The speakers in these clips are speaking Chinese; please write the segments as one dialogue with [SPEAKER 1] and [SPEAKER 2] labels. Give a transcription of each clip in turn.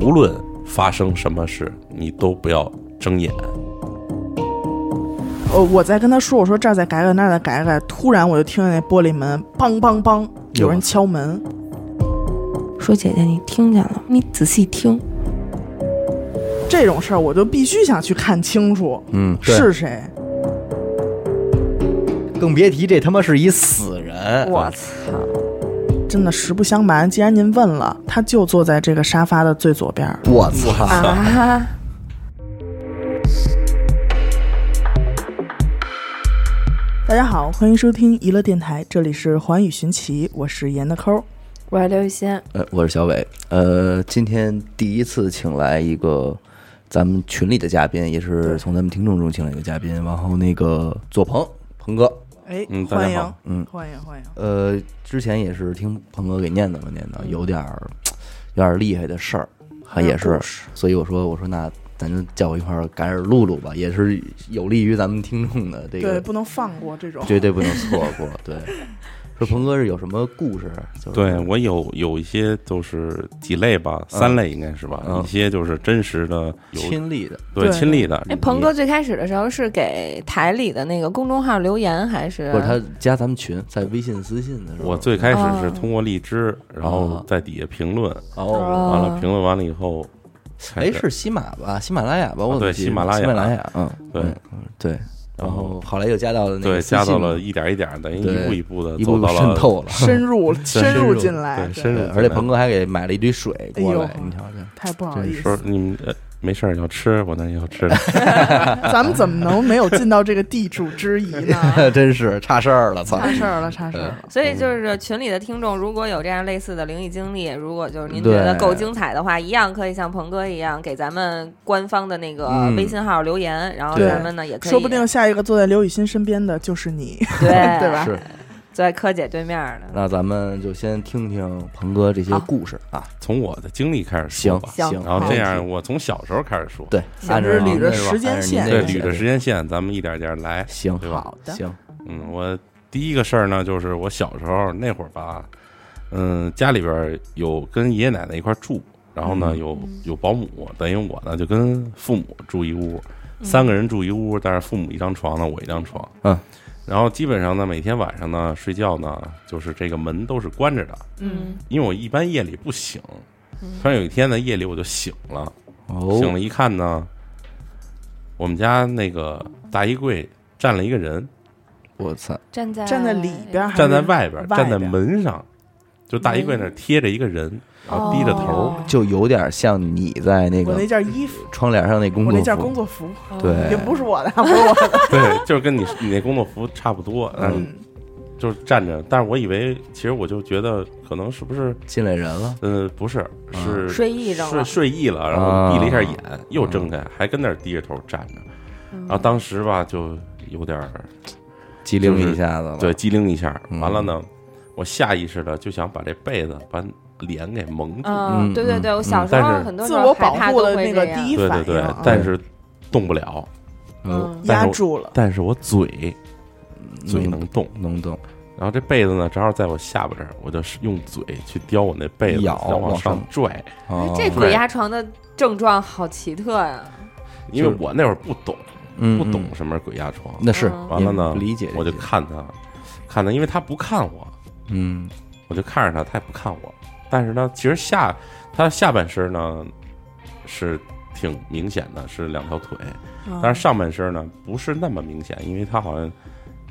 [SPEAKER 1] 无论发生什么事，你都不要睁眼。
[SPEAKER 2] 呃，我在跟他说，我说这儿再改改，那儿再改改。突然我就听见那玻璃门梆梆梆，有人敲门。
[SPEAKER 3] 说姐姐，你听见了？你仔细听。
[SPEAKER 2] 这种事儿我就必须想去看清楚
[SPEAKER 4] 嗯，对
[SPEAKER 2] 是谁。
[SPEAKER 4] 更别提这他妈是一死人，
[SPEAKER 3] 我操！
[SPEAKER 2] 真的实不相瞒，既然您问了，他就坐在这个沙发的最左边儿。
[SPEAKER 4] 我操！
[SPEAKER 3] 啊！
[SPEAKER 2] 大家好，欢迎收听娱乐电台，这里是环宇寻奇，我是严的抠。
[SPEAKER 3] 我是刘雨欣，
[SPEAKER 4] 呃，我是小伟，呃，今天第一次请来一个咱们群里的嘉宾，也是从咱们听众中请来一个嘉宾，然后那个左鹏鹏哥，
[SPEAKER 2] 哎，
[SPEAKER 1] 嗯大
[SPEAKER 2] 欢
[SPEAKER 1] 家
[SPEAKER 2] 迎
[SPEAKER 1] 好，
[SPEAKER 4] 嗯
[SPEAKER 2] 欢迎，欢迎。
[SPEAKER 4] 呃，之前也是听鹏哥给念叨了念叨，有点儿有点儿厉害的事儿，还啊也
[SPEAKER 2] 有
[SPEAKER 4] 是
[SPEAKER 2] 故事，
[SPEAKER 4] 所以我说我说那咱就叫我一块儿改耳录录吧，也是有利于咱们听众的这
[SPEAKER 2] 对，
[SPEAKER 4] 个，
[SPEAKER 2] 不能放过这种。
[SPEAKER 4] 绝对不能错过。对，说鹏哥是有什么故事？就是、
[SPEAKER 1] 对我有有一些就是几类吧，三类应该是吧，
[SPEAKER 4] 嗯
[SPEAKER 1] 一些就是真实的有
[SPEAKER 4] 亲历的，
[SPEAKER 1] 对
[SPEAKER 2] 对
[SPEAKER 1] 亲历的。
[SPEAKER 3] 哎，鹏哥最开始的时候是给台里的那个公众号留言，还是
[SPEAKER 4] 或者他加咱们群，在微信私信的时候，
[SPEAKER 1] 我最开始是
[SPEAKER 3] 哦
[SPEAKER 1] 通过荔枝，然后
[SPEAKER 4] 哦
[SPEAKER 1] 在底下评论，完
[SPEAKER 4] 哦，
[SPEAKER 3] 哦
[SPEAKER 1] 了评论完了以后，开
[SPEAKER 4] 哎，
[SPEAKER 1] 始
[SPEAKER 4] 是喜马吧？喜马拉雅吧？
[SPEAKER 1] 啊
[SPEAKER 4] 我怎么
[SPEAKER 1] 对
[SPEAKER 4] 记
[SPEAKER 1] 喜
[SPEAKER 4] 得
[SPEAKER 1] 马拉雅
[SPEAKER 4] 喜马拉雅，嗯，
[SPEAKER 1] 对
[SPEAKER 4] 嗯对。然
[SPEAKER 1] 然后
[SPEAKER 4] 后后来又加到哦了那
[SPEAKER 1] 对
[SPEAKER 4] 个私
[SPEAKER 1] 加到
[SPEAKER 4] 信嘛
[SPEAKER 1] 了一点一点，等于
[SPEAKER 4] 对
[SPEAKER 1] 一步一步的
[SPEAKER 4] 一
[SPEAKER 1] 走
[SPEAKER 4] 步步
[SPEAKER 1] 到
[SPEAKER 4] 渗
[SPEAKER 1] 了
[SPEAKER 4] 透了，
[SPEAKER 2] 深入，深入进来，
[SPEAKER 1] 对
[SPEAKER 2] 对
[SPEAKER 1] 深入
[SPEAKER 4] 对
[SPEAKER 1] 进来，
[SPEAKER 4] 而且鹏哥还给买了一堆水过来
[SPEAKER 2] 哎，呦
[SPEAKER 4] 你瞧瞧。
[SPEAKER 2] 太不好意思
[SPEAKER 1] 说
[SPEAKER 2] 了。
[SPEAKER 1] 你们呃没事儿要吃，我那儿要吃 的。
[SPEAKER 2] 咱们怎么能没有尽到这个地主之 谊呢？
[SPEAKER 4] 真是差事儿了，操！
[SPEAKER 2] 差事儿了，差事儿了。
[SPEAKER 3] 啊所以就是群里的听众，如果有这样类似的灵异经历，如果就是您觉
[SPEAKER 4] 对
[SPEAKER 3] 得够精彩的话，一样可以像鹏哥一样给咱们官方的那个
[SPEAKER 4] 嗯
[SPEAKER 3] 微信号留言，然后
[SPEAKER 4] 对
[SPEAKER 3] 咱们呢
[SPEAKER 1] 嗯
[SPEAKER 3] 也可以，
[SPEAKER 2] 说不定下一个坐在刘雨欣身边的就是你。
[SPEAKER 3] 对
[SPEAKER 2] 对吧
[SPEAKER 4] 是，
[SPEAKER 3] 坐在柯姐对面的。
[SPEAKER 4] 那咱们就先听听鹏哥这些
[SPEAKER 3] 好
[SPEAKER 4] 故事啊。
[SPEAKER 1] 从我的经历开始说
[SPEAKER 4] 行
[SPEAKER 1] 吧，
[SPEAKER 3] 行
[SPEAKER 4] 行，
[SPEAKER 1] 然后
[SPEAKER 4] 没
[SPEAKER 1] 这
[SPEAKER 4] 问
[SPEAKER 1] 样，
[SPEAKER 4] 题
[SPEAKER 1] 我从小时候开始说，
[SPEAKER 4] 对，
[SPEAKER 2] 行
[SPEAKER 4] 按照
[SPEAKER 2] 就是
[SPEAKER 4] 您
[SPEAKER 2] 捋着
[SPEAKER 4] 那个
[SPEAKER 2] 时间
[SPEAKER 4] 按照您
[SPEAKER 2] 线
[SPEAKER 4] 那
[SPEAKER 1] 对，
[SPEAKER 4] 个
[SPEAKER 1] 捋着时间线，咱们一点一点来。
[SPEAKER 4] 行，
[SPEAKER 1] 对吧
[SPEAKER 4] 好
[SPEAKER 2] 的
[SPEAKER 4] 行，
[SPEAKER 1] 嗯，我第一个事儿呢，就是我小时候那会儿吧，嗯，家里边儿有跟爷爷奶奶一块儿住，然后呢
[SPEAKER 4] 嗯
[SPEAKER 1] 有有保姆，等于我呢就跟父母住一屋，三个人住一屋，但是父母一张床呢，我一张床，
[SPEAKER 4] 嗯，
[SPEAKER 1] 然后基本上呢每天晚上呢睡觉呢，就是这个门都是关着的，
[SPEAKER 3] 嗯，
[SPEAKER 1] 因为我一般夜里不醒，
[SPEAKER 4] 嗯
[SPEAKER 1] 突然有一天呢夜里我就醒了，醒
[SPEAKER 4] 哦
[SPEAKER 1] 了一看呢，我们家那个大衣柜站了一个人，
[SPEAKER 4] 我操，
[SPEAKER 3] 站在
[SPEAKER 2] 站在里边儿还是
[SPEAKER 1] 站在外边儿，
[SPEAKER 2] 外
[SPEAKER 1] 站在
[SPEAKER 2] 边儿
[SPEAKER 1] 门上，就大衣柜那儿贴着一个人，然后低着头
[SPEAKER 3] 哦，
[SPEAKER 4] 就有点像你在那
[SPEAKER 2] 我
[SPEAKER 4] 个
[SPEAKER 2] 那件衣服，
[SPEAKER 4] 窗帘上那工
[SPEAKER 2] 我
[SPEAKER 4] 作
[SPEAKER 2] 那件
[SPEAKER 4] 服
[SPEAKER 2] 工作服
[SPEAKER 3] 哦
[SPEAKER 4] 对
[SPEAKER 1] 哎
[SPEAKER 2] 也不是我的， 不是我的。
[SPEAKER 1] 对，就是跟你你那工作服差不多，嗯，
[SPEAKER 2] 嗯，
[SPEAKER 1] 就是站着。但是我以为，其实我就觉得可能是不是，
[SPEAKER 4] 进来人了，
[SPEAKER 1] 呃，不是，是
[SPEAKER 3] 睡意上
[SPEAKER 1] 睡
[SPEAKER 3] 了，
[SPEAKER 1] 睡意了，然
[SPEAKER 4] 啊
[SPEAKER 1] 后闭了一下
[SPEAKER 4] 嗯
[SPEAKER 1] 眼，又睁开，还跟那儿低着头站着。
[SPEAKER 3] 嗯
[SPEAKER 1] 然后当时吧，就有点儿
[SPEAKER 4] 机
[SPEAKER 1] 就
[SPEAKER 4] 灵
[SPEAKER 1] 是
[SPEAKER 4] 一下子了，
[SPEAKER 1] 对，机灵一下。
[SPEAKER 4] 嗯
[SPEAKER 1] 完了呢，我下意识的就想把这被子把脸给蒙住，
[SPEAKER 3] 嗯，
[SPEAKER 4] 嗯
[SPEAKER 3] 对对对，我小时
[SPEAKER 1] 嗯但
[SPEAKER 3] 候
[SPEAKER 1] 是
[SPEAKER 3] 很多时
[SPEAKER 2] 自
[SPEAKER 3] 候
[SPEAKER 2] 我
[SPEAKER 3] 害
[SPEAKER 2] 保
[SPEAKER 3] 怕
[SPEAKER 2] 护
[SPEAKER 3] 都
[SPEAKER 2] 的
[SPEAKER 3] 会
[SPEAKER 2] 那
[SPEAKER 3] 这
[SPEAKER 2] 个
[SPEAKER 3] 样
[SPEAKER 2] 第一
[SPEAKER 1] 对
[SPEAKER 2] 反
[SPEAKER 1] 对
[SPEAKER 2] 应，
[SPEAKER 1] 对
[SPEAKER 2] 啊，
[SPEAKER 1] 但是动不了。
[SPEAKER 4] 嗯，
[SPEAKER 1] 但是
[SPEAKER 2] 压
[SPEAKER 1] 我
[SPEAKER 2] 住了。
[SPEAKER 1] 但是我嘴嘴
[SPEAKER 4] 能
[SPEAKER 1] 能动，
[SPEAKER 4] 能动，
[SPEAKER 1] 然后这被子呢，正好在我下巴这儿，我就是用嘴去叼我那被子，
[SPEAKER 4] 咬
[SPEAKER 1] 然后往
[SPEAKER 4] 往上
[SPEAKER 1] 上拽，
[SPEAKER 3] 哎
[SPEAKER 2] 嗯
[SPEAKER 4] 哦，
[SPEAKER 3] 这鬼压床的症状好奇特呀！
[SPEAKER 1] 因为我那会儿不懂，
[SPEAKER 4] 嗯
[SPEAKER 1] 不懂，什么是鬼压床。
[SPEAKER 4] 那是
[SPEAKER 3] 嗯
[SPEAKER 1] 完了呢
[SPEAKER 4] 也不理解，
[SPEAKER 1] 我就，看他，看他，因为他不看我，
[SPEAKER 4] 嗯，
[SPEAKER 1] 我就看着他，他也不看我。但是呢，其实下他下半身呢是挺明显的，是两条腿，
[SPEAKER 2] 嗯
[SPEAKER 1] 但是上半身呢不是那么明显，因为他好像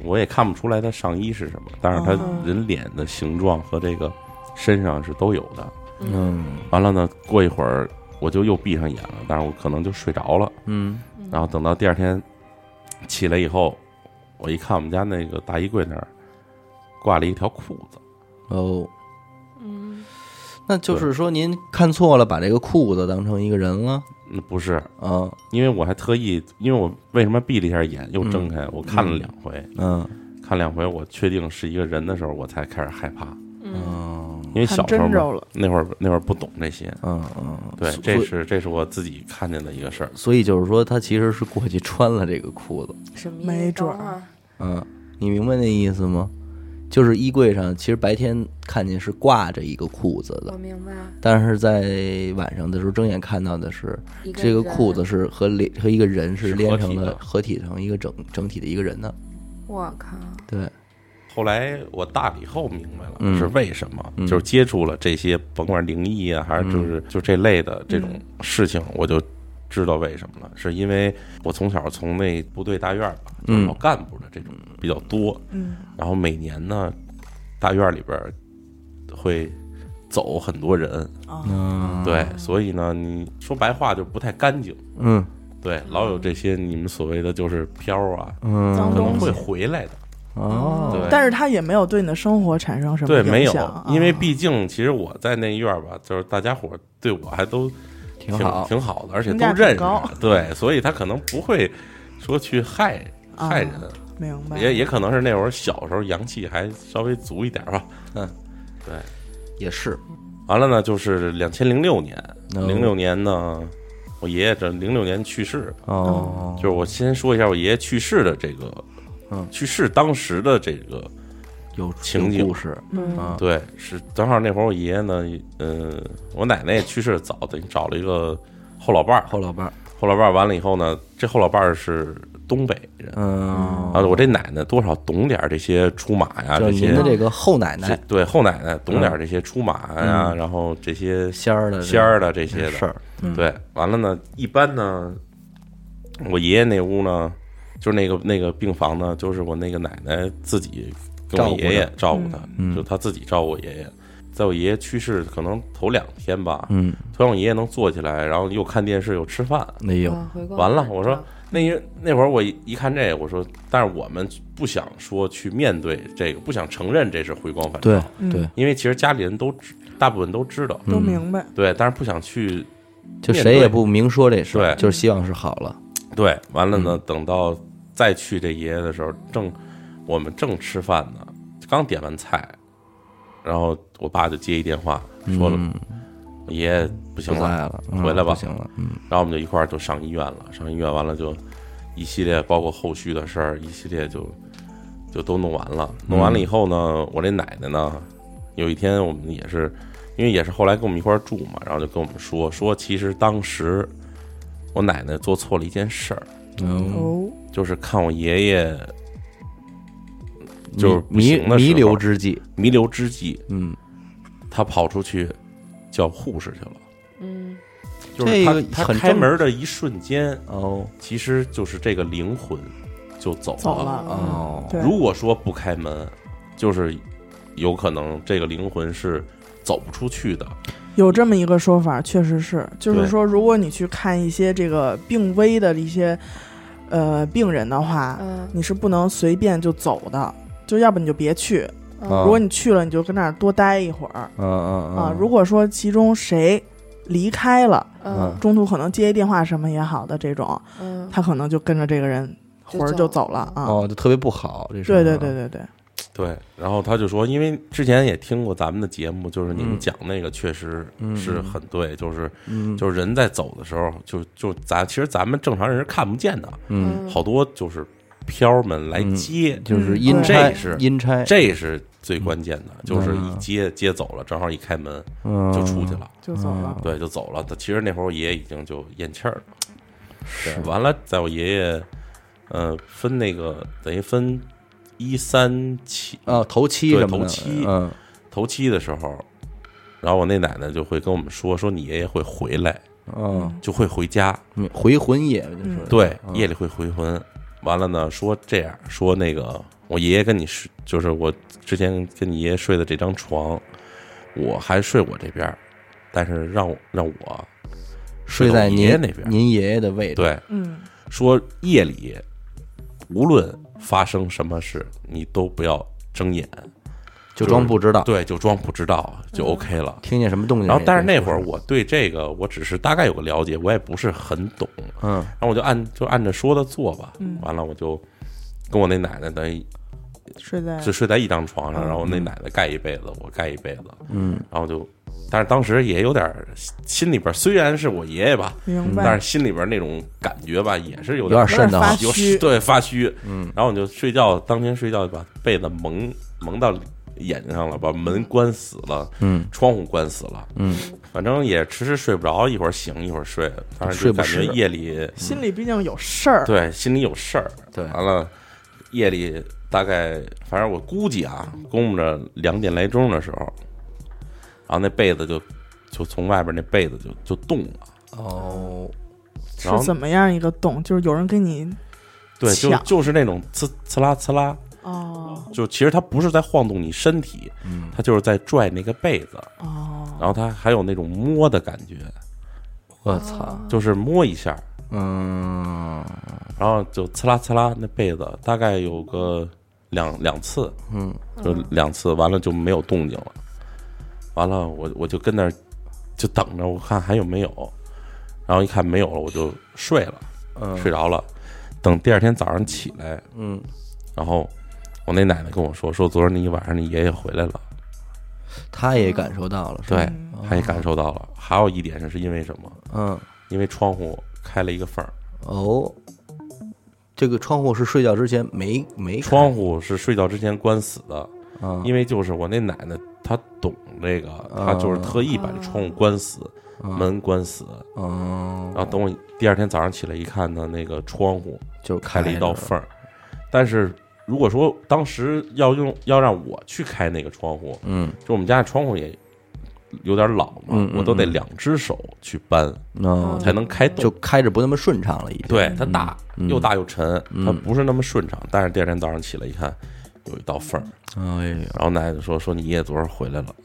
[SPEAKER 1] 我也看不出来他上衣是什么，但是他
[SPEAKER 2] 嗯
[SPEAKER 1] 人脸的形状和这个身上是都有的。
[SPEAKER 4] 嗯
[SPEAKER 1] 完了呢，过一会儿我就又闭上眼了，但是我可能就睡着了。
[SPEAKER 4] 嗯，
[SPEAKER 1] 然后等到第二
[SPEAKER 2] 嗯
[SPEAKER 1] 天起来以后，我一看我们家那个大衣柜那儿挂了一条裤子，
[SPEAKER 4] 哦，
[SPEAKER 3] 嗯，
[SPEAKER 4] 那就是说您看错了，把这个裤子当成一个人了，
[SPEAKER 1] 嗯，不是，
[SPEAKER 4] 啊，
[SPEAKER 1] 因为我还特意，因为我为什么闭了一下眼又睁开，我看了两回，
[SPEAKER 4] 嗯
[SPEAKER 1] 看两回我确定是一个人的时候，我才开始害怕，
[SPEAKER 3] 嗯
[SPEAKER 4] 嗯
[SPEAKER 1] 因为
[SPEAKER 2] 看
[SPEAKER 1] 小时候
[SPEAKER 2] 真
[SPEAKER 1] 嘛
[SPEAKER 2] 着了，
[SPEAKER 1] 那会儿那会儿不懂这些。
[SPEAKER 4] 嗯嗯，
[SPEAKER 1] 对，
[SPEAKER 4] 所
[SPEAKER 1] 这是这是我自己看见的一个事儿。
[SPEAKER 4] 所以就是说他其实是过去穿了这个裤子，
[SPEAKER 3] 什么意思？啊
[SPEAKER 2] 没准儿
[SPEAKER 4] 啊
[SPEAKER 3] 等会儿
[SPEAKER 4] 嗯，你明白那意思吗？就是衣柜上，其实白天看见是挂着一个裤子
[SPEAKER 5] 我
[SPEAKER 2] 嗯
[SPEAKER 4] 的，
[SPEAKER 5] 明白。
[SPEAKER 4] 但是在晚上的时候睁眼看到的是
[SPEAKER 5] 一
[SPEAKER 4] 这个
[SPEAKER 5] 人
[SPEAKER 4] 裤子，是和连和一个人是
[SPEAKER 1] 是
[SPEAKER 4] 连
[SPEAKER 1] 合
[SPEAKER 4] 成
[SPEAKER 1] 体
[SPEAKER 4] 了
[SPEAKER 1] 的
[SPEAKER 4] 合体成一个整整体的一个人的。
[SPEAKER 5] 我靠，
[SPEAKER 1] 嗯
[SPEAKER 4] 对，
[SPEAKER 1] 后来我大了以后明白了
[SPEAKER 4] 嗯
[SPEAKER 1] 是为什么，
[SPEAKER 4] 嗯
[SPEAKER 1] 就是接触了这些，甭管灵异啊，还是就是就这类的这
[SPEAKER 4] 嗯
[SPEAKER 1] 种事情，我就知道为什么了，是因为我从小从那部队大院儿吧，就是
[SPEAKER 4] 嗯
[SPEAKER 1] 老干部的这种比较多，
[SPEAKER 2] 嗯，
[SPEAKER 1] 然后每年呢，大院儿里边儿会走很多人，
[SPEAKER 2] 啊，
[SPEAKER 4] 嗯，
[SPEAKER 1] 对，所以呢，你说白话就不太干净，
[SPEAKER 4] 嗯
[SPEAKER 1] 对，老有这些你们所谓的就是飘啊，
[SPEAKER 2] 脏
[SPEAKER 1] 可能
[SPEAKER 4] 嗯，
[SPEAKER 2] 东西
[SPEAKER 1] 会回来的，
[SPEAKER 4] 哦，
[SPEAKER 1] 对
[SPEAKER 2] 但是它也没有对你的生活产生什么
[SPEAKER 1] 对，
[SPEAKER 2] 影响，
[SPEAKER 1] 没有
[SPEAKER 2] 啊，
[SPEAKER 1] 因为毕竟其实我在那院儿吧，就是大家伙儿对我还都
[SPEAKER 4] 挺
[SPEAKER 1] 挺
[SPEAKER 4] 好，
[SPEAKER 1] 挺好的，而且
[SPEAKER 2] 评
[SPEAKER 1] 都
[SPEAKER 2] 价挺
[SPEAKER 1] 认识
[SPEAKER 2] 高，
[SPEAKER 1] 对，所以他可能不会说去害
[SPEAKER 2] 啊
[SPEAKER 1] 害人，
[SPEAKER 2] 明白
[SPEAKER 1] 也也可能是那会儿小时候阳气还稍微足一点吧。
[SPEAKER 4] 也是，
[SPEAKER 1] 完了呢，就是两千零六年，
[SPEAKER 4] 哦
[SPEAKER 1] 零六年呢，我爷爷这零六年去世，
[SPEAKER 4] 哦，
[SPEAKER 1] 嗯就是我先说一下我爷爷去世的这个，
[SPEAKER 4] 嗯
[SPEAKER 1] 去世当时的这个
[SPEAKER 4] 有
[SPEAKER 1] 情
[SPEAKER 4] 有
[SPEAKER 1] 景
[SPEAKER 4] 故事
[SPEAKER 2] 嗯
[SPEAKER 4] 啊，
[SPEAKER 1] 对，是正好那会儿我爷爷呢，呃，我奶奶也去世得早，等于找了一个后老伴儿。
[SPEAKER 4] 后老伴儿，
[SPEAKER 1] 后老伴儿完了以后呢，这后老伴儿是东北人
[SPEAKER 4] 嗯，
[SPEAKER 1] 啊，我这奶奶多少懂点儿这些出马呀，
[SPEAKER 4] 就
[SPEAKER 1] 这
[SPEAKER 4] 是
[SPEAKER 1] 些
[SPEAKER 4] 您的这个后奶奶
[SPEAKER 1] 这对后奶奶懂点儿这些出马呀，然后这些
[SPEAKER 4] 仙儿的这
[SPEAKER 1] 仙儿的这些
[SPEAKER 4] 事
[SPEAKER 1] 的。
[SPEAKER 4] 儿，
[SPEAKER 1] 对，完了呢，一般呢，我爷爷那屋呢，就是那个那个病房呢，就是我那个奶奶自己跟我爷爷照顾他，
[SPEAKER 4] 嗯
[SPEAKER 1] 就他自己照顾我爷爷。在我爷爷去世可能头两天吧，
[SPEAKER 4] 嗯，
[SPEAKER 1] 突然我爷爷能坐起来，然后又看电视又吃饭。
[SPEAKER 4] 哎呦，
[SPEAKER 2] 嗯
[SPEAKER 3] 嗯
[SPEAKER 5] 啊回光
[SPEAKER 1] 完了
[SPEAKER 5] 返
[SPEAKER 1] 我说
[SPEAKER 5] 照
[SPEAKER 1] 那一那会儿我一一看这个，我说，但是我们不想说去面对这个，不想承认这是回光返照，
[SPEAKER 4] 对
[SPEAKER 2] 嗯
[SPEAKER 4] 对，
[SPEAKER 1] 因为其实家里人都知，大部分都知道，
[SPEAKER 2] 都明白，
[SPEAKER 1] 对，但是不想去
[SPEAKER 4] 就
[SPEAKER 1] 面
[SPEAKER 4] 谁也
[SPEAKER 1] 对
[SPEAKER 4] 不明说这事儿，
[SPEAKER 1] 对
[SPEAKER 4] 就是希望是好了，
[SPEAKER 1] 对，完了
[SPEAKER 4] 嗯
[SPEAKER 1] 呢，等到再去这爷爷的时候，正我们正吃饭呢，刚点完菜，然后我爸就接一电话，说了、
[SPEAKER 4] 嗯
[SPEAKER 1] 我爷爷不行
[SPEAKER 4] 不在
[SPEAKER 1] 了，
[SPEAKER 4] 了，嗯
[SPEAKER 1] 回来吧
[SPEAKER 4] 不行了，嗯，
[SPEAKER 1] 然后我们就一块儿就上医院了，上医院完了就一系列包括后续的事儿，一系列就就都弄完了。弄
[SPEAKER 4] 嗯
[SPEAKER 1] 完了以后呢，我这奶奶呢，有一天我们也是，因为也是后来跟我们一块儿住嘛，然后就跟我们说说，其实当时我奶奶做错了一件事儿。
[SPEAKER 4] 嗯
[SPEAKER 2] 哦，
[SPEAKER 1] 就是看我爷爷就是不
[SPEAKER 4] 嗯弥
[SPEAKER 1] 行的时
[SPEAKER 4] 弥
[SPEAKER 1] 候
[SPEAKER 4] 留之际，
[SPEAKER 1] 弥留之际，
[SPEAKER 4] 嗯，
[SPEAKER 1] 他跑出去叫护士去了。
[SPEAKER 5] 嗯，
[SPEAKER 1] 就是他
[SPEAKER 4] 这个
[SPEAKER 1] 他
[SPEAKER 4] 很
[SPEAKER 1] 开
[SPEAKER 4] 正
[SPEAKER 1] 门的一瞬间，
[SPEAKER 4] 哦
[SPEAKER 1] 其实就是这个灵魂就走了。
[SPEAKER 2] 走了，嗯
[SPEAKER 4] 哦，
[SPEAKER 2] 对，
[SPEAKER 1] 如果说不开门，就是有可能这个灵魂是走不出去的。
[SPEAKER 2] 有这么一个说法，确实是，就是
[SPEAKER 1] 对
[SPEAKER 2] 说，如果你去看一些这个病危的一些呃病人的话，
[SPEAKER 5] 嗯
[SPEAKER 2] 你是不能随便就走的，就要不你就别去。
[SPEAKER 4] 啊
[SPEAKER 2] 如果你去了，你就跟那儿多待一会儿
[SPEAKER 4] 嗯嗯
[SPEAKER 2] 啊。如果说其中谁离开了，
[SPEAKER 5] 嗯
[SPEAKER 2] 中途可能接一电话什么也好的这种，
[SPEAKER 5] 嗯，
[SPEAKER 2] 他可能就跟着这个人
[SPEAKER 5] 就
[SPEAKER 2] 魂儿就走了啊。
[SPEAKER 4] 哦，就特别不好，这事
[SPEAKER 2] 对
[SPEAKER 4] 儿
[SPEAKER 2] 对对，对对，
[SPEAKER 1] 对，然后他就说，因为之前也听过咱们的节目，就是你
[SPEAKER 4] 嗯
[SPEAKER 1] 们讲那个确实
[SPEAKER 4] 嗯
[SPEAKER 1] 是很对，就是
[SPEAKER 4] 嗯，
[SPEAKER 1] 就是人在走的时候，就就咱其实咱们正常人是看不见的，
[SPEAKER 4] 嗯，
[SPEAKER 1] 好多就是飘儿们来接，
[SPEAKER 4] 就是
[SPEAKER 2] 嗯
[SPEAKER 4] 阴差
[SPEAKER 1] 这是
[SPEAKER 4] 阴差，
[SPEAKER 1] 这是最关键的，就是一
[SPEAKER 4] 嗯
[SPEAKER 1] 接接走了，正好一开门
[SPEAKER 4] 嗯
[SPEAKER 1] 就出去了，
[SPEAKER 2] 就走了。
[SPEAKER 1] 对，就走了。他其实那会儿我爷爷已经就咽气儿了，对，完了，在我爷爷，呃，分那个等于分一三期
[SPEAKER 4] 啊，头七
[SPEAKER 1] 对
[SPEAKER 4] 什么的，
[SPEAKER 1] 头七
[SPEAKER 4] 嗯，
[SPEAKER 1] 头七的时候，然后我那奶奶就会跟我们说，说你爷爷会回来，
[SPEAKER 4] 嗯，
[SPEAKER 1] 就会回家，
[SPEAKER 2] 嗯
[SPEAKER 4] 回魂夜就是
[SPEAKER 1] 对，
[SPEAKER 4] 嗯
[SPEAKER 1] 夜里会回魂。完了呢，说这样，说那个我爷爷跟你睡，就是我之前跟你爷爷睡的这张床，我还睡我这边儿，但是让我让我
[SPEAKER 4] 睡
[SPEAKER 1] 到
[SPEAKER 4] 在
[SPEAKER 1] 我
[SPEAKER 4] 您
[SPEAKER 1] 爷爷那边儿。
[SPEAKER 4] 您爷爷的位置，，
[SPEAKER 1] 对，
[SPEAKER 2] 嗯，
[SPEAKER 1] 说夜里无论发生什么事，你都不要睁眼，
[SPEAKER 4] 就装不知道，
[SPEAKER 1] 对，就装不知道就 OK 了。
[SPEAKER 4] 听见什么动静也别
[SPEAKER 1] 然
[SPEAKER 4] 说。
[SPEAKER 1] 后，但是那会儿我对这个我只是大概有个了解，我也不是很懂。
[SPEAKER 4] 嗯
[SPEAKER 1] 然后我就按就按着说的做吧。完了我就跟我那奶奶等于
[SPEAKER 2] 睡在
[SPEAKER 1] 就睡在一张床上，然后我那奶奶盖一被子，我盖一被子，嗯，然后就，但是当时也有点儿心里边儿，虽然是我爷爷吧，
[SPEAKER 2] 明
[SPEAKER 1] 但
[SPEAKER 2] 白
[SPEAKER 1] 是心里边儿那种感觉吧，也是嗯有
[SPEAKER 4] 有点
[SPEAKER 1] 点
[SPEAKER 4] 嗯瘆得
[SPEAKER 2] 发
[SPEAKER 4] 慌，
[SPEAKER 1] 有
[SPEAKER 2] 虚，
[SPEAKER 1] 对发虚，嗯，然后我就睡觉，当天睡觉就把被子蒙蒙到眼睛上了，把门关死了，
[SPEAKER 4] 嗯
[SPEAKER 1] 窗户关死了，
[SPEAKER 4] 嗯，
[SPEAKER 1] 反正也迟迟睡不着，一会儿醒一会儿睡，反正就
[SPEAKER 4] 睡不
[SPEAKER 1] 感
[SPEAKER 4] 实
[SPEAKER 1] 觉夜里
[SPEAKER 2] 心里毕竟有事儿，
[SPEAKER 1] 对心里有事儿，
[SPEAKER 2] 哦
[SPEAKER 4] 对
[SPEAKER 1] 完了夜里大概反正我估计啊，估摸着两点来钟的时候，然后那被子就就从外边那被子就就动了。
[SPEAKER 4] 哦，
[SPEAKER 2] 是
[SPEAKER 1] 然后
[SPEAKER 2] 怎么样一个动？就是有人跟你
[SPEAKER 1] 对，就
[SPEAKER 2] 抢
[SPEAKER 1] 就是那种呲呲啦呲啦，
[SPEAKER 2] 哦
[SPEAKER 1] 就其实它不是在晃动你身体，
[SPEAKER 4] 嗯，
[SPEAKER 1] 它就是在拽那个被子，
[SPEAKER 2] 哦，
[SPEAKER 1] 然后它还有那种摸的感觉，
[SPEAKER 4] 我操，
[SPEAKER 1] 就是摸一下，
[SPEAKER 4] 嗯
[SPEAKER 1] 然后就呲啦呲啦，那被子大概有个两两次，
[SPEAKER 4] 嗯，
[SPEAKER 1] 就两次，完了就没有动静了。完了，我我就跟那儿就等着，我看还有没有，然后一看没有了，我就睡了，
[SPEAKER 4] 嗯
[SPEAKER 1] 睡着了。等第二天早上起来，
[SPEAKER 4] 嗯，
[SPEAKER 1] 然后我那奶奶跟我说，说昨儿你一晚上你爷爷回来了，
[SPEAKER 4] 他也感受到了，是吧
[SPEAKER 1] 对，
[SPEAKER 2] 嗯
[SPEAKER 1] 他也
[SPEAKER 4] 哦
[SPEAKER 1] 感受到了。还有一点是因为什么？
[SPEAKER 4] 嗯，
[SPEAKER 1] 因为窗户开了一个缝儿，
[SPEAKER 4] 哦，这个窗户是睡觉之前没没开
[SPEAKER 1] 窗户是睡觉之前关死的，
[SPEAKER 4] 啊，
[SPEAKER 1] 因为就是我那奶奶她懂这个，
[SPEAKER 4] 嗯
[SPEAKER 1] 她就是特意把这窗户关死，门关死，
[SPEAKER 4] 哦，
[SPEAKER 1] 然后等我第二天早上起来一看呢，那个窗户
[SPEAKER 4] 就
[SPEAKER 1] 开了一道
[SPEAKER 4] 着
[SPEAKER 1] 缝儿，但是。如果说当时要用要让我去开那个窗户，
[SPEAKER 4] 嗯
[SPEAKER 1] 就我们家的窗户也有点老嘛，
[SPEAKER 4] 嗯嗯
[SPEAKER 1] 我都得
[SPEAKER 4] 嗯
[SPEAKER 1] 两只手去搬
[SPEAKER 4] 哦，
[SPEAKER 1] 才能开动。
[SPEAKER 4] 就开着不那么顺畅了，已经。
[SPEAKER 1] 对，它大、
[SPEAKER 4] 嗯
[SPEAKER 1] 又大又沉，
[SPEAKER 4] 嗯
[SPEAKER 1] 它不是那么顺畅。但是第二天早上起来一看，有一道缝儿，
[SPEAKER 4] 哎呀，
[SPEAKER 1] 然后奶奶就说：“说你爷爷昨儿回来了，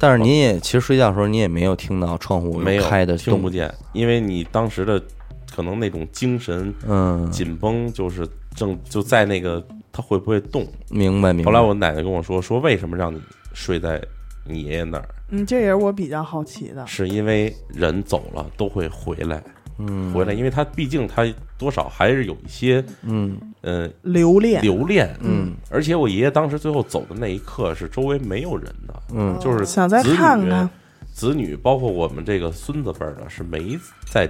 [SPEAKER 4] 但是您也其实睡觉的时候，您也没有听到窗户
[SPEAKER 1] 没有
[SPEAKER 4] 开的
[SPEAKER 1] 听
[SPEAKER 4] 动
[SPEAKER 1] 不，见，因为你当时的可能那种精神
[SPEAKER 4] 嗯，
[SPEAKER 1] 紧绷，就是正就在那个他会不会动。
[SPEAKER 4] 明白明白。
[SPEAKER 1] 后来我奶奶跟我说，说为什么让你睡在你爷爷那儿，
[SPEAKER 2] 嗯，这也是我比较好奇的。
[SPEAKER 1] 是因为人走了都会回来，
[SPEAKER 4] 嗯
[SPEAKER 1] 回来，因为他毕竟他多少还是有一些
[SPEAKER 4] 嗯
[SPEAKER 1] 呃
[SPEAKER 2] 留恋，
[SPEAKER 1] 留恋，
[SPEAKER 4] 嗯
[SPEAKER 1] 而且我爷爷当时最后走的那一刻是周围没有人的，
[SPEAKER 4] 嗯
[SPEAKER 1] 就是
[SPEAKER 2] 哦想再
[SPEAKER 1] 子女
[SPEAKER 2] 看看，
[SPEAKER 1] 子女，包括我们这个孙子辈儿呢，是没在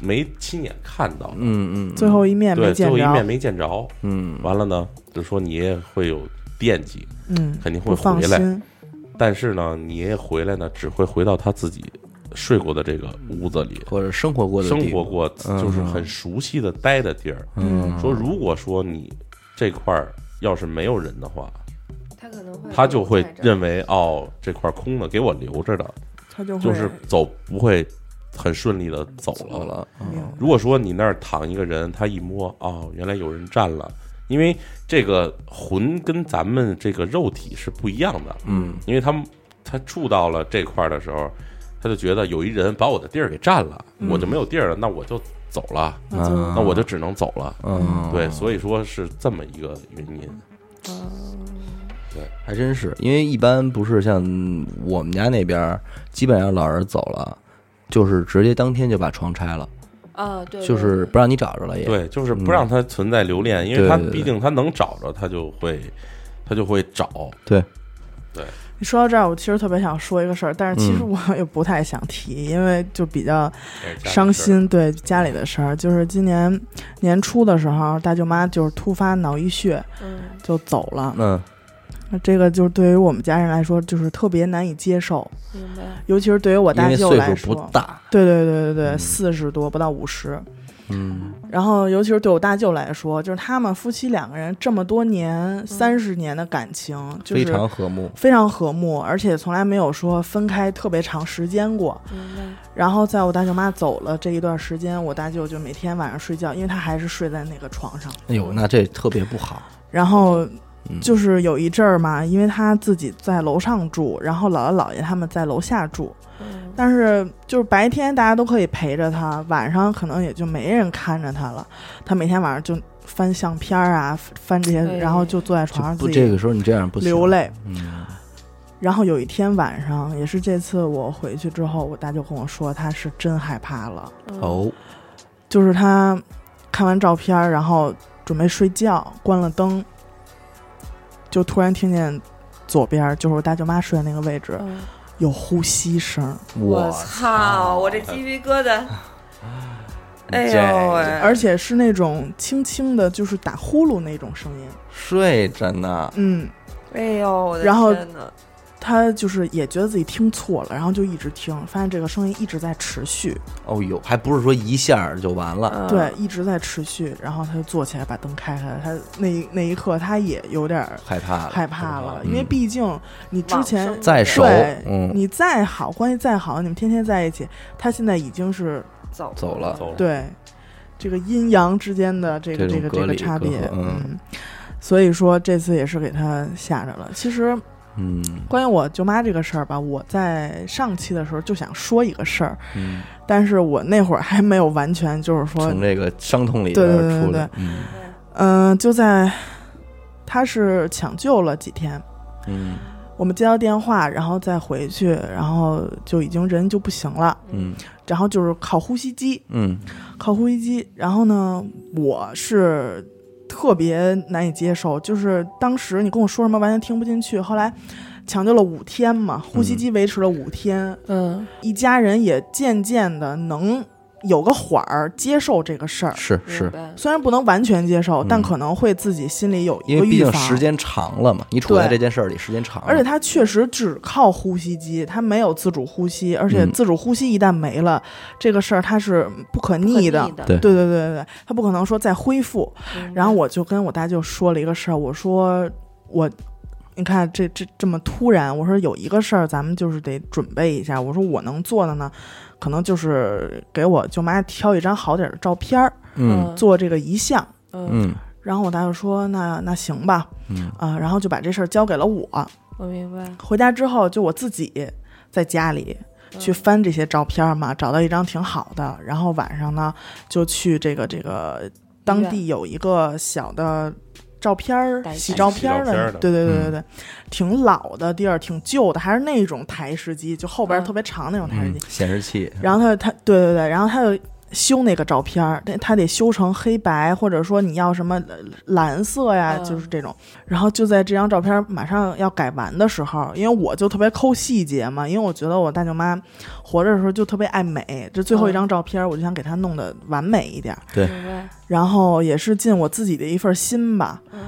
[SPEAKER 1] 没亲眼看到的，
[SPEAKER 4] 嗯嗯，
[SPEAKER 2] 最后一面没
[SPEAKER 1] 对，最
[SPEAKER 2] 见
[SPEAKER 1] 后一面
[SPEAKER 2] 着，
[SPEAKER 1] 没见着。
[SPEAKER 4] 嗯
[SPEAKER 1] 完了呢，就说你爷爷会有惦记，
[SPEAKER 2] 嗯，
[SPEAKER 1] 肯定会
[SPEAKER 2] 不放
[SPEAKER 1] 回来，
[SPEAKER 2] 心，
[SPEAKER 1] 但是呢，你爷爷回来呢，只会回到他自己睡过的这个屋子里，
[SPEAKER 4] 或者生活过的
[SPEAKER 1] 生
[SPEAKER 4] 地
[SPEAKER 1] 活过
[SPEAKER 4] 嗯
[SPEAKER 1] 就是很熟悉的待的地儿。
[SPEAKER 4] 嗯
[SPEAKER 1] 说如果说你这块儿要是没有人的话，
[SPEAKER 3] 他可能会
[SPEAKER 1] 他就会认为哦这块儿空的给我留着的，
[SPEAKER 2] 他就会
[SPEAKER 1] 就是走不会很顺利的走
[SPEAKER 4] 好
[SPEAKER 1] 了。
[SPEAKER 4] 了，
[SPEAKER 2] 明
[SPEAKER 1] 嗯如果说你那儿躺一个人，他一摸，哦，原来有人站了，因为这个魂跟咱们这个肉体是不一样的，
[SPEAKER 4] 嗯
[SPEAKER 1] 因为他们他触到了这块儿的时候，他就觉得有一人把我的地儿给占了，我就没有地儿了，那我就走了，
[SPEAKER 2] 那就
[SPEAKER 4] 嗯啊
[SPEAKER 1] 那我就只能走了。
[SPEAKER 4] 嗯，
[SPEAKER 1] 对，所以说是这么一个原因。
[SPEAKER 3] 嗯
[SPEAKER 4] 还真是，因为一般不是像我们家那边儿，基本上老人走了，就是直接当天就把床拆了，
[SPEAKER 3] 啊，对，
[SPEAKER 4] 就是不让你找着了也。，
[SPEAKER 1] 对，就是不让他存在留恋，因为
[SPEAKER 4] 对
[SPEAKER 1] 他
[SPEAKER 4] 对对
[SPEAKER 1] 毕竟他能找着，他就会他就会找。
[SPEAKER 4] 对
[SPEAKER 2] 你说到这儿，我其实特别想说一个事儿，但是
[SPEAKER 1] 嗯
[SPEAKER 2] 其实我也不太想提，因为就比较
[SPEAKER 1] 哎
[SPEAKER 2] 伤心。对家里的事儿，就是今年年初的时候，大舅妈就是突发脑溢血
[SPEAKER 3] 嗯
[SPEAKER 2] 就走了。
[SPEAKER 4] 嗯
[SPEAKER 2] 那这个就是对于我们家人来说，就是特别难以接受，
[SPEAKER 3] 明白，
[SPEAKER 2] 尤其是对于我
[SPEAKER 4] 因
[SPEAKER 2] 大
[SPEAKER 4] 为
[SPEAKER 2] 舅来
[SPEAKER 4] 岁数
[SPEAKER 2] 说
[SPEAKER 4] 不，大，
[SPEAKER 2] 对对对对对，四十多不到五十。
[SPEAKER 4] 嗯
[SPEAKER 2] 然后，尤其是对我大舅来说，就是他们夫妻两个人这么多年、三十年的感情，就是
[SPEAKER 4] 嗯非常和睦，
[SPEAKER 2] 非常和睦，而且从来没有说分开特别长时间过。
[SPEAKER 3] 明白，
[SPEAKER 2] 然后在我大舅妈走了这一段时间，我大舅就每天晚上睡觉，因为他还是睡在那个床上。
[SPEAKER 4] 哎呦，那这特别不好。
[SPEAKER 2] 然后
[SPEAKER 4] 嗯
[SPEAKER 2] 就是有一阵儿嘛，因为他自己在楼上住，然后姥姥姥爷他们在楼下住，
[SPEAKER 3] 嗯
[SPEAKER 2] 但是就是白天大家都可以陪着他，晚上可能也就没人看着他了。他每天晚上就翻相片儿啊，翻这些，
[SPEAKER 3] 哎
[SPEAKER 2] 然后就坐在
[SPEAKER 4] 就
[SPEAKER 2] 床上
[SPEAKER 4] 不
[SPEAKER 2] 自
[SPEAKER 4] 这
[SPEAKER 2] 己
[SPEAKER 4] 个时候你这样不行，
[SPEAKER 2] 流泪。
[SPEAKER 4] 嗯
[SPEAKER 2] 然后有一天晚上，也是这次我回去之后，我大舅跟我说，他是真害怕了，
[SPEAKER 3] 嗯
[SPEAKER 4] 哦，
[SPEAKER 2] 就是他看完照片儿，然后准备睡觉，关了灯，就突然听见左边儿，就是我大舅妈睡的那个位置
[SPEAKER 3] 嗯
[SPEAKER 2] 有呼吸声，
[SPEAKER 4] 我
[SPEAKER 3] 操，我这鸡皮疙瘩，哎呦喂，
[SPEAKER 2] 而且是那种轻轻的，就是打呼噜那种声音。
[SPEAKER 4] 睡着呢，
[SPEAKER 2] 嗯，
[SPEAKER 3] 哎呦，我的
[SPEAKER 2] 然后
[SPEAKER 3] 天呐
[SPEAKER 2] 他就是也觉得自己听错了，然后就一直听，发现这个声音一直在持续，
[SPEAKER 4] 哦呦，还不是说一下儿就完了，
[SPEAKER 3] 嗯
[SPEAKER 2] 对，一直在持续。然后他就坐起来把灯开开，他那一那一刻他也有点儿
[SPEAKER 4] 害怕了，
[SPEAKER 2] 害怕了，
[SPEAKER 4] 嗯
[SPEAKER 2] 因为毕竟你之
[SPEAKER 3] 往
[SPEAKER 2] 前
[SPEAKER 3] 生
[SPEAKER 4] 在手
[SPEAKER 2] 对，
[SPEAKER 4] 嗯，
[SPEAKER 2] 你再好，关系再好，你们天天在一起，他现在已经是
[SPEAKER 3] 走
[SPEAKER 4] 走了
[SPEAKER 1] 走了
[SPEAKER 2] 对这个阴阳之间的这个
[SPEAKER 4] 嗯这
[SPEAKER 2] 这
[SPEAKER 4] 种
[SPEAKER 2] 个
[SPEAKER 4] 隔
[SPEAKER 2] 这个
[SPEAKER 4] 离
[SPEAKER 2] 差
[SPEAKER 4] 隔阂
[SPEAKER 2] 别，
[SPEAKER 4] 嗯
[SPEAKER 2] 嗯，所以说这次也是给他吓着了。其实
[SPEAKER 4] 嗯
[SPEAKER 2] 关于我舅妈这个事儿吧，我在上期的时候就想说一个事儿，
[SPEAKER 4] 嗯，
[SPEAKER 2] 但是我那会儿还没有完全就是说
[SPEAKER 4] 从，这个伤痛里边
[SPEAKER 2] 对对
[SPEAKER 4] 儿
[SPEAKER 2] 对
[SPEAKER 4] 出
[SPEAKER 2] 对
[SPEAKER 4] 来，嗯
[SPEAKER 2] 嗯、就在他是抢救了几天，
[SPEAKER 4] 嗯
[SPEAKER 2] 我们接到电话，然后再回去，然后就已经人就不行了，
[SPEAKER 4] 嗯
[SPEAKER 2] 然后就是靠呼吸机，
[SPEAKER 4] 嗯
[SPEAKER 2] 靠呼吸机。然后呢，我是特别难以接受，就是当时你跟我说什么完全听不进去。后来抢救了五天嘛，呼吸机维持了五天，
[SPEAKER 3] 嗯，
[SPEAKER 2] 一家人也渐渐的能有个缓儿接受这个事儿。
[SPEAKER 4] 是
[SPEAKER 3] 明
[SPEAKER 4] 是，
[SPEAKER 3] 白
[SPEAKER 2] 虽然不能完全接受，
[SPEAKER 4] 嗯
[SPEAKER 2] 但可能会自己心里有一
[SPEAKER 4] 因
[SPEAKER 2] 个
[SPEAKER 4] 为毕
[SPEAKER 2] 预
[SPEAKER 4] 竟
[SPEAKER 2] 防。
[SPEAKER 4] 时间啊长了嘛，你处在
[SPEAKER 2] 对
[SPEAKER 4] 这件事儿里时间长了，
[SPEAKER 2] 而且他确实只靠呼吸机，他没有自主呼吸，而且
[SPEAKER 4] 嗯
[SPEAKER 2] 自主呼吸一旦没了，这个事儿他是不可嗯逆的。
[SPEAKER 3] 的
[SPEAKER 4] 对
[SPEAKER 2] 对对对对对，他不可能说再恢复。
[SPEAKER 3] 明白
[SPEAKER 2] 然后我就跟我大舅说了一个事儿，我说我，你看这这这么突然，我说有一个事儿咱们就是得准备一下，我说我能做的呢，可能就是给我舅妈挑一张好点儿的照片儿
[SPEAKER 4] 嗯
[SPEAKER 2] 做这个遗像。
[SPEAKER 3] 嗯，
[SPEAKER 4] 嗯
[SPEAKER 2] 然后我大舅说那那行吧，
[SPEAKER 4] 嗯
[SPEAKER 2] 啊、然后就把这事儿交给了我。
[SPEAKER 3] 我明白，
[SPEAKER 2] 回家之后，就我自己在家里
[SPEAKER 3] 嗯
[SPEAKER 2] 去翻这些照片嘛，找到一张挺好的，然后晚上呢就去这个这个当地有一个小的。照片儿
[SPEAKER 3] 代，洗
[SPEAKER 2] 洗照片
[SPEAKER 1] 洗
[SPEAKER 2] 儿
[SPEAKER 1] 照片儿
[SPEAKER 2] 的，
[SPEAKER 1] 的
[SPEAKER 2] 对对对
[SPEAKER 4] 嗯
[SPEAKER 2] 对对，挺老的地儿，挺旧的，还是那种台式机，就后边儿
[SPEAKER 3] 嗯
[SPEAKER 2] 特别长那种台式
[SPEAKER 4] 嗯
[SPEAKER 2] 机。，
[SPEAKER 4] 显示器，
[SPEAKER 2] 然后他他对对对，然后他就修那个照片儿，他他得修成黑白，或者说你要什么呃蓝色呀，
[SPEAKER 3] 嗯
[SPEAKER 2] 就是这种。然后就在这张照片马上要改完的时候，因为我就特别抠细节嘛，因为我觉得我大舅妈活着的时候就特别爱美，这最后
[SPEAKER 3] 嗯
[SPEAKER 2] 一张照片我就想给她弄得完美一点儿，
[SPEAKER 4] 对
[SPEAKER 3] 明白，
[SPEAKER 2] 然后也是尽我自己的一份心吧。
[SPEAKER 3] 嗯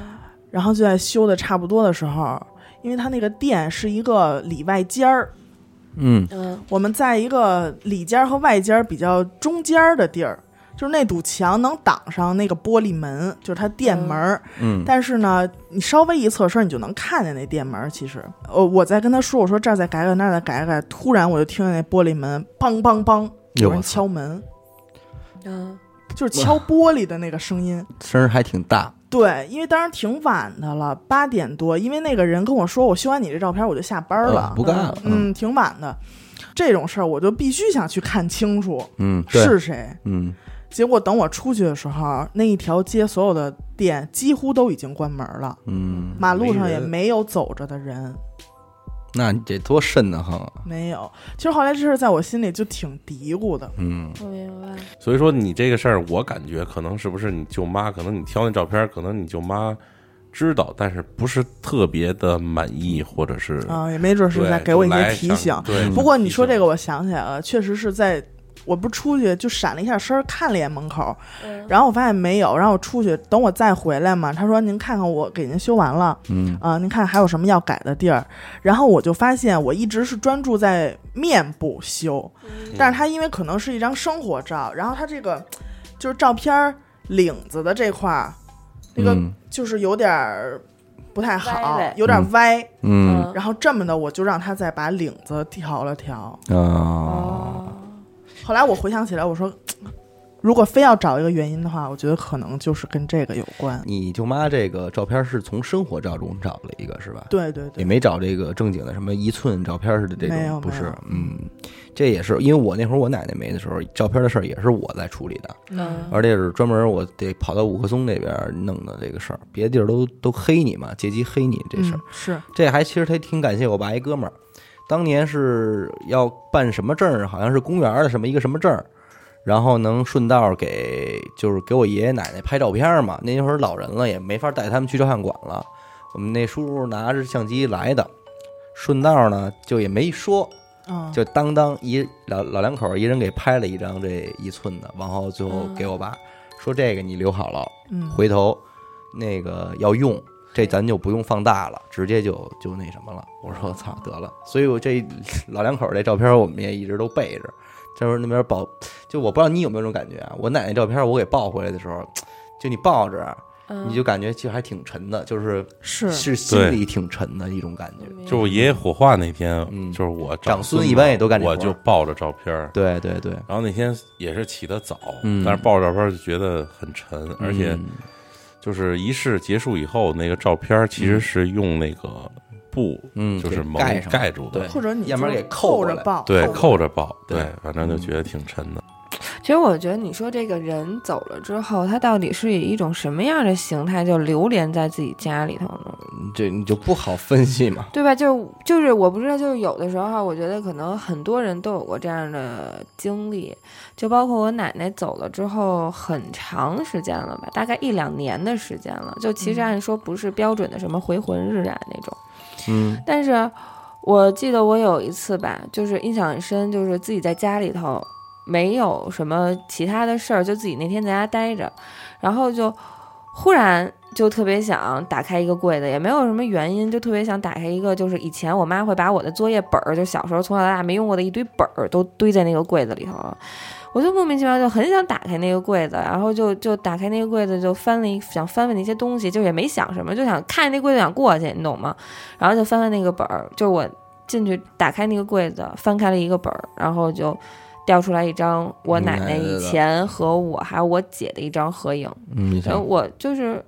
[SPEAKER 2] 然后就在修的差不多的时候，因为他那个店是一个里外间儿，
[SPEAKER 4] 嗯
[SPEAKER 3] 嗯
[SPEAKER 2] 我们在一个里间儿和外间儿比较中间儿的地儿，就是那堵墙能挡上那个玻璃门，就是它店门儿。
[SPEAKER 4] 嗯
[SPEAKER 2] 但是呢，你稍微一侧身，你就能看见那店门儿。其实，呃，我在跟他说，我说这儿再改改，那儿再改改。突然我就听见那玻璃门梆梆梆有人
[SPEAKER 4] 我操
[SPEAKER 2] 敲门，
[SPEAKER 3] 嗯，
[SPEAKER 2] 就是敲玻璃的那个声音。
[SPEAKER 4] 声儿还挺大，
[SPEAKER 2] 对，因为当时挺晚的了，八点多。因为那个人跟我说，我修完你这照片我就下班儿了
[SPEAKER 4] 嗯，不干了，嗯
[SPEAKER 2] 嗯，挺晚的。这种事儿我就必须想去看清楚。
[SPEAKER 4] 嗯，对，
[SPEAKER 2] 是谁。
[SPEAKER 4] 嗯
[SPEAKER 2] 结果等我出去的时候，那一条街所有的店几乎都已经关门了，
[SPEAKER 4] 嗯，
[SPEAKER 2] 马路上
[SPEAKER 1] 没
[SPEAKER 2] 也
[SPEAKER 1] 人
[SPEAKER 2] 没有走着的人，
[SPEAKER 4] 那你得多瘆得慌啊，
[SPEAKER 2] 没有。其实后来这事儿在我心里就挺嘀咕的，
[SPEAKER 4] 嗯
[SPEAKER 3] 我明白，
[SPEAKER 1] 所以说你这个事儿，我感觉可能是不是你舅妈，可能你挑那照片，可能你舅妈知道，但是不是特别的满意，或者是
[SPEAKER 2] 啊、也没准是
[SPEAKER 1] 对
[SPEAKER 2] 在给我一
[SPEAKER 1] 就
[SPEAKER 2] 些
[SPEAKER 1] 来嗯
[SPEAKER 2] 提
[SPEAKER 1] 想
[SPEAKER 2] 醒。
[SPEAKER 1] 对，
[SPEAKER 2] 不过你说这
[SPEAKER 1] 个，
[SPEAKER 2] 个，我想起来了，确实是在。我不是出去就闪了一下身儿，看了一眼门口，
[SPEAKER 3] 嗯
[SPEAKER 2] 然后我发现没有，然后我出去，等我再回来嘛，他说您看看我给您修完了，
[SPEAKER 4] 嗯
[SPEAKER 2] 啊、您看还有什么要改的地儿？然后我就发现我一直是专注在面部修，
[SPEAKER 3] 嗯
[SPEAKER 2] 但是它因为可能是一张生活照，然后它这个就是照片儿领子的这块儿，那个
[SPEAKER 4] 嗯
[SPEAKER 2] 就是有点儿不太好
[SPEAKER 3] 歪嘞，
[SPEAKER 2] 有点儿歪。
[SPEAKER 4] 嗯
[SPEAKER 2] 然后这么的，我就让他再把领子调了调。呃
[SPEAKER 4] 啊，
[SPEAKER 3] 哦，
[SPEAKER 2] 后来我回想起来，我说，如果非要找一个原因的话，我觉得可能就是跟这个有关。
[SPEAKER 4] 你舅妈这个照片是从生活照中找了一个是吧？
[SPEAKER 2] 对对对
[SPEAKER 4] 也，没找这个正经的什么一寸照片似的这
[SPEAKER 2] 没
[SPEAKER 4] 种，
[SPEAKER 2] 有
[SPEAKER 4] 不
[SPEAKER 2] 没
[SPEAKER 4] 是
[SPEAKER 2] 有，
[SPEAKER 4] 嗯，这也是因为我那会儿我奶奶没的时候，照片的事儿也是我在处理的，
[SPEAKER 3] 嗯
[SPEAKER 4] 而且是专门我得跑到五棵松那边弄的这个事儿，别的地儿都都黑你嘛，借机黑你这事儿
[SPEAKER 2] 嗯，是
[SPEAKER 4] 这还其实他挺感谢我爸一哥们儿，当年是要办什么证儿，好像是公园儿的什么一个什么证儿，然后能顺道给就是给我爷爷奶奶拍照片儿嘛。那会儿老人了，也没法带他们去照相馆了。我们那叔叔拿着相机来的，顺道呢就也没说，
[SPEAKER 2] 嗯，
[SPEAKER 4] 就当当一老老两口儿一人给拍了一张这一寸的，然后最后给我爸说这个你留好了，
[SPEAKER 2] 嗯
[SPEAKER 4] 回头那个要用，这咱就不用放大了，直接就就那什么了。我说操，得了。所以我这老两口这照片我们也一直都备着，就是那边抱，就我不知道你有没有这种感觉啊？我奶奶照片我给抱回来的时候，就你抱着，
[SPEAKER 3] 嗯
[SPEAKER 4] 你就感觉其实还挺沉的，就是
[SPEAKER 2] 是
[SPEAKER 4] 是
[SPEAKER 1] 对
[SPEAKER 4] 心里挺沉的一种感觉。
[SPEAKER 1] 就是我爷爷火化那天，
[SPEAKER 4] 嗯
[SPEAKER 1] 就是我
[SPEAKER 4] 长
[SPEAKER 1] 孙
[SPEAKER 4] 孙一
[SPEAKER 1] 嘛
[SPEAKER 4] 般也都干这活
[SPEAKER 1] 我
[SPEAKER 4] 儿
[SPEAKER 1] 就抱着照片儿，
[SPEAKER 4] 对对对，
[SPEAKER 1] 然后那天也是起得早，
[SPEAKER 4] 嗯
[SPEAKER 1] 但是抱着照片儿就觉得很沉，而且
[SPEAKER 4] 嗯
[SPEAKER 1] 就是仪式结束以后，那个照片儿其实是用那个布，
[SPEAKER 4] 嗯
[SPEAKER 1] 就是
[SPEAKER 4] 给
[SPEAKER 1] 蒙
[SPEAKER 4] 盖上
[SPEAKER 1] 盖住的
[SPEAKER 4] 对，嗯
[SPEAKER 2] 或者你
[SPEAKER 4] 要不然
[SPEAKER 2] 就
[SPEAKER 4] 给扣
[SPEAKER 2] 着
[SPEAKER 4] 过来
[SPEAKER 2] 抱，
[SPEAKER 1] 对，
[SPEAKER 2] 着
[SPEAKER 1] 扣着抱，
[SPEAKER 4] 对
[SPEAKER 1] 对，反正就觉得挺沉的。
[SPEAKER 3] 其实我觉得你说这个人走了之后，他到底是以一种什么样的形态就流连在自己家里头呢？
[SPEAKER 4] 这你就不好分析嘛。
[SPEAKER 3] 对吧？就就是我不知道，就是有的时候，我觉得可能很多人都有过这样的经历，就包括我奶奶走了之后很长时间了吧，大概一两年的时间了。就其实按说不是标准的什么回魂日啊那种，
[SPEAKER 4] 嗯
[SPEAKER 3] 但是我记得我有一次吧，就是印象很深，就是自己在家里头没有什么其他的事儿，就自己那天在家待着，然后就呃忽然就特别想打开一个柜子，也没有什么原因，就特别想打开一个，就是以前我妈会把我的作业本儿，就小时候从小到大没用过的一堆本儿都堆在那个柜子里头了。我就莫名其妙就很想打开那个柜子，然后就就打开那个柜子，就翻了一想翻翻那些东西，就也没想什么，就想看那柜子想过去，你懂吗？然后就翻翻那个本儿，就是我进去打开那个柜子，翻开了一个本儿，然后就掉出来一张我奶奶以前和我还有我姐的一张合影，
[SPEAKER 4] 嗯，你
[SPEAKER 3] 然后
[SPEAKER 4] 想
[SPEAKER 3] 我就是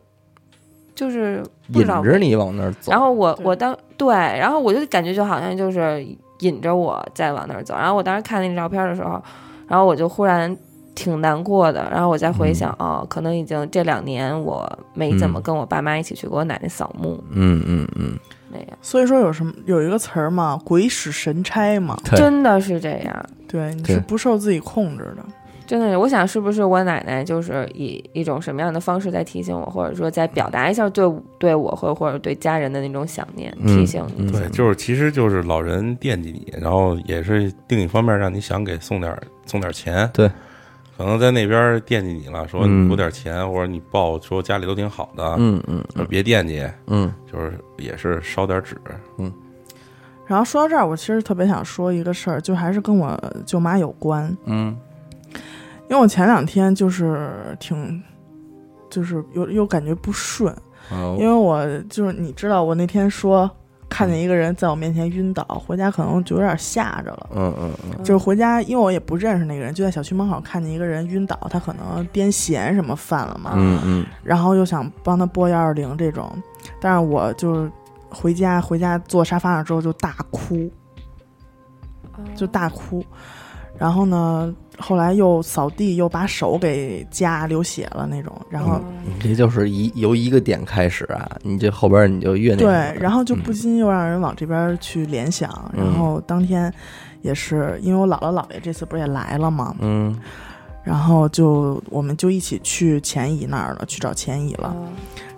[SPEAKER 3] 就是不
[SPEAKER 4] 引
[SPEAKER 3] 知道
[SPEAKER 4] 着你往那儿走，
[SPEAKER 3] 然后我
[SPEAKER 2] 对
[SPEAKER 3] 我当对，然后我就感觉就好像就是引着我再往那儿走。然后我当时看那照片的时候，然后我就忽然挺难过的。然后我再回想，哦，可能已经这两年我没怎么
[SPEAKER 4] 嗯
[SPEAKER 3] 跟我爸妈一起去给我奶奶扫墓
[SPEAKER 4] 嗯嗯嗯，
[SPEAKER 3] 那样，
[SPEAKER 2] 所以说有什么有一个词儿嘛，鬼使神差嘛，
[SPEAKER 4] 对
[SPEAKER 3] 真的是这样，
[SPEAKER 2] 对，你
[SPEAKER 4] 对
[SPEAKER 2] 是不受自己控制的。
[SPEAKER 3] 真的是。我想是不是我奶奶就是以一种什么样的方式在提醒我，或者说在表达一下对对我或或者对家人的那种想念，
[SPEAKER 4] 嗯
[SPEAKER 3] 提醒你。
[SPEAKER 4] 嗯
[SPEAKER 1] 对，就是其实就是老人惦记你，然后也是另一方面让你想给送点儿送点儿钱，
[SPEAKER 4] 对，
[SPEAKER 1] 可能在那边儿惦记你了，说
[SPEAKER 4] 嗯
[SPEAKER 1] 你给我点儿钱，或者你抱说家里都挺好的，
[SPEAKER 4] 嗯嗯
[SPEAKER 1] 说别惦记，
[SPEAKER 4] 嗯
[SPEAKER 1] 就是也是烧点纸，
[SPEAKER 2] 然后说到这儿，我其实特别想说一个事儿，就还是跟我舅妈有关，
[SPEAKER 4] 嗯
[SPEAKER 2] 因为我前两天就是挺，就是又又感觉不顺，
[SPEAKER 4] 嗯，
[SPEAKER 2] 因为我就是你知道，我那天说看见一个人在我面前晕倒，回家可能就有点吓着了。
[SPEAKER 4] 嗯嗯嗯
[SPEAKER 2] 就是回家，因为我也不认识那个人，就在小区门口看见一个人晕倒，他可能癫痫什么犯了嘛，
[SPEAKER 4] 嗯嗯
[SPEAKER 2] 然后又想帮他拨幺二零这种，但是我就是回家回家坐沙发上之后就大哭，就大哭，然后呢，后来又扫地又把手给夹流血了那种，然后、
[SPEAKER 4] 嗯，这就是一由一个点开始啊，你这后边你就越那
[SPEAKER 2] 对
[SPEAKER 4] 什么了，
[SPEAKER 2] 然后就不
[SPEAKER 4] 嗯
[SPEAKER 2] 禁又让人往这边去联想，然
[SPEAKER 4] 嗯
[SPEAKER 2] 后当天也是因为我姥姥姥爷这次不是也来了嘛，
[SPEAKER 4] 嗯
[SPEAKER 2] 然后就我们就一起去前姨那儿了，去找前姨了。啊
[SPEAKER 3] 嗯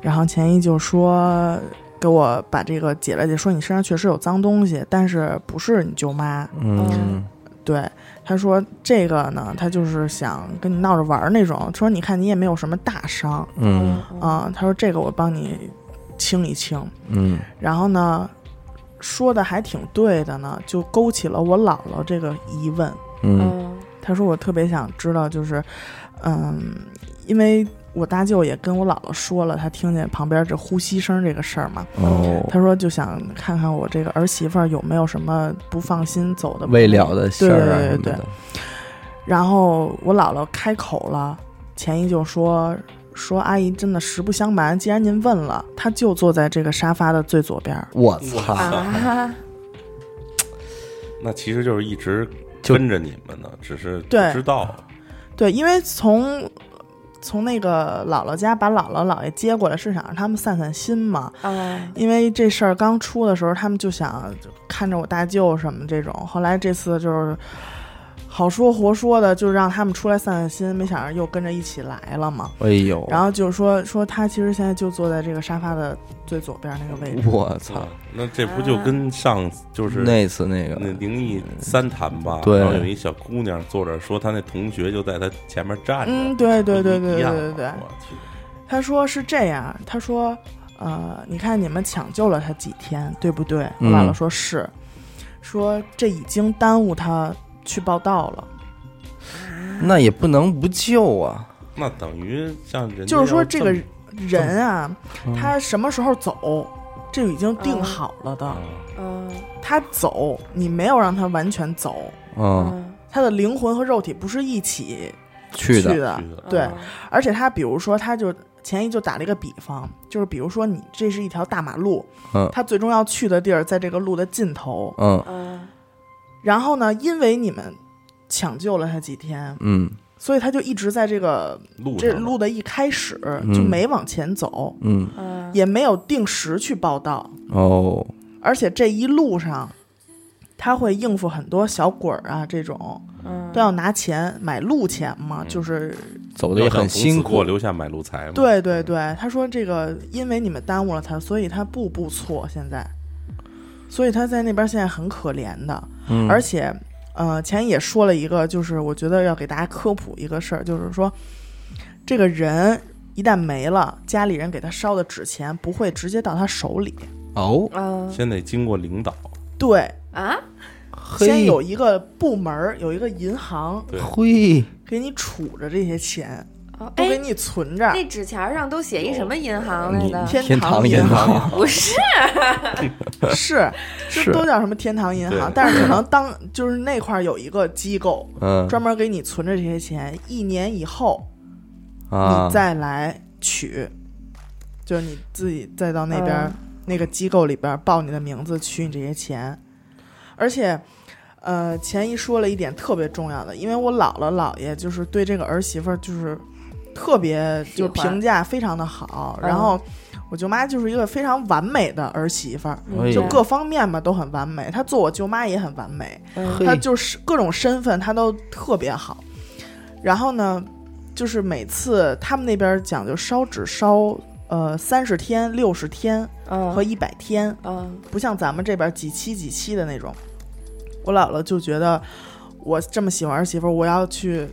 [SPEAKER 2] 然后前姨就说给我把这个解了解，说你身上确实有脏东西，但是不是你舅妈？
[SPEAKER 4] 嗯
[SPEAKER 2] 对，她说这个呢，她就是想跟你闹着玩儿那种。说你看你也没有什么大伤
[SPEAKER 4] 嗯
[SPEAKER 2] 啊、她说这个我帮你清一清。
[SPEAKER 4] 嗯
[SPEAKER 2] 然后呢，说的还挺对的呢，就勾起了我姥姥这个疑问。
[SPEAKER 4] 嗯
[SPEAKER 3] 嗯
[SPEAKER 2] 他说我特别想知道，就是，嗯，因为我大舅也跟我姥姥说了，他听见旁边这呼吸声这个事儿嘛，
[SPEAKER 4] 哦，
[SPEAKER 2] 他说就想看看我这个儿媳妇儿有没有什么不放心走的
[SPEAKER 4] 未了。的事儿啊
[SPEAKER 2] 对对
[SPEAKER 4] 什么
[SPEAKER 2] 对
[SPEAKER 4] 的，
[SPEAKER 2] 然后我姥姥开口了，前姨就说。说阿姨真的实不相瞒，既然您问了，她就坐在这个沙发的最左边儿。
[SPEAKER 4] 我操，
[SPEAKER 3] 啊，
[SPEAKER 1] 那其实就是一直
[SPEAKER 4] 就
[SPEAKER 1] 跟着你们呢，只是不
[SPEAKER 2] 对
[SPEAKER 1] 知道。啊
[SPEAKER 2] 对，因为从从那个姥姥家把姥姥姥爷接过来，是想让他们散散心嘛。
[SPEAKER 3] 哎，
[SPEAKER 2] 因为这事儿刚出的时候，他们就想呃看着我大舅什么这种。后来这次就是好说活说的，就让他们出来散散心，没想着又跟着一起来了嘛。
[SPEAKER 4] 哎呦，
[SPEAKER 2] 然后就说说他其实现在就坐在这个沙发的最左边那个位置。
[SPEAKER 4] 我操，，
[SPEAKER 1] 那这不就跟上就是
[SPEAKER 4] 那次那
[SPEAKER 1] 那
[SPEAKER 4] 个
[SPEAKER 1] 灵异三谈吧？
[SPEAKER 4] 对
[SPEAKER 1] 然后有一小姑娘坐着说，她那同学就在她前面站着。
[SPEAKER 2] 嗯嗯，对对对对
[SPEAKER 1] 一
[SPEAKER 4] 哎
[SPEAKER 2] 对
[SPEAKER 4] 啊
[SPEAKER 1] 样啊
[SPEAKER 2] 对对对
[SPEAKER 1] 我去
[SPEAKER 2] 他说是这样，他说，呃，你看你们抢救了他几天，对不对？我
[SPEAKER 4] 嗯
[SPEAKER 2] 姥姥说是，说这已经耽误他去报道了。
[SPEAKER 4] 那也不能不救啊。
[SPEAKER 1] 那等于像人家
[SPEAKER 2] 就是说
[SPEAKER 1] 要
[SPEAKER 2] 这个
[SPEAKER 1] 么
[SPEAKER 2] 人啊，
[SPEAKER 4] 嗯
[SPEAKER 2] 他什么时候走，这已经定好了的。
[SPEAKER 1] 啊
[SPEAKER 3] 嗯
[SPEAKER 2] 他走，你没有让他完全走，
[SPEAKER 4] 嗯，
[SPEAKER 3] 嗯，
[SPEAKER 2] 他的灵魂和肉体不是一起
[SPEAKER 4] 去的，
[SPEAKER 2] 的
[SPEAKER 1] 去的啊
[SPEAKER 2] 对
[SPEAKER 3] 嗯，
[SPEAKER 2] 而且他比如说，他就前一就打了一个比方，就是比如说你这是一条大马路，
[SPEAKER 4] 嗯
[SPEAKER 2] 他最终要去的地儿在这个路的尽头。
[SPEAKER 4] 嗯
[SPEAKER 3] 嗯
[SPEAKER 2] 然后呢，因为你们抢救了他几天，
[SPEAKER 4] 嗯
[SPEAKER 2] 所以他就一直在这个
[SPEAKER 1] 路
[SPEAKER 2] 这
[SPEAKER 1] 上
[SPEAKER 2] 路的一开始就没往前走，
[SPEAKER 4] 嗯，
[SPEAKER 3] 嗯，
[SPEAKER 2] 也没有定时去报道，
[SPEAKER 4] 哦，
[SPEAKER 2] 而且这一路上。他会应付很多小鬼儿啊，这种
[SPEAKER 3] 嗯
[SPEAKER 2] 都要拿钱买路钱嘛，
[SPEAKER 1] 嗯
[SPEAKER 2] 就是
[SPEAKER 4] 走的也很辛
[SPEAKER 1] 给我
[SPEAKER 4] 苦。
[SPEAKER 1] 留下买路财嘛。
[SPEAKER 2] 对对对，他说这个因为你们耽误了他，所以他步步错现在，所以他在那边现在很可怜的，
[SPEAKER 4] 嗯
[SPEAKER 2] 而且呃前也说了一个，就是我觉得要给大家科普一个事儿，就是说这个人一旦没了，家里人给他烧的纸钱不会直接到他手里，
[SPEAKER 4] 哦，
[SPEAKER 3] 嗯
[SPEAKER 1] 先得经过领导，
[SPEAKER 2] 嗯对，
[SPEAKER 3] 啊，
[SPEAKER 2] 先
[SPEAKER 4] 嘿
[SPEAKER 2] 有一个部门儿有一个银行
[SPEAKER 1] 对
[SPEAKER 4] 嘿，
[SPEAKER 2] 给你储着这些钱，
[SPEAKER 3] 哦
[SPEAKER 2] 都
[SPEAKER 3] 哎
[SPEAKER 2] 给，你存着，
[SPEAKER 3] 那纸条上都写一什么银行来
[SPEAKER 4] 你
[SPEAKER 3] 的？
[SPEAKER 4] 天
[SPEAKER 2] 堂
[SPEAKER 4] 银
[SPEAKER 2] 行。
[SPEAKER 4] 行
[SPEAKER 3] 不是，
[SPEAKER 2] 是，
[SPEAKER 4] 是
[SPEAKER 2] 这都叫什么天堂银行
[SPEAKER 1] 对？
[SPEAKER 2] 但是可能当 就是那块儿有一个机构
[SPEAKER 4] 嗯
[SPEAKER 2] 专门给你存着这些钱，一年以后
[SPEAKER 4] 啊
[SPEAKER 2] 你，再来取，就是你自己再到那边儿
[SPEAKER 3] 嗯
[SPEAKER 2] 那个机构里边儿报你的名字取你这些钱，而且。呃，前一说了一点特别重要的，因为我姥姥姥爷就是对这个儿媳妇儿就是特别
[SPEAKER 3] 喜
[SPEAKER 2] 就
[SPEAKER 3] 欢
[SPEAKER 2] 评价非常的好，然
[SPEAKER 3] 嗯
[SPEAKER 2] 后我舅妈就是一个非常完美的儿媳妇儿，
[SPEAKER 4] 哎
[SPEAKER 2] 就
[SPEAKER 4] 呀
[SPEAKER 2] 各方面吧都很完美。她做我舅妈也很完美，
[SPEAKER 3] 嗯
[SPEAKER 4] 嘿
[SPEAKER 2] 她就是各种身份她都特别好。然后呢，就是每次他们那边讲究烧纸烧呃三十天、六十天
[SPEAKER 3] 嗯
[SPEAKER 2] 和一百天，
[SPEAKER 3] 嗯
[SPEAKER 2] 不像咱们这边几期几期的那种。我姥姥就觉得我这么喜欢儿媳妇儿，我要去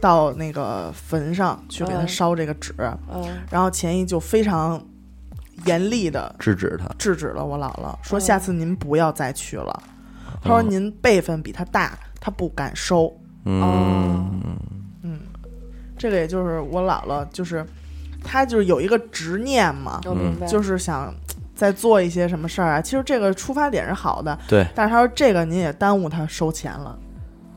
[SPEAKER 2] 到那个坟上去给她
[SPEAKER 3] 嗯
[SPEAKER 2] 烧这个纸。
[SPEAKER 3] 嗯
[SPEAKER 2] 然后钱一就非常严厉的
[SPEAKER 4] 制止他。
[SPEAKER 2] 制止了我姥姥，说
[SPEAKER 3] 嗯
[SPEAKER 2] 下次您不要再去了。他说您辈分比他大，他不敢收。
[SPEAKER 4] 嗯
[SPEAKER 3] 哦
[SPEAKER 2] 嗯，这个也就是我姥姥，就是她就是有一个执念嘛，
[SPEAKER 3] 我明白，
[SPEAKER 2] 嗯就是想再做一些什么事儿啊。其实这个出发点是好的，
[SPEAKER 4] 对。
[SPEAKER 2] 但是他说这个您也耽误他收钱了。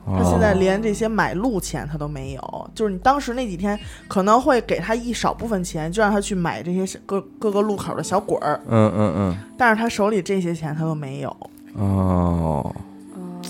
[SPEAKER 4] 哦
[SPEAKER 2] 他现在连这些买路钱他都没有，就是你当时那几天可能会给他一少部分钱，就让他去买这些小各各个路口的小鬼儿，
[SPEAKER 4] 嗯嗯
[SPEAKER 2] 但是他手里这些钱他都没有。
[SPEAKER 4] 嗯哦，
[SPEAKER 3] 嗯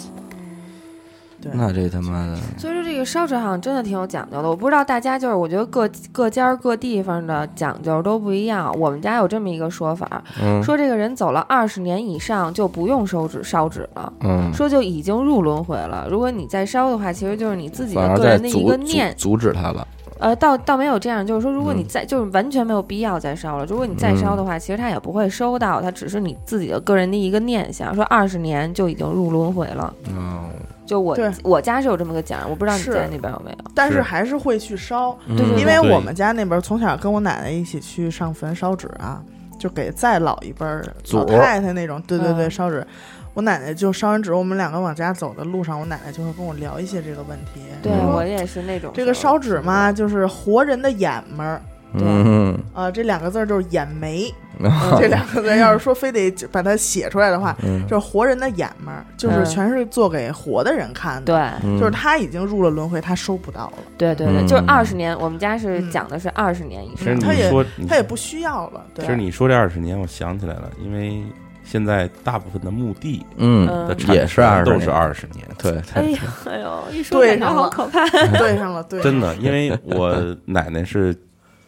[SPEAKER 2] 对，
[SPEAKER 4] 那这他妈的，
[SPEAKER 3] 所以说这个烧纸好像真的挺有讲究的，我不知道大家就是，我觉得各各家儿各地方的讲究都不一样。我们家有这么一个说法，
[SPEAKER 4] 嗯
[SPEAKER 3] 说这个人走了二十年以上就不用收纸烧纸了，
[SPEAKER 4] 嗯，
[SPEAKER 3] 说就已经入轮回了。如果你再烧的话，其实就是你自己
[SPEAKER 4] 反
[SPEAKER 3] 的
[SPEAKER 4] 而
[SPEAKER 3] 个
[SPEAKER 4] 在
[SPEAKER 3] 人的一
[SPEAKER 4] 阻
[SPEAKER 3] 个
[SPEAKER 4] 阻
[SPEAKER 3] 念，
[SPEAKER 4] 阻止他了。
[SPEAKER 3] 呃，倒倒没有这样，就是说，如果你
[SPEAKER 4] 嗯
[SPEAKER 3] 再、就是完全没有必要再烧了，如果你再烧的话，其实他也不会收到，他只是你自己的个人的一个念想，说二十年就已经入轮回了。
[SPEAKER 4] 哦，
[SPEAKER 3] 就我
[SPEAKER 2] 对
[SPEAKER 3] 我家是有这么个讲，我不知道你
[SPEAKER 2] 是
[SPEAKER 3] 家那边有没有。
[SPEAKER 2] 但是
[SPEAKER 1] 是
[SPEAKER 2] 还是会去烧，
[SPEAKER 3] 对对
[SPEAKER 2] 因为
[SPEAKER 1] 对
[SPEAKER 2] 我们家那边从小跟我奶奶一起去上坟烧纸啊，就给再老一辈儿
[SPEAKER 4] 祖
[SPEAKER 2] 老太太那种，对对对，
[SPEAKER 3] 嗯
[SPEAKER 2] 烧纸。我奶奶就烧完纸，我们两个往家走的路上，我奶奶就会跟我聊一些这个问题。
[SPEAKER 3] 对、
[SPEAKER 1] 嗯
[SPEAKER 2] 她说
[SPEAKER 3] 我也是那种
[SPEAKER 2] 这个
[SPEAKER 3] 时候
[SPEAKER 2] 烧纸嘛，就是活人的眼门儿，
[SPEAKER 4] 嗯，
[SPEAKER 2] 啊，这两个字儿就是眼眉。 呃
[SPEAKER 3] 嗯
[SPEAKER 2] 这两个字要是说非得把它写出来的话，
[SPEAKER 4] 嗯
[SPEAKER 2] 就是活人的眼门儿，就是
[SPEAKER 3] 嗯
[SPEAKER 2] 全是做给活的人看的。
[SPEAKER 3] 对
[SPEAKER 2] 就是他已经入了轮回，他收不到了。
[SPEAKER 3] 对对对，
[SPEAKER 4] 嗯
[SPEAKER 3] 就是二十年，我们家是
[SPEAKER 2] 嗯
[SPEAKER 3] 讲的是二十年以
[SPEAKER 1] 其
[SPEAKER 3] 上
[SPEAKER 1] 实。你
[SPEAKER 2] 他也
[SPEAKER 1] 说，
[SPEAKER 2] 他也不需要了。
[SPEAKER 1] 其
[SPEAKER 2] 对，
[SPEAKER 1] 实你说这二十年，我想起来了，因为现在大部分的墓地
[SPEAKER 4] 嗯，
[SPEAKER 1] 的
[SPEAKER 3] 嗯，
[SPEAKER 1] 产
[SPEAKER 4] 也是20
[SPEAKER 1] 都是
[SPEAKER 4] 年
[SPEAKER 1] 二十年，
[SPEAKER 4] 对，
[SPEAKER 3] 哎呦哎呦，一说
[SPEAKER 2] 对
[SPEAKER 3] 感觉
[SPEAKER 2] 上
[SPEAKER 3] 好
[SPEAKER 2] 了
[SPEAKER 3] 可怕。
[SPEAKER 2] 对上了，对上
[SPEAKER 1] 真
[SPEAKER 2] 了，
[SPEAKER 1] 的，因为 我奶奶是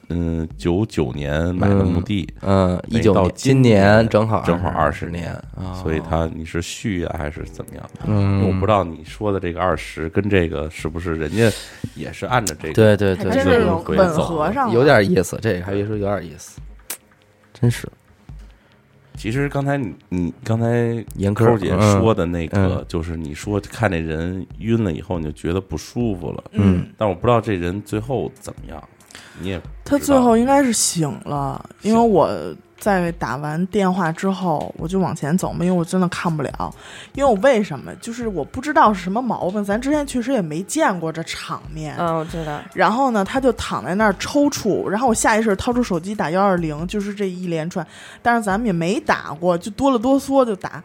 [SPEAKER 1] 嗯九九年买的墓地，
[SPEAKER 4] 嗯，一
[SPEAKER 1] 得
[SPEAKER 4] 九
[SPEAKER 1] 到
[SPEAKER 4] 今
[SPEAKER 1] 今年
[SPEAKER 4] 正好
[SPEAKER 1] 正好
[SPEAKER 4] 20
[SPEAKER 1] 20
[SPEAKER 4] 年啊，
[SPEAKER 1] 所以她你是续啊还是怎么样？因
[SPEAKER 4] 嗯，
[SPEAKER 1] 为我不知道你说的这个二十跟这个是不是人家也是按照这个。
[SPEAKER 4] 对对
[SPEAKER 3] 还
[SPEAKER 4] 对，
[SPEAKER 2] 真
[SPEAKER 1] 就是是
[SPEAKER 2] 有
[SPEAKER 1] 回
[SPEAKER 2] 吻
[SPEAKER 1] 走
[SPEAKER 2] 合上了，
[SPEAKER 4] 有点意思，这个还别说有点意思，真是
[SPEAKER 1] 其实刚才你你刚才
[SPEAKER 4] 严苛
[SPEAKER 1] 抠姐说的那
[SPEAKER 4] 嗯
[SPEAKER 1] 个，就是你说看这人晕了以后，你就觉得不舒服了，
[SPEAKER 2] 嗯，
[SPEAKER 1] 但我不知道这人最后怎么样，你也不
[SPEAKER 2] 他
[SPEAKER 1] 知
[SPEAKER 2] 最
[SPEAKER 1] 道
[SPEAKER 2] 后应该是醒了，因为我在打完电话之后，我就往前走嘛，因为我真的看不了。因为我为什么？就是我不知道是什么毛病，咱之前确实也没见过这场面。
[SPEAKER 3] 嗯，我知道。
[SPEAKER 2] 然后呢，他就躺在那儿抽搐，然后我下意识掏出手机打幺二零，就是这一连串。但是咱们也没打过，就哆了哆嗦就打。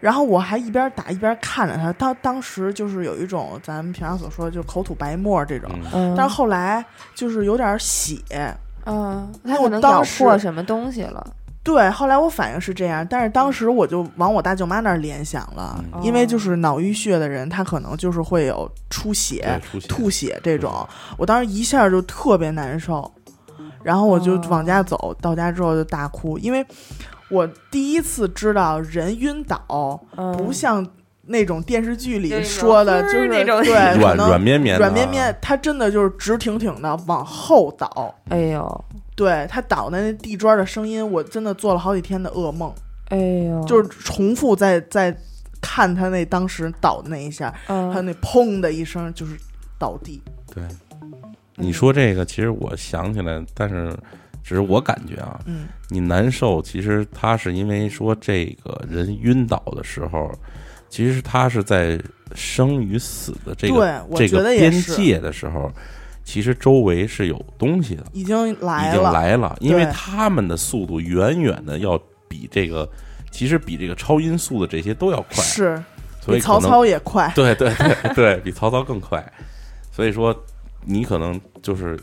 [SPEAKER 2] 然后我还一边打一边看着他，当当时就是有一种咱们平常所说的就口吐白沫这种，
[SPEAKER 3] 嗯，
[SPEAKER 2] 但是后来就是有点血。
[SPEAKER 3] 嗯，
[SPEAKER 2] 因
[SPEAKER 3] 他
[SPEAKER 2] 为我
[SPEAKER 3] 可能
[SPEAKER 2] 当
[SPEAKER 3] 咬
[SPEAKER 2] 时
[SPEAKER 3] 破什么东西了。
[SPEAKER 2] 对，后来我反应是这样，但是当时我就往我大舅妈那儿联想了，
[SPEAKER 3] 嗯
[SPEAKER 2] 因为就是脑淤血的人，他可能就是会有出血
[SPEAKER 1] 对、出血
[SPEAKER 2] 吐血这种。我当时一下就特别难受，然后我就
[SPEAKER 3] 哦
[SPEAKER 2] 往家走，到家之后就大哭，因为我第一次知道人晕倒
[SPEAKER 3] 嗯，
[SPEAKER 2] 不像那种电视剧
[SPEAKER 3] 就
[SPEAKER 2] 里
[SPEAKER 3] 那种
[SPEAKER 2] 说的，
[SPEAKER 3] 嘚
[SPEAKER 2] 就
[SPEAKER 3] 儿
[SPEAKER 2] 是
[SPEAKER 3] 那种
[SPEAKER 2] 对可
[SPEAKER 1] 软
[SPEAKER 2] 能
[SPEAKER 1] 软绵绵的啊，
[SPEAKER 2] 软绵绵，他真的就是直挺挺的往后倒。
[SPEAKER 3] 哎呦，
[SPEAKER 2] 对他倒的那地砖的声音，我真的做了好几天的噩梦，
[SPEAKER 3] 哎呦，
[SPEAKER 2] 就是重复在在看他那当时倒的那一下，他
[SPEAKER 3] 嗯，
[SPEAKER 2] 那砰的一声就是倒地。
[SPEAKER 1] 对，你说这个，其实我想起来，但是只是我感觉啊，
[SPEAKER 2] 嗯，
[SPEAKER 1] 你难受，其实他是因为说这个人晕倒的时候，其实他是在生与死的这个
[SPEAKER 2] 对我
[SPEAKER 1] 这
[SPEAKER 2] 觉
[SPEAKER 1] 个
[SPEAKER 2] 得也
[SPEAKER 1] 边
[SPEAKER 2] 是
[SPEAKER 1] 界的时候，其实周围是有东西的，
[SPEAKER 2] 已经
[SPEAKER 1] 已
[SPEAKER 2] 来
[SPEAKER 1] 经
[SPEAKER 2] 了，
[SPEAKER 1] 来了，因为
[SPEAKER 2] 对
[SPEAKER 1] 他们的速度远远的要比这个。其实比这个超音速的这些都要快，
[SPEAKER 2] 是
[SPEAKER 1] 所
[SPEAKER 2] 比
[SPEAKER 1] 以
[SPEAKER 2] 曹
[SPEAKER 1] 可能
[SPEAKER 2] 操也快。
[SPEAKER 1] 对对对对， 比曹操更快。所以说，你可能就是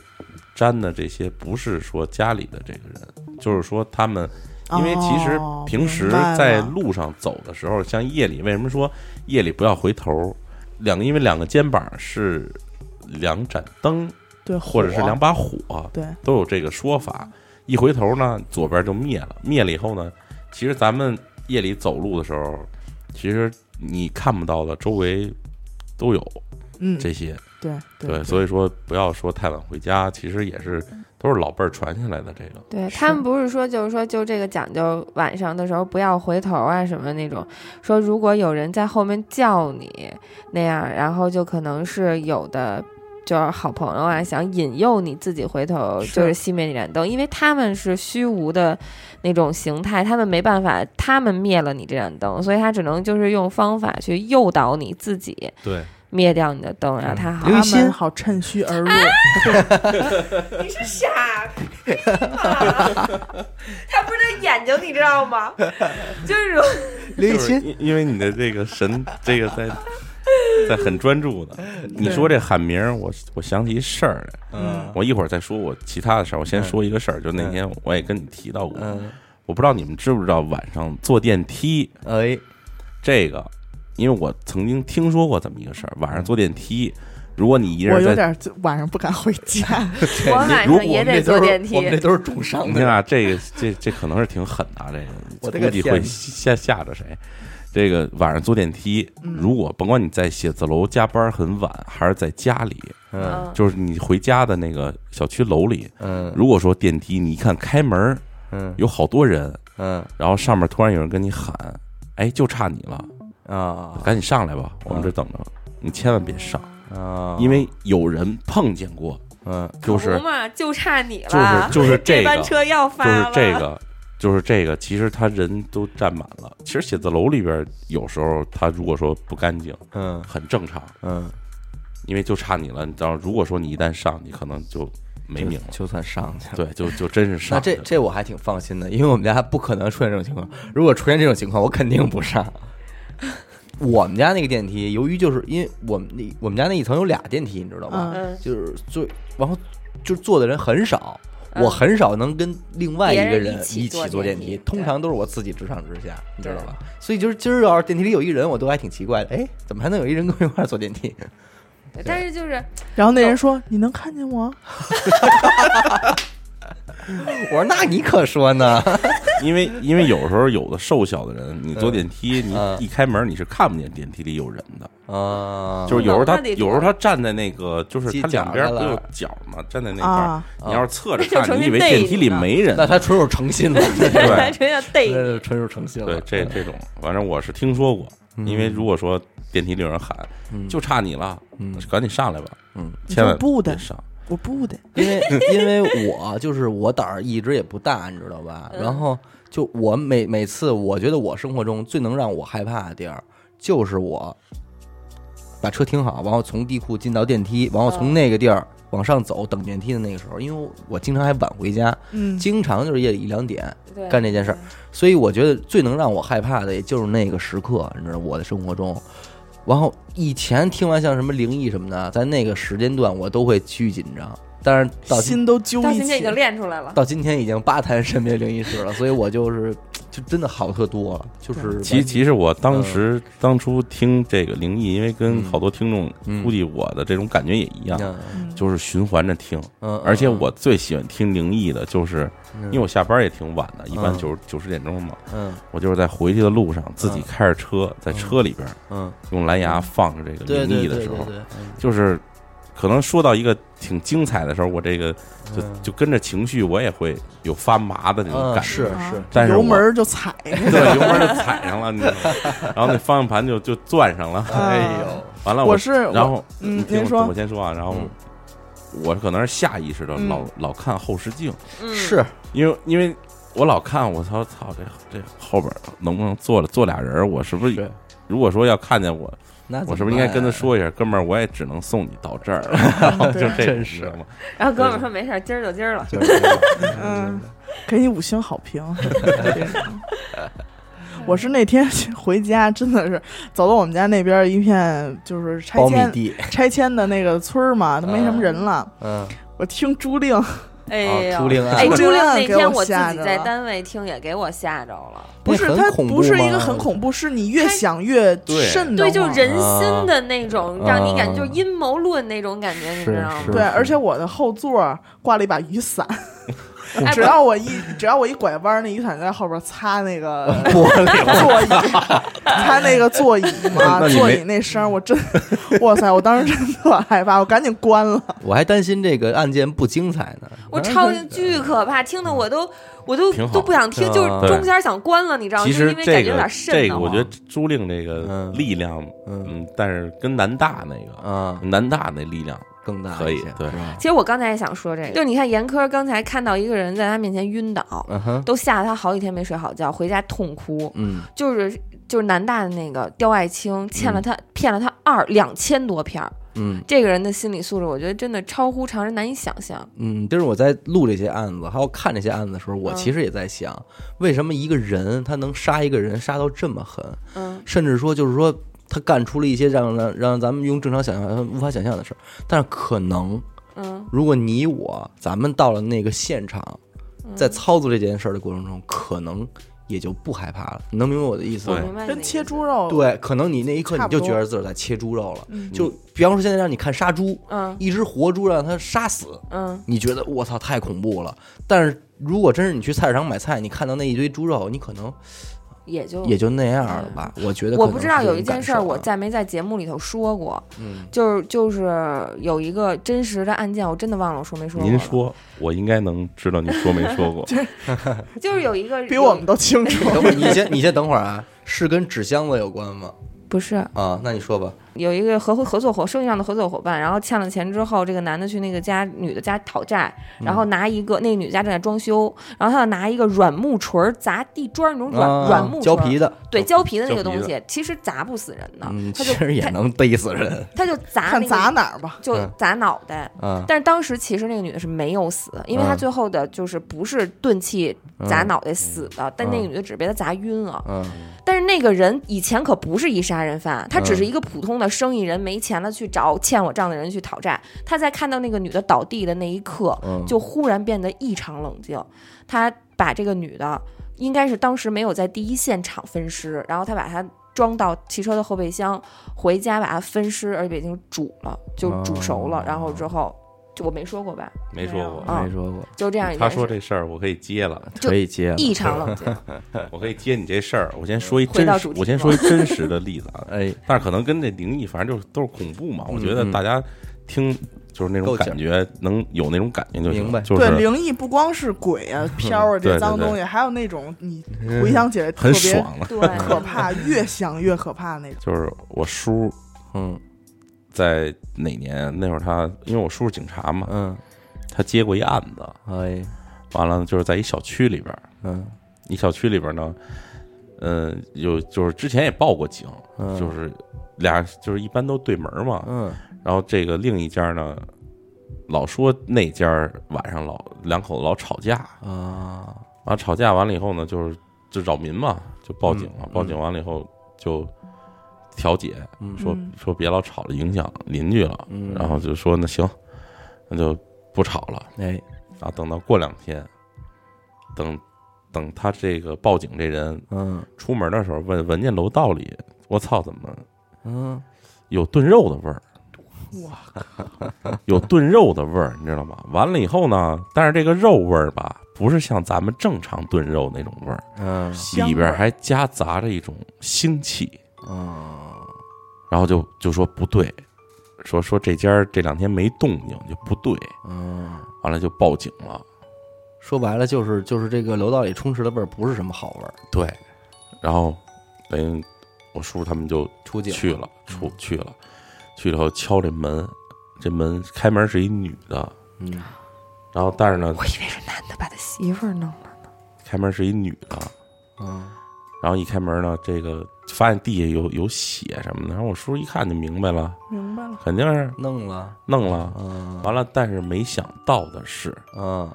[SPEAKER 1] 沾的这些，不是说家里的这个人，就是说他们，因为其实
[SPEAKER 2] 哦
[SPEAKER 1] 平时
[SPEAKER 2] 明白了
[SPEAKER 1] 在路上走的时候，像夜里，为什么说夜里不要回头？两个，因为两个肩膀是两盏灯，
[SPEAKER 2] 对，
[SPEAKER 1] 或者是
[SPEAKER 2] 火
[SPEAKER 1] 两把火，
[SPEAKER 2] 对
[SPEAKER 1] 都有这个说法。一回头呢，左边就灭了，灭了以后呢，其实咱们夜里走路的时候，其实你看不到的周围都有
[SPEAKER 2] 嗯，
[SPEAKER 1] 这些，
[SPEAKER 2] 对嗯
[SPEAKER 1] 对，
[SPEAKER 2] 以
[SPEAKER 1] 所以说不要说太晚回家，其实也是都是老辈儿传下来的这个。
[SPEAKER 3] 对他们不是说就是说就这个讲究，晚上的时候不要回头啊什么那种，说如果有人在后面叫你那样，然后就可能是有的。就是好朋友啊，想引诱你自己回头，
[SPEAKER 2] 是
[SPEAKER 3] 就是熄灭那盏灯，因为他们是虚无的那种形态，他们没办法，他们灭了你这盏灯，所以他只能就是用方法去诱导你自己
[SPEAKER 1] 对，
[SPEAKER 3] 灭掉你的灯，然后他好
[SPEAKER 4] 嗯刘
[SPEAKER 2] 他
[SPEAKER 4] 雨欣
[SPEAKER 2] 们好趁虚而入，
[SPEAKER 3] 你是傻 逼吗？他不是那眼睛，你知道吗？就是如
[SPEAKER 4] 刘雨
[SPEAKER 1] 就是
[SPEAKER 4] 欣，
[SPEAKER 1] 因因为你的这个神， 这个在在很专注的。你说这喊名儿，我我想起一事儿来，
[SPEAKER 4] 嗯
[SPEAKER 1] 我一会儿再说我其他的事儿，我先
[SPEAKER 4] 嗯
[SPEAKER 1] 说一个事儿，就那天我也跟你提到过，
[SPEAKER 4] 嗯，
[SPEAKER 1] 我不知道你们知不知道晚上坐电梯
[SPEAKER 4] 哎，
[SPEAKER 1] 这个，因为我曾经听说过这么一个事儿，晚上坐电梯，如果你一
[SPEAKER 2] 我
[SPEAKER 1] 人
[SPEAKER 2] 有
[SPEAKER 1] 在，
[SPEAKER 2] 点晚上不敢回家。
[SPEAKER 3] 我晚
[SPEAKER 4] 如
[SPEAKER 3] 上
[SPEAKER 4] 果我
[SPEAKER 3] 也
[SPEAKER 4] 们
[SPEAKER 3] 得
[SPEAKER 4] 这
[SPEAKER 3] 坐
[SPEAKER 4] 都是
[SPEAKER 3] 电梯
[SPEAKER 4] 我，们这都是重伤
[SPEAKER 1] 你
[SPEAKER 4] 的
[SPEAKER 1] 看
[SPEAKER 4] 人。
[SPEAKER 1] 啊，这个这这可能是挺狠的啊，这个
[SPEAKER 4] 我的个
[SPEAKER 1] 估计
[SPEAKER 4] 天
[SPEAKER 1] 会
[SPEAKER 4] 哪
[SPEAKER 1] 吓吓着谁。这个晚上坐电梯，如果甭管你在写字楼加班很晚，还是在家里，
[SPEAKER 4] 嗯
[SPEAKER 3] 嗯
[SPEAKER 1] 就是你回家的那个小区楼里，
[SPEAKER 4] 嗯
[SPEAKER 1] 如果说电梯你一看开门儿
[SPEAKER 4] 嗯
[SPEAKER 1] 有好多人，
[SPEAKER 4] 嗯
[SPEAKER 1] 然后上面突然有人跟你喊：“哎，就差你了，
[SPEAKER 4] 啊
[SPEAKER 1] 赶紧上来吧，我们这等着。”你千万别上，
[SPEAKER 4] 啊，
[SPEAKER 1] 因为有人碰见过，
[SPEAKER 4] 嗯
[SPEAKER 1] 就是
[SPEAKER 3] 不嘛，就差你
[SPEAKER 1] 就是
[SPEAKER 3] 了，
[SPEAKER 1] 就是这个
[SPEAKER 3] 班，车要发
[SPEAKER 1] 就是
[SPEAKER 3] 了，
[SPEAKER 1] 这个，就是这个。其实他人都站满了。其实写字楼里边有时候他如果说不干净，
[SPEAKER 4] 嗯
[SPEAKER 1] 很正常，
[SPEAKER 4] 嗯，
[SPEAKER 1] 因为就差你了。你知道，如果说你一旦上，你可能就没命了。
[SPEAKER 4] 就算上去了。
[SPEAKER 1] 对，就就真是上
[SPEAKER 4] 那这
[SPEAKER 1] 去了
[SPEAKER 4] 这我还挺放心的，因为我们家不可能出现这种情况。如果出现这种情况，我肯定不上。我们家那个电梯，由于就是因为我们那我们家那一层有俩电梯，你知道吗？
[SPEAKER 3] 嗯，
[SPEAKER 4] 就是坐，然后就是坐的人很少，
[SPEAKER 3] 嗯
[SPEAKER 4] 我很少能跟另外一个
[SPEAKER 3] 别
[SPEAKER 4] 人
[SPEAKER 3] 人一起
[SPEAKER 4] 起
[SPEAKER 3] 坐
[SPEAKER 4] 坐
[SPEAKER 3] 电
[SPEAKER 4] 电
[SPEAKER 3] 梯对
[SPEAKER 4] 通常都是我自己直上直下，你知道
[SPEAKER 3] 对
[SPEAKER 4] 吧？所以就是今儿要是电梯里有一人，我都还挺奇怪的，哎，怎么还能有一人跟我一块儿坐电梯？
[SPEAKER 3] 但是就是
[SPEAKER 2] 然后那人说：“你能看见我
[SPEAKER 4] 我说那你可说 呢，
[SPEAKER 1] 因 为因为有时候有的瘦小的人，你坐
[SPEAKER 4] 嗯
[SPEAKER 1] 电梯，你
[SPEAKER 4] 嗯
[SPEAKER 1] 一开门你是看不见电梯里有人的，
[SPEAKER 4] 啊，
[SPEAKER 1] 就是有时候他
[SPEAKER 3] 那得
[SPEAKER 1] 有时候他站在那个，就是
[SPEAKER 4] 犄
[SPEAKER 1] 他
[SPEAKER 4] 角
[SPEAKER 1] 两边
[SPEAKER 4] 那
[SPEAKER 1] 不
[SPEAKER 4] 了
[SPEAKER 1] 有角吗？站在那块儿
[SPEAKER 2] 啊，
[SPEAKER 1] 你要是侧着
[SPEAKER 3] 就
[SPEAKER 1] 看，
[SPEAKER 3] 成
[SPEAKER 1] 你以
[SPEAKER 3] 一
[SPEAKER 1] 为
[SPEAKER 3] 背
[SPEAKER 1] 电梯里
[SPEAKER 3] 影了
[SPEAKER 1] 没人
[SPEAKER 4] 那。他纯属 诚心了，
[SPEAKER 1] 对
[SPEAKER 3] 纯要逮
[SPEAKER 4] 那
[SPEAKER 3] 你，
[SPEAKER 4] 是纯属诚心了
[SPEAKER 1] 对，。这这种，反正我是听说过，因为如果说电梯里有人喊，就差你了，
[SPEAKER 4] 嗯
[SPEAKER 1] 赶紧上来吧，
[SPEAKER 4] 嗯，
[SPEAKER 1] 千万
[SPEAKER 2] 你就不得
[SPEAKER 1] 别上，
[SPEAKER 2] 我不的，
[SPEAKER 4] 因为因为我就是我胆儿一直也不大，你知道吧？
[SPEAKER 3] 嗯
[SPEAKER 4] 然后就我每每次，我觉得我生活中最能让我害怕的地儿，就是我把车停好，然后从地库进到电梯，然后从那个地儿往上走等电梯的那个时候，因为我经常还晚回家，
[SPEAKER 2] 嗯，
[SPEAKER 4] 经常就是夜里一两点，
[SPEAKER 3] 对
[SPEAKER 4] 干这件事儿，所以我觉得最能让我害怕的，也就是那个时刻，你知道我的生活中。然后以前听完像什么灵异什么的，在那个时间段我都会巨紧张，但是到今
[SPEAKER 2] 心都揪
[SPEAKER 3] 到
[SPEAKER 2] 一
[SPEAKER 3] 今天已
[SPEAKER 2] 起
[SPEAKER 3] 经。练出来了。
[SPEAKER 4] 到今天已经八摊身边灵异事了，所以我就是就真的好特多了，就是
[SPEAKER 1] 其其实我
[SPEAKER 4] 嗯
[SPEAKER 1] 当时当初听这个灵异，因为跟好多听众
[SPEAKER 4] 嗯
[SPEAKER 1] 估计我的这种感觉也一样，
[SPEAKER 4] 嗯
[SPEAKER 2] 嗯
[SPEAKER 1] 就是循环着听。
[SPEAKER 4] 嗯，
[SPEAKER 1] 而且我最喜欢听灵异的，就是因为
[SPEAKER 4] 我
[SPEAKER 1] 我下班也挺晚的，一般
[SPEAKER 4] 嗯
[SPEAKER 1] 九十九十点钟嘛，
[SPEAKER 4] 嗯
[SPEAKER 1] 我就是在回去的路上自己开着车，在车里边
[SPEAKER 4] 嗯
[SPEAKER 1] 用蓝牙放着这个
[SPEAKER 4] 对
[SPEAKER 1] 灵
[SPEAKER 4] 对
[SPEAKER 1] 异
[SPEAKER 4] 对
[SPEAKER 1] 的
[SPEAKER 4] 对
[SPEAKER 1] 时候，嗯
[SPEAKER 4] 对，
[SPEAKER 1] 就是可能说到一个挺精彩的时候，我这个就
[SPEAKER 4] 嗯
[SPEAKER 1] 就跟着情绪，我也会有发麻的那种
[SPEAKER 4] 嗯
[SPEAKER 1] 感觉。
[SPEAKER 4] 是
[SPEAKER 2] 啊
[SPEAKER 4] 是，
[SPEAKER 1] 但是
[SPEAKER 2] 油
[SPEAKER 1] 我
[SPEAKER 2] 门儿就踩，
[SPEAKER 1] 对，油门儿就踩上了，你知道吗然后那方向盘就就攥上了，
[SPEAKER 2] 啊
[SPEAKER 4] 哎呦，
[SPEAKER 1] 完了
[SPEAKER 2] 我是
[SPEAKER 1] 然后
[SPEAKER 2] 嗯
[SPEAKER 1] 你听
[SPEAKER 2] 您
[SPEAKER 1] 我
[SPEAKER 2] 说
[SPEAKER 1] 我先说啊，然后
[SPEAKER 4] 嗯
[SPEAKER 1] 我可能是下意识的老老看后视镜，
[SPEAKER 3] 嗯，
[SPEAKER 4] 是
[SPEAKER 1] 因为因为我老看，我操操这这后边儿能不能坐了坐俩人儿，我是不是
[SPEAKER 4] 是
[SPEAKER 1] 如果说要看见我，
[SPEAKER 4] 那
[SPEAKER 1] 我是不是应该跟他？说一下，哥们儿，我也只能送你到 这儿 了，然后就这种
[SPEAKER 2] 对
[SPEAKER 4] 真
[SPEAKER 1] 你
[SPEAKER 4] 是
[SPEAKER 1] 知道吗？
[SPEAKER 3] 然后哥们儿说没事儿，今儿就今儿了。
[SPEAKER 4] 就是
[SPEAKER 2] 嗯，给你五星好评。 我是那天回家，真的是走到我们家那边一片就是拆
[SPEAKER 4] 苞米
[SPEAKER 2] 迁
[SPEAKER 4] 地，
[SPEAKER 2] 拆迁的那个村儿嘛，都没什么人了。
[SPEAKER 4] 嗯，
[SPEAKER 2] 我听朱令，
[SPEAKER 3] 哎呦，
[SPEAKER 4] 啊朱令案
[SPEAKER 3] 哎，朱
[SPEAKER 2] 朱
[SPEAKER 3] 令那
[SPEAKER 2] 令给
[SPEAKER 3] 天
[SPEAKER 2] 我
[SPEAKER 3] 自
[SPEAKER 2] 吓
[SPEAKER 3] 己
[SPEAKER 2] 着
[SPEAKER 3] 在
[SPEAKER 2] 了
[SPEAKER 3] 单位听也给我吓着了。
[SPEAKER 2] 不是
[SPEAKER 4] 那很
[SPEAKER 2] 他
[SPEAKER 4] 恐怖
[SPEAKER 2] 不是一个很
[SPEAKER 4] 吗
[SPEAKER 2] 恐怖，是你越
[SPEAKER 3] 他
[SPEAKER 2] 想越
[SPEAKER 1] 对
[SPEAKER 2] 瘆得
[SPEAKER 3] 对，就是
[SPEAKER 2] 慌
[SPEAKER 3] 人心的那种，
[SPEAKER 4] 啊
[SPEAKER 3] 让你感觉就是阴谋论那种感觉，你知道吗
[SPEAKER 4] 是？
[SPEAKER 2] 对，而且我的后座儿挂了一把雨 伞，
[SPEAKER 3] 哎，
[SPEAKER 2] 只
[SPEAKER 3] 不
[SPEAKER 2] 要我一只要我一拐弯儿，那雨伞就在后边擦那个
[SPEAKER 4] 玻 璃，
[SPEAKER 2] 座椅，擦那个座椅嘛，
[SPEAKER 1] 那你没
[SPEAKER 2] 座椅那声儿，我真， 哇塞，我当时真特害怕，我赶紧关了。
[SPEAKER 4] 我还担心这个案件不精彩呢。嗯
[SPEAKER 3] 我超巨可怕，听的我都我都
[SPEAKER 1] 挺好
[SPEAKER 3] 都不想听，
[SPEAKER 4] 嗯
[SPEAKER 3] 就是中间想关了，你知道吗？
[SPEAKER 1] 其
[SPEAKER 3] 就是
[SPEAKER 1] 实
[SPEAKER 3] 因为感
[SPEAKER 1] 这
[SPEAKER 3] 觉有
[SPEAKER 1] 个
[SPEAKER 3] 点瘆
[SPEAKER 1] 这
[SPEAKER 3] 得
[SPEAKER 1] 个，
[SPEAKER 3] 慌
[SPEAKER 1] 我觉得朱令这个
[SPEAKER 4] 嗯
[SPEAKER 1] 力量，
[SPEAKER 4] 嗯
[SPEAKER 1] 嗯，但是跟南大那个
[SPEAKER 4] 啊，
[SPEAKER 3] 嗯
[SPEAKER 1] 南大那力量
[SPEAKER 4] 更大
[SPEAKER 1] 可以
[SPEAKER 4] 一些
[SPEAKER 1] 对
[SPEAKER 4] 是吧
[SPEAKER 3] 其实我刚才也想说这个，就是你看严科刚才看到一个人在他面前晕倒，
[SPEAKER 4] 嗯哼，
[SPEAKER 3] 都吓得他好几天没睡好觉，回家痛哭，
[SPEAKER 4] 嗯，
[SPEAKER 3] 就是就是南大的那个刁爱青欠了他、骗了他二两千多片儿，
[SPEAKER 4] 嗯
[SPEAKER 3] 这个人的心理素质，我觉得真的超乎常人，难以想象。
[SPEAKER 4] 嗯，就是我在录这些案子，还有看这些案子的时候，我
[SPEAKER 3] 嗯
[SPEAKER 4] 其实也在想，为什么一个人他能杀一个人杀到这么狠，
[SPEAKER 3] 嗯，
[SPEAKER 4] 甚至说就是说他干出了一些让让让咱们用正常想象嗯无法想象的事儿，但是可能
[SPEAKER 3] 嗯，
[SPEAKER 4] 如果你我咱们到了那个现场，在操作这件事儿的过程中，可能也就不害怕了。你能明白我的意思
[SPEAKER 3] 我
[SPEAKER 1] 对
[SPEAKER 4] 吗？
[SPEAKER 3] 明白你的
[SPEAKER 2] 跟切
[SPEAKER 3] 意思
[SPEAKER 2] 猪肉，
[SPEAKER 4] 对，可能你那一刻
[SPEAKER 2] 差
[SPEAKER 4] 你
[SPEAKER 2] 不多
[SPEAKER 4] 就觉得自个儿在切猪肉了，
[SPEAKER 2] 嗯
[SPEAKER 4] 就比方说现在让你看杀猪，
[SPEAKER 3] 嗯
[SPEAKER 4] 一只活猪让它杀死，
[SPEAKER 3] 嗯，
[SPEAKER 4] 你觉得我操太恐怖了。但是如果真是你去菜市场买菜，你看到那一堆猪肉，你可能
[SPEAKER 3] 也就
[SPEAKER 4] 也就那样了吧？我觉得
[SPEAKER 3] 嗯我
[SPEAKER 4] 可
[SPEAKER 3] 不
[SPEAKER 4] 能
[SPEAKER 3] 知道
[SPEAKER 4] 是
[SPEAKER 3] 有
[SPEAKER 4] 这
[SPEAKER 3] 一
[SPEAKER 4] 种
[SPEAKER 3] 件
[SPEAKER 4] 感
[SPEAKER 3] 事儿，
[SPEAKER 4] 受
[SPEAKER 3] 我
[SPEAKER 4] 啊
[SPEAKER 3] 在没在节目里头说过，
[SPEAKER 4] 嗯
[SPEAKER 3] 就是就是有一个真实的案件，我真的忘了我说没说过。
[SPEAKER 1] 您，说，我应该能知道你说没说 过。
[SPEAKER 3] 就是有一个
[SPEAKER 2] 比
[SPEAKER 3] 有
[SPEAKER 2] 我们都清楚。
[SPEAKER 4] 等会儿你 先你先等会儿啊，是跟纸箱子有关吗？
[SPEAKER 3] 不是
[SPEAKER 4] 啊，那你说吧。
[SPEAKER 3] 有一个合伙合作伙生意上的合作伙伴，然后欠了钱之后，这个男的去那个家女的家讨债，然
[SPEAKER 4] 嗯
[SPEAKER 3] 后拿一个那个女家正在装修，然后他要拿一个软木锤儿砸地砖那种软、
[SPEAKER 4] 啊
[SPEAKER 3] 软木锤
[SPEAKER 4] 胶
[SPEAKER 3] 儿，
[SPEAKER 4] 皮的，
[SPEAKER 3] 对胶皮的那个
[SPEAKER 1] 胶皮
[SPEAKER 3] 东
[SPEAKER 1] 的
[SPEAKER 3] 西，其实砸不死人的，
[SPEAKER 4] 嗯，
[SPEAKER 3] 他
[SPEAKER 4] 其
[SPEAKER 3] 就
[SPEAKER 4] 实也能逮死人
[SPEAKER 3] 他就砸那
[SPEAKER 2] 看
[SPEAKER 3] 个
[SPEAKER 2] 砸哪儿吧，
[SPEAKER 3] 就
[SPEAKER 4] 嗯
[SPEAKER 3] 砸脑袋。
[SPEAKER 4] 啊。
[SPEAKER 3] 但是当时其实那个女的是没有死，因为她
[SPEAKER 4] 嗯
[SPEAKER 3] 最后的就是不是钝器砸
[SPEAKER 4] 嗯
[SPEAKER 3] 脑袋死的，但那个女的只是被他砸晕了。
[SPEAKER 4] 嗯
[SPEAKER 3] 但是那个人以前可不是一杀人犯，他只是
[SPEAKER 4] 嗯
[SPEAKER 3] 一个普通的生意人，没钱了去找欠我账的人去讨债。他在看到那个女的倒地的那一刻，
[SPEAKER 4] 嗯，
[SPEAKER 3] 就忽然变得异常冷静。他把这个女的，应该是当时没有在第一现场分尸，然后他把她装到汽车的后备箱，回家把它分尸，而且已经煮了，就煮熟
[SPEAKER 1] 嗯
[SPEAKER 3] 了。
[SPEAKER 4] 哦
[SPEAKER 3] 然后之后，就我没说过吧，
[SPEAKER 1] 没说过，
[SPEAKER 3] 啊
[SPEAKER 4] 没说过，
[SPEAKER 3] 就这样一件
[SPEAKER 1] 他
[SPEAKER 3] 事
[SPEAKER 1] 说这事儿我可以接了，
[SPEAKER 3] 就
[SPEAKER 4] 可以接了。，
[SPEAKER 3] 异常冷静，
[SPEAKER 1] 我可以接你这事儿。我先说一
[SPEAKER 3] 回
[SPEAKER 1] 真
[SPEAKER 3] 到
[SPEAKER 1] 实
[SPEAKER 3] 主，题
[SPEAKER 1] 我先说一真实的例子啊
[SPEAKER 4] 哎，
[SPEAKER 1] 但是可能跟这灵异，反正就是都是恐怖嘛。我觉得
[SPEAKER 4] 嗯
[SPEAKER 1] 大家听就是那种
[SPEAKER 4] 够劲儿
[SPEAKER 1] 感觉，能有那种感觉就行。
[SPEAKER 4] 明白
[SPEAKER 1] 就
[SPEAKER 2] 对
[SPEAKER 1] 是
[SPEAKER 2] 灵异不光是鬼啊、飘啊
[SPEAKER 1] 对
[SPEAKER 2] 这
[SPEAKER 1] 对
[SPEAKER 2] 脏
[SPEAKER 1] 对
[SPEAKER 2] 东西，还有那种你回想起来特
[SPEAKER 1] 很
[SPEAKER 2] 别
[SPEAKER 1] 爽了。
[SPEAKER 3] 对，
[SPEAKER 2] 可怕，越想越可怕那种。
[SPEAKER 1] 就是我叔
[SPEAKER 4] 嗯
[SPEAKER 1] 在哪年那会儿他，因为我叔叔警察嘛，
[SPEAKER 4] 嗯，
[SPEAKER 1] 他接过一案子，
[SPEAKER 4] 哎，
[SPEAKER 1] 完了就是在一小区里边儿，
[SPEAKER 4] 嗯
[SPEAKER 1] 一小区里边儿呢，嗯，有就是之前也报过警，
[SPEAKER 4] 嗯，
[SPEAKER 1] 就是俩就是一般都对门儿嘛，
[SPEAKER 4] 嗯
[SPEAKER 1] 然后这个另一家呢，老说那家儿晚上老两口子老吵架，
[SPEAKER 4] 啊，
[SPEAKER 1] 啊，吵架完了以后呢，就是就扰民嘛，就报警了。
[SPEAKER 4] 嗯
[SPEAKER 1] 报警完了以后就调解，
[SPEAKER 4] 嗯
[SPEAKER 1] 说
[SPEAKER 2] 嗯
[SPEAKER 1] 说别老吵了，影响邻居了。
[SPEAKER 4] 嗯
[SPEAKER 1] 然后就说那行，那就不吵了
[SPEAKER 4] 哎，
[SPEAKER 1] 啊。等到过两天，等等他这个报警这人
[SPEAKER 4] 嗯
[SPEAKER 1] 出门的时候，问闻见楼道里，我操，怎么
[SPEAKER 4] 嗯，
[SPEAKER 1] 有炖肉的味儿？
[SPEAKER 2] 哇，
[SPEAKER 1] 有炖肉的味儿，你知道吗？完了以后呢，但是这个肉味儿吧，不是像咱们正常炖肉那种味儿。
[SPEAKER 4] 嗯
[SPEAKER 2] 香
[SPEAKER 1] 里边
[SPEAKER 2] 味儿
[SPEAKER 1] 还夹杂着一种腥气，
[SPEAKER 2] 哦
[SPEAKER 4] 嗯
[SPEAKER 1] 然后就就说不对，说说这家儿这两天没动静就不对，
[SPEAKER 4] 嗯，
[SPEAKER 1] 完了就报警了。
[SPEAKER 4] 说白了就是就是这个楼道里充斥的味儿不是什么好味儿，
[SPEAKER 1] 对，然后等于我叔叔他们就
[SPEAKER 4] 出警
[SPEAKER 1] 去了，
[SPEAKER 2] 嗯
[SPEAKER 1] 出去了，去了以后敲这门，这门开门是一女的，
[SPEAKER 4] 嗯
[SPEAKER 1] 然后但是呢，
[SPEAKER 3] 我以为是男的把他媳妇儿弄了，
[SPEAKER 1] 开门是一女的，
[SPEAKER 4] 嗯
[SPEAKER 1] 然后一开门呢，这个发现地下有有血什么的，然后我叔叔一看就明白了，
[SPEAKER 2] 明白了，
[SPEAKER 1] 肯定是
[SPEAKER 4] 弄了，
[SPEAKER 1] 弄了。
[SPEAKER 4] 嗯
[SPEAKER 1] 完了，但是没想到的是，
[SPEAKER 4] 嗯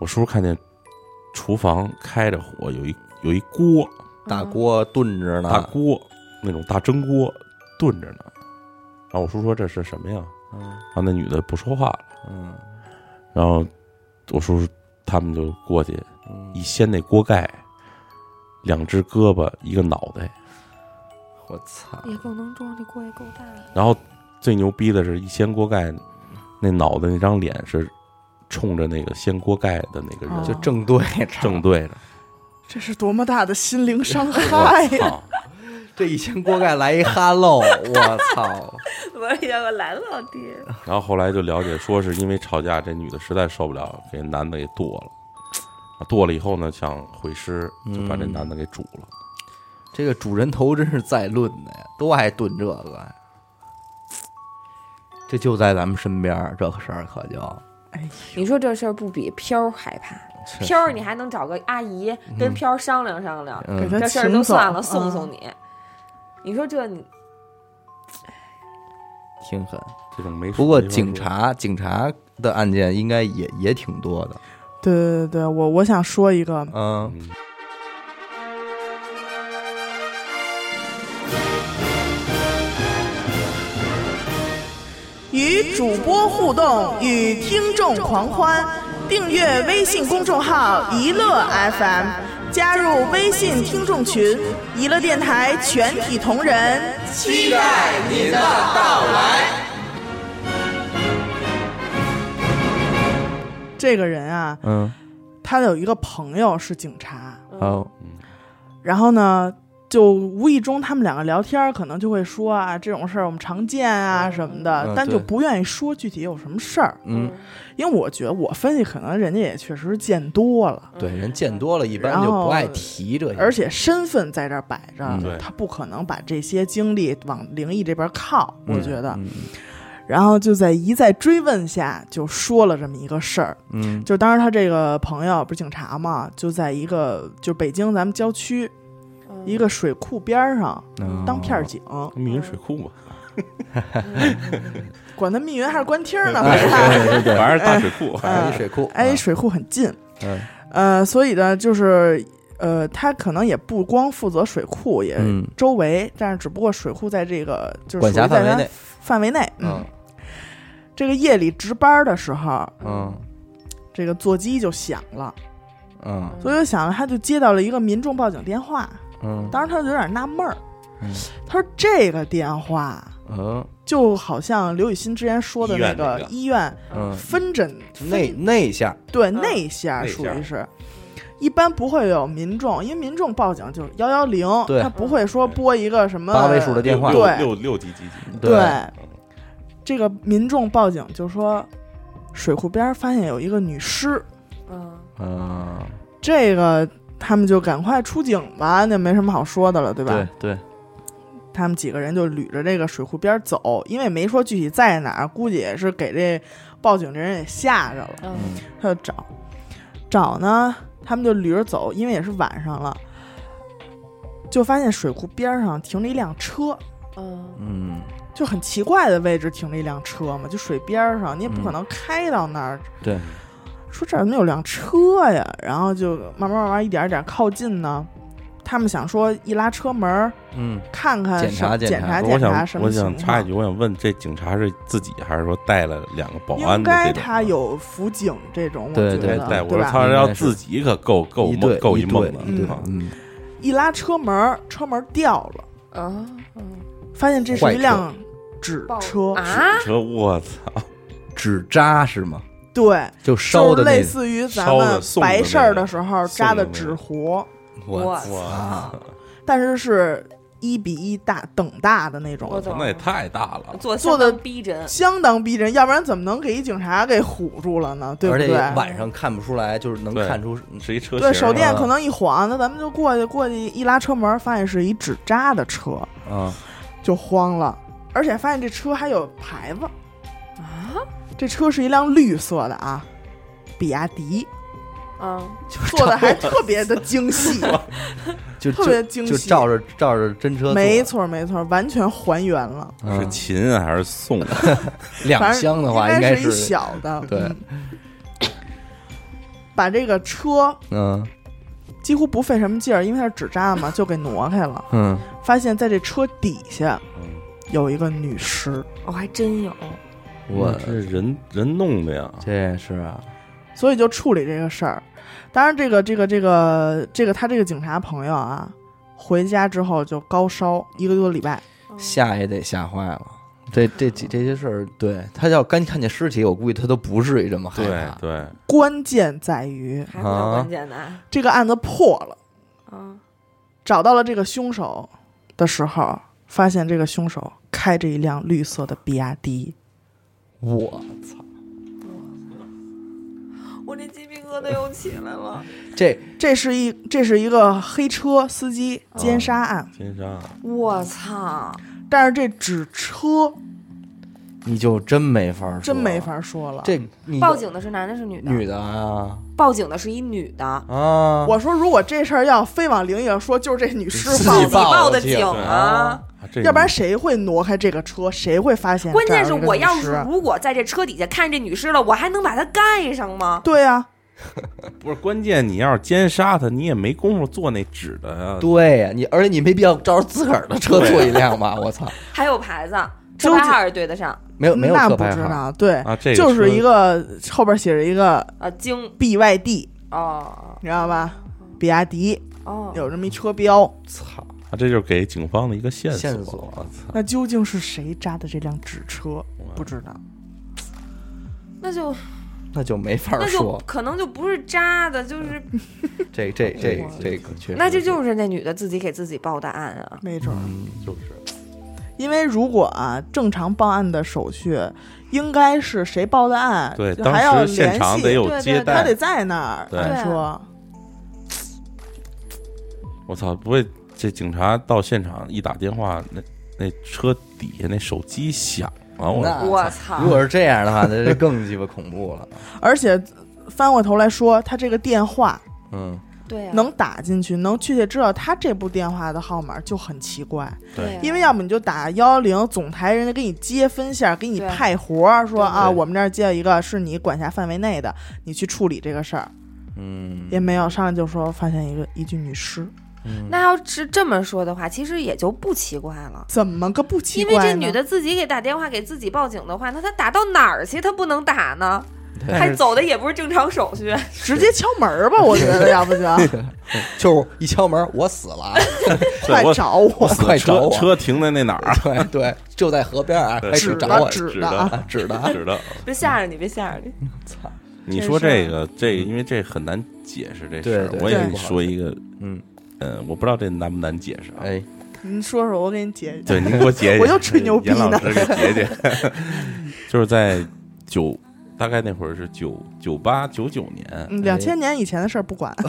[SPEAKER 1] 我叔叔看见厨房开着火，有一有一锅
[SPEAKER 4] 大
[SPEAKER 2] 嗯
[SPEAKER 4] 锅炖着呢，
[SPEAKER 1] 大锅，那种大蒸锅炖着呢。然后我叔说这是什么呀？
[SPEAKER 4] 嗯
[SPEAKER 1] 然后那女的不说话了。
[SPEAKER 4] 嗯
[SPEAKER 1] 然后我叔叔他们就过去一
[SPEAKER 4] 嗯，
[SPEAKER 1] 掀那锅盖，两只胳膊一个脑袋。
[SPEAKER 4] 我操，
[SPEAKER 3] 也够能装，这锅也够大的。
[SPEAKER 1] 然后最牛逼的是一掀锅盖，那脑袋那张脸是冲着那个掀锅盖的那个人、
[SPEAKER 2] 哦
[SPEAKER 4] 就正 对着，
[SPEAKER 1] 正对着。
[SPEAKER 2] 这是多么大的心灵伤害
[SPEAKER 1] 我
[SPEAKER 2] 呀！
[SPEAKER 1] 操！
[SPEAKER 4] 这一掀锅盖来一哈 喽，我操，
[SPEAKER 3] 我也要来了，老弟。
[SPEAKER 1] 然后后来就了解，说是因为吵架，这女的实在受不了，给男的给剁了。啊剁了以后呢，想毁尸，就把这
[SPEAKER 4] 嗯
[SPEAKER 1] 男的给煮了。
[SPEAKER 4] 这个主人头真是再论的呀，都爱炖这个呀。这就在咱们身边儿，这个事儿可就
[SPEAKER 2] 哎
[SPEAKER 3] 你说这事儿不比飘儿害怕？飘儿你还能找个阿姨跟飘儿商量商量，
[SPEAKER 2] 呦，给
[SPEAKER 4] 嗯，
[SPEAKER 2] 他
[SPEAKER 3] 这事儿
[SPEAKER 2] 请
[SPEAKER 3] 就
[SPEAKER 2] 走
[SPEAKER 3] 算了，送
[SPEAKER 2] 啊
[SPEAKER 3] 送你。你说这你
[SPEAKER 4] 挺狠。
[SPEAKER 1] 这种没
[SPEAKER 4] 不过警察警察的案件应该也也挺多的，
[SPEAKER 2] 对对对对，我我想说一个，
[SPEAKER 4] 嗯
[SPEAKER 2] 与主播互动，与听众狂欢。订阅微信公众号“一乐 FM”，加入微信听众群，一乐电台全体同仁期待您的到来。这个人啊，
[SPEAKER 4] 嗯，
[SPEAKER 2] 他有一个朋友是警察，
[SPEAKER 4] 好，
[SPEAKER 1] 嗯
[SPEAKER 2] 然后呢，就无意中他们两个聊天儿，可能就会说啊这种事儿我们常见啊什么的，
[SPEAKER 4] 嗯
[SPEAKER 2] 但
[SPEAKER 4] 对
[SPEAKER 2] 就不愿意说具体有什么事儿，
[SPEAKER 4] 嗯，
[SPEAKER 2] 因为我觉得我分析可能人家也确实是见多了，
[SPEAKER 4] 对，人见多了，一
[SPEAKER 2] 嗯
[SPEAKER 4] 般
[SPEAKER 2] 然
[SPEAKER 4] 就不
[SPEAKER 2] 后
[SPEAKER 4] 爱提这些，
[SPEAKER 2] 而且身份在这儿摆着，
[SPEAKER 4] 嗯
[SPEAKER 1] 对
[SPEAKER 2] 他不可能把这些经历往灵异这边靠，
[SPEAKER 4] 嗯
[SPEAKER 2] 我觉得。
[SPEAKER 4] 嗯
[SPEAKER 2] 然后就在一再追问下，就说了这么一个事儿，
[SPEAKER 4] 嗯
[SPEAKER 2] 就当时他这个朋友不是警察嘛，就在一个就北京咱们郊区一个水库边儿上
[SPEAKER 4] 嗯
[SPEAKER 2] 当片儿警。
[SPEAKER 1] 密云水库嘛，
[SPEAKER 2] 管它密云还是官厅呢，
[SPEAKER 4] 哎
[SPEAKER 2] 反正
[SPEAKER 4] 对对对，
[SPEAKER 1] 反正大水库。
[SPEAKER 4] 哎水库，
[SPEAKER 2] 挨
[SPEAKER 4] 啊，
[SPEAKER 2] 水库很近，
[SPEAKER 4] 嗯
[SPEAKER 2] 呃，所以呢，就是呃，他可能也不光负责水库，也
[SPEAKER 4] 嗯
[SPEAKER 2] 周围，但是只不过水库在这个就是
[SPEAKER 4] 管
[SPEAKER 2] 属于
[SPEAKER 4] 辖
[SPEAKER 2] 在
[SPEAKER 4] 范围
[SPEAKER 2] 他
[SPEAKER 4] 内，
[SPEAKER 2] 范围内，
[SPEAKER 4] 嗯
[SPEAKER 2] 这个夜里值班的时候，
[SPEAKER 4] 嗯
[SPEAKER 2] 这个座机就响了，
[SPEAKER 4] 嗯
[SPEAKER 2] 所以我想了，他就接到了一个民众报警电话，
[SPEAKER 4] 嗯
[SPEAKER 2] 当时他就有点纳闷儿
[SPEAKER 4] 嗯，
[SPEAKER 2] 他说这个电话。
[SPEAKER 4] 嗯
[SPEAKER 2] 就好像刘雨欣之前说的
[SPEAKER 1] 医院那
[SPEAKER 2] 个
[SPEAKER 1] 个
[SPEAKER 2] 医院
[SPEAKER 4] 嗯，
[SPEAKER 2] 分诊
[SPEAKER 4] 那那一下，
[SPEAKER 2] 对，
[SPEAKER 3] 嗯
[SPEAKER 2] 那下
[SPEAKER 1] 那
[SPEAKER 2] 属
[SPEAKER 1] 下
[SPEAKER 2] 于是，一般不会有民众，因为民众报警就是幺幺零，
[SPEAKER 4] 对
[SPEAKER 2] 他不会说拨一个什么
[SPEAKER 4] 八位数的电话
[SPEAKER 1] 六
[SPEAKER 2] 对
[SPEAKER 1] 六六级几嗯级的？
[SPEAKER 2] 对
[SPEAKER 4] 对
[SPEAKER 2] 这个民众报警就说，水库边儿发现有一个女尸，
[SPEAKER 3] 嗯
[SPEAKER 4] 嗯，
[SPEAKER 2] 这个他们就赶快出警吧，那没什么好说的了，对吧？
[SPEAKER 4] 对，
[SPEAKER 2] 他们几个人就捋着这个水库边儿走，因为没说具体在哪儿，估计也是给这报警这人也吓着了。
[SPEAKER 3] 嗯
[SPEAKER 4] 嗯
[SPEAKER 2] 他就找，找呢，他们就捋着走，因为也是晚上了，就发现水库边儿上停着一辆车，
[SPEAKER 3] 嗯
[SPEAKER 4] 嗯，
[SPEAKER 2] 就很奇怪的位置停着一辆车嘛，就水边儿上，你也不
[SPEAKER 4] 嗯
[SPEAKER 2] 可能开到那儿。
[SPEAKER 4] 对，
[SPEAKER 2] 说这儿怎么有辆车呀？然后就慢慢慢慢一点一点靠近呢。他们想说一拉车门儿
[SPEAKER 4] 嗯，
[SPEAKER 2] 看看
[SPEAKER 4] 检
[SPEAKER 2] 什么
[SPEAKER 4] 查
[SPEAKER 2] 检
[SPEAKER 4] 检查
[SPEAKER 1] 我
[SPEAKER 2] 检查什
[SPEAKER 1] 想，
[SPEAKER 2] 么
[SPEAKER 1] 我
[SPEAKER 2] 情
[SPEAKER 1] 想
[SPEAKER 2] 况。
[SPEAKER 1] 插一句，我想问，这警察是自己还是说带了两个保安的
[SPEAKER 2] 应该
[SPEAKER 1] 这种？
[SPEAKER 2] 他有辅警这种，我觉
[SPEAKER 4] 对
[SPEAKER 2] 得
[SPEAKER 1] 对
[SPEAKER 4] 对
[SPEAKER 1] 对，我说
[SPEAKER 2] 吧？
[SPEAKER 1] 他
[SPEAKER 4] 应
[SPEAKER 1] 要
[SPEAKER 4] 该是
[SPEAKER 1] 自己可够够
[SPEAKER 4] 一
[SPEAKER 1] 梦
[SPEAKER 4] 对
[SPEAKER 1] 够
[SPEAKER 4] 一
[SPEAKER 1] 梦
[SPEAKER 4] 对
[SPEAKER 1] 的
[SPEAKER 4] 一对
[SPEAKER 1] 啊，
[SPEAKER 4] 嗯，
[SPEAKER 2] 一拉车门儿，车门掉了，
[SPEAKER 3] 啊嗯
[SPEAKER 2] 发现这是
[SPEAKER 4] 坏
[SPEAKER 2] 一
[SPEAKER 4] 车
[SPEAKER 2] 辆纸
[SPEAKER 3] 爆
[SPEAKER 2] 车，
[SPEAKER 3] 啊，
[SPEAKER 1] 这我操，
[SPEAKER 4] 纸扎是吗？
[SPEAKER 2] 对，
[SPEAKER 4] 就
[SPEAKER 2] 就
[SPEAKER 4] 烧
[SPEAKER 2] 是
[SPEAKER 4] 的
[SPEAKER 2] 类
[SPEAKER 4] 那个，
[SPEAKER 2] 似于咱
[SPEAKER 1] 烧的
[SPEAKER 2] 们
[SPEAKER 1] 送的
[SPEAKER 2] 白
[SPEAKER 1] 那
[SPEAKER 2] 事儿
[SPEAKER 1] 个
[SPEAKER 2] 的时候
[SPEAKER 1] 送
[SPEAKER 2] 扎
[SPEAKER 1] 的
[SPEAKER 2] 的
[SPEAKER 1] 那
[SPEAKER 2] 纸
[SPEAKER 1] 个
[SPEAKER 2] 糊，
[SPEAKER 3] 我
[SPEAKER 2] 嗯
[SPEAKER 1] 哇
[SPEAKER 4] 操，
[SPEAKER 2] 但是是一比一大等大的那种，
[SPEAKER 3] 我懂
[SPEAKER 1] 那也太大了，
[SPEAKER 2] 做
[SPEAKER 3] 做做
[SPEAKER 2] 得
[SPEAKER 3] 的逼真，
[SPEAKER 2] 相当逼真，要不然怎么能给一警察给唬住了呢？对不
[SPEAKER 4] 而且
[SPEAKER 2] 对？
[SPEAKER 4] 晚上看不出来，就是能
[SPEAKER 1] 对
[SPEAKER 4] 看出
[SPEAKER 1] 是一车
[SPEAKER 2] 嗯对
[SPEAKER 1] 型
[SPEAKER 2] 手电
[SPEAKER 1] 啊
[SPEAKER 2] 可能一晃，那咱们就过去，过去一拉车门，发现是一纸扎的车，
[SPEAKER 4] 啊，
[SPEAKER 2] 就慌了。而且发现这车还有牌子，
[SPEAKER 3] 啊
[SPEAKER 2] 这车是一辆绿色的啊，比亚迪，
[SPEAKER 3] 嗯，
[SPEAKER 2] 做的还特别的精 细，
[SPEAKER 4] 就
[SPEAKER 2] 特别
[SPEAKER 4] 就
[SPEAKER 2] 精
[SPEAKER 4] 就
[SPEAKER 2] 细，
[SPEAKER 4] 照着照着真车做，
[SPEAKER 2] 没错没错，完全还原了。
[SPEAKER 4] 嗯，
[SPEAKER 1] 是秦还是 宋啊？
[SPEAKER 4] 两
[SPEAKER 2] 反正
[SPEAKER 4] 箱的话
[SPEAKER 2] 应
[SPEAKER 4] 应
[SPEAKER 2] 该
[SPEAKER 4] 该
[SPEAKER 2] 一小的，
[SPEAKER 4] 对
[SPEAKER 2] 嗯，把这个车
[SPEAKER 4] 嗯
[SPEAKER 2] 几乎不费什么劲儿，因为它是纸扎嘛，就给挪开了。
[SPEAKER 4] 嗯，
[SPEAKER 2] 发现在这车底下
[SPEAKER 1] 嗯
[SPEAKER 2] 有一个女尸，
[SPEAKER 3] 我还真有，
[SPEAKER 4] 我
[SPEAKER 1] 这人人弄的呀，
[SPEAKER 4] 这是啊，
[SPEAKER 2] 所以就处理这个事儿。当然、这个，这个这个这个他这个警察朋友啊，回家之后就高烧一个多礼拜，
[SPEAKER 4] 吓也得吓坏了。
[SPEAKER 1] 嗯
[SPEAKER 4] 这这几这些事儿，对他要刚看见尸体，我估计他都不至于这么害
[SPEAKER 1] 对
[SPEAKER 4] 怕。
[SPEAKER 1] 对，
[SPEAKER 2] 关键在于
[SPEAKER 3] 还比较关键的啊
[SPEAKER 2] 这个案子破了，
[SPEAKER 3] 啊，
[SPEAKER 2] 找到了这个凶手的时候，发现这个凶手开着一辆绿色的比亚迪。
[SPEAKER 4] 我
[SPEAKER 3] 我这鸡皮疙瘩又起来了，
[SPEAKER 4] 这
[SPEAKER 2] 这是一这是一个黑车司机奸杀案，
[SPEAKER 1] 金山
[SPEAKER 3] 我操，
[SPEAKER 2] 但是这纸车
[SPEAKER 4] 你就真没法说，
[SPEAKER 2] 真没。法说了。
[SPEAKER 4] 这你
[SPEAKER 3] 报警的是男的是女的？
[SPEAKER 4] 女的啊
[SPEAKER 3] 报警的是一女的，
[SPEAKER 4] 啊！
[SPEAKER 2] 我说，如果这事儿要非往灵异上说，就是这女尸
[SPEAKER 4] 自己
[SPEAKER 2] 报
[SPEAKER 3] 自
[SPEAKER 2] 的
[SPEAKER 3] 己
[SPEAKER 4] 报
[SPEAKER 3] 报
[SPEAKER 4] 的
[SPEAKER 3] 的
[SPEAKER 4] 警
[SPEAKER 3] 警啊
[SPEAKER 4] 啊。
[SPEAKER 1] 这
[SPEAKER 2] 要不然谁会挪开这个车？谁会发现？
[SPEAKER 3] 关键是我要是
[SPEAKER 2] 是
[SPEAKER 3] 如果在这车底下看见这女尸了，我还能把她盖上吗？
[SPEAKER 2] 对啊呀、
[SPEAKER 1] 不是关键，你要是奸杀他，你也没工夫做那纸的呀。
[SPEAKER 4] 对呀，你而且你没必要照着自个儿的车做一辆吧？我操，
[SPEAKER 3] 还有牌子，
[SPEAKER 2] 纠
[SPEAKER 3] 车牌
[SPEAKER 2] 结
[SPEAKER 3] 号也对得上，
[SPEAKER 4] 没有没
[SPEAKER 2] 嗯
[SPEAKER 4] 有
[SPEAKER 2] 那不
[SPEAKER 4] 车牌
[SPEAKER 2] 知
[SPEAKER 4] 号，
[SPEAKER 2] 道。对，
[SPEAKER 1] 啊，这个
[SPEAKER 2] 就是
[SPEAKER 1] 车
[SPEAKER 2] 一个后边写着一个
[SPEAKER 3] 啊，京
[SPEAKER 2] BYD，
[SPEAKER 3] 哦
[SPEAKER 2] 你知道吧？比亚迪
[SPEAKER 3] 哦，
[SPEAKER 2] 有这么一车标，
[SPEAKER 4] 操，
[SPEAKER 1] 啊，这就是给警方的一个线索。
[SPEAKER 4] 线索
[SPEAKER 1] 我操，
[SPEAKER 2] 那究竟是谁扎的这辆纸车？不知道。
[SPEAKER 3] 那就
[SPEAKER 4] 那就没法
[SPEAKER 3] 那就
[SPEAKER 4] 说。
[SPEAKER 3] 可能就不是渣的，就是
[SPEAKER 4] 这这这
[SPEAKER 3] 我
[SPEAKER 4] 这个确实，
[SPEAKER 3] 那这就是那女的自己给自己报的案啊。
[SPEAKER 2] 没准儿，
[SPEAKER 1] 就是
[SPEAKER 2] 因为如果啊正常报案的手续，应该是谁报的案，
[SPEAKER 1] 对，
[SPEAKER 2] 哎还要
[SPEAKER 1] 当时现场得
[SPEAKER 2] 联系
[SPEAKER 1] 有
[SPEAKER 3] 对
[SPEAKER 1] 接
[SPEAKER 3] 对
[SPEAKER 2] 他
[SPEAKER 1] 待
[SPEAKER 2] 得。在那儿。
[SPEAKER 1] 对
[SPEAKER 2] 按说
[SPEAKER 1] 我操，不会这警察到现场一打电话，那那车底下那手机响了，我
[SPEAKER 4] 那
[SPEAKER 3] 我操
[SPEAKER 4] 啊如！果是这样的话，那这更鸡巴恐怖了。
[SPEAKER 2] 而且翻过头来说，他这个电话
[SPEAKER 4] 嗯，
[SPEAKER 3] 对啊呀，
[SPEAKER 2] 能打进去，能确切知道他这部电话的号码就很奇怪，
[SPEAKER 3] 对啊呀，
[SPEAKER 2] 因为要么你就打幺幺零总台，人家给你接分线，给你
[SPEAKER 3] 对
[SPEAKER 2] 派活儿，说
[SPEAKER 3] 对
[SPEAKER 2] 啊，
[SPEAKER 4] 对
[SPEAKER 2] 我们这儿接了一个是你管辖范围内的，你去处理这个事儿，
[SPEAKER 4] 嗯，
[SPEAKER 2] 也没有上来就说发现一个一具女尸，
[SPEAKER 3] 那要是这么说的话，其实也就不奇怪了。
[SPEAKER 2] 怎么个不奇
[SPEAKER 3] 因
[SPEAKER 2] 怪
[SPEAKER 3] 为
[SPEAKER 2] 呢？
[SPEAKER 3] 这女的自己给打电话给自己报警的话，那她打到哪儿去？她不能打呢，
[SPEAKER 4] 对
[SPEAKER 3] 还走的也不是正常手续。
[SPEAKER 2] 直接敲门儿吧，我觉得要不就
[SPEAKER 4] 就是一敲门，我死了啊，
[SPEAKER 2] 快
[SPEAKER 1] 我
[SPEAKER 2] 找我，
[SPEAKER 1] 死
[SPEAKER 4] 快找
[SPEAKER 1] 车
[SPEAKER 4] 我
[SPEAKER 1] 车停在那哪儿？
[SPEAKER 4] 对 对，就在河边啊，
[SPEAKER 1] 对
[SPEAKER 4] 快去
[SPEAKER 2] 指
[SPEAKER 4] 找
[SPEAKER 2] 的
[SPEAKER 4] 我，
[SPEAKER 2] 指的啊，
[SPEAKER 1] 的，
[SPEAKER 4] 指的 啊，
[SPEAKER 1] 指的。
[SPEAKER 3] 别吓着你，别吓着你。
[SPEAKER 4] 操，
[SPEAKER 1] 你
[SPEAKER 2] 这
[SPEAKER 1] 说
[SPEAKER 2] 事
[SPEAKER 1] 这
[SPEAKER 2] 儿
[SPEAKER 1] 个，这个因为这很难解释这
[SPEAKER 4] 嗯对
[SPEAKER 1] 事儿
[SPEAKER 4] 对，
[SPEAKER 1] 我也
[SPEAKER 2] 对
[SPEAKER 1] 给你说一个，
[SPEAKER 4] 嗯，
[SPEAKER 1] 呃，我不知道这难不难解释啊。
[SPEAKER 4] 哎，
[SPEAKER 2] 您说说，我给你解解。
[SPEAKER 1] 对，您给我解解。
[SPEAKER 2] 我又吹牛 逼
[SPEAKER 1] 严
[SPEAKER 2] 呢
[SPEAKER 1] 老师给解解，就是在九大概那会儿是九九八九九年，
[SPEAKER 2] 嗯，两千年以前的事儿不管，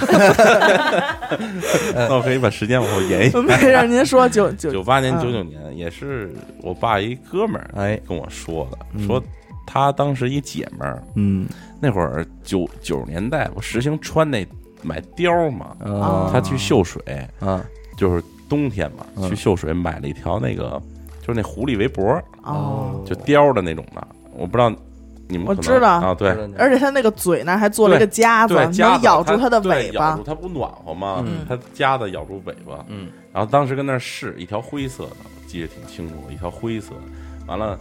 [SPEAKER 1] 那我可以把时间往后
[SPEAKER 4] 嗯
[SPEAKER 1] 延一
[SPEAKER 2] 没 事儿，您说九九
[SPEAKER 1] 九八年
[SPEAKER 2] 嗯
[SPEAKER 1] 九九年也是我爸一哥们儿
[SPEAKER 4] 哎，
[SPEAKER 1] 跟我说的，
[SPEAKER 4] 嗯
[SPEAKER 1] 说他当时一姐们儿
[SPEAKER 4] 嗯，
[SPEAKER 1] 那会儿九九十年代不实行穿那买貂嘛，
[SPEAKER 4] 啊，
[SPEAKER 1] 嗯他去秀水，
[SPEAKER 4] 啊，
[SPEAKER 1] 就是冬天嘛，
[SPEAKER 4] 嗯
[SPEAKER 1] 去秀水买了一条那个就是那狐狸围脖，
[SPEAKER 2] 哦，
[SPEAKER 1] 就貂的那种的，我不知道你们
[SPEAKER 2] 我
[SPEAKER 1] 可能
[SPEAKER 2] 知道
[SPEAKER 1] 啊，对。
[SPEAKER 2] 而且它那个嘴那儿还做了一个夹
[SPEAKER 1] 对，夹
[SPEAKER 2] 能
[SPEAKER 1] 子
[SPEAKER 2] 咬住
[SPEAKER 1] 它
[SPEAKER 2] 它的
[SPEAKER 1] 对
[SPEAKER 2] 尾
[SPEAKER 1] 咬
[SPEAKER 2] 巴
[SPEAKER 1] 住。它不暖和吗
[SPEAKER 4] 嗯？
[SPEAKER 1] 它夹子咬住尾巴，
[SPEAKER 4] 嗯，
[SPEAKER 1] 然后当时跟那儿试一条灰色的，我记得挺清楚，一条灰色的，完了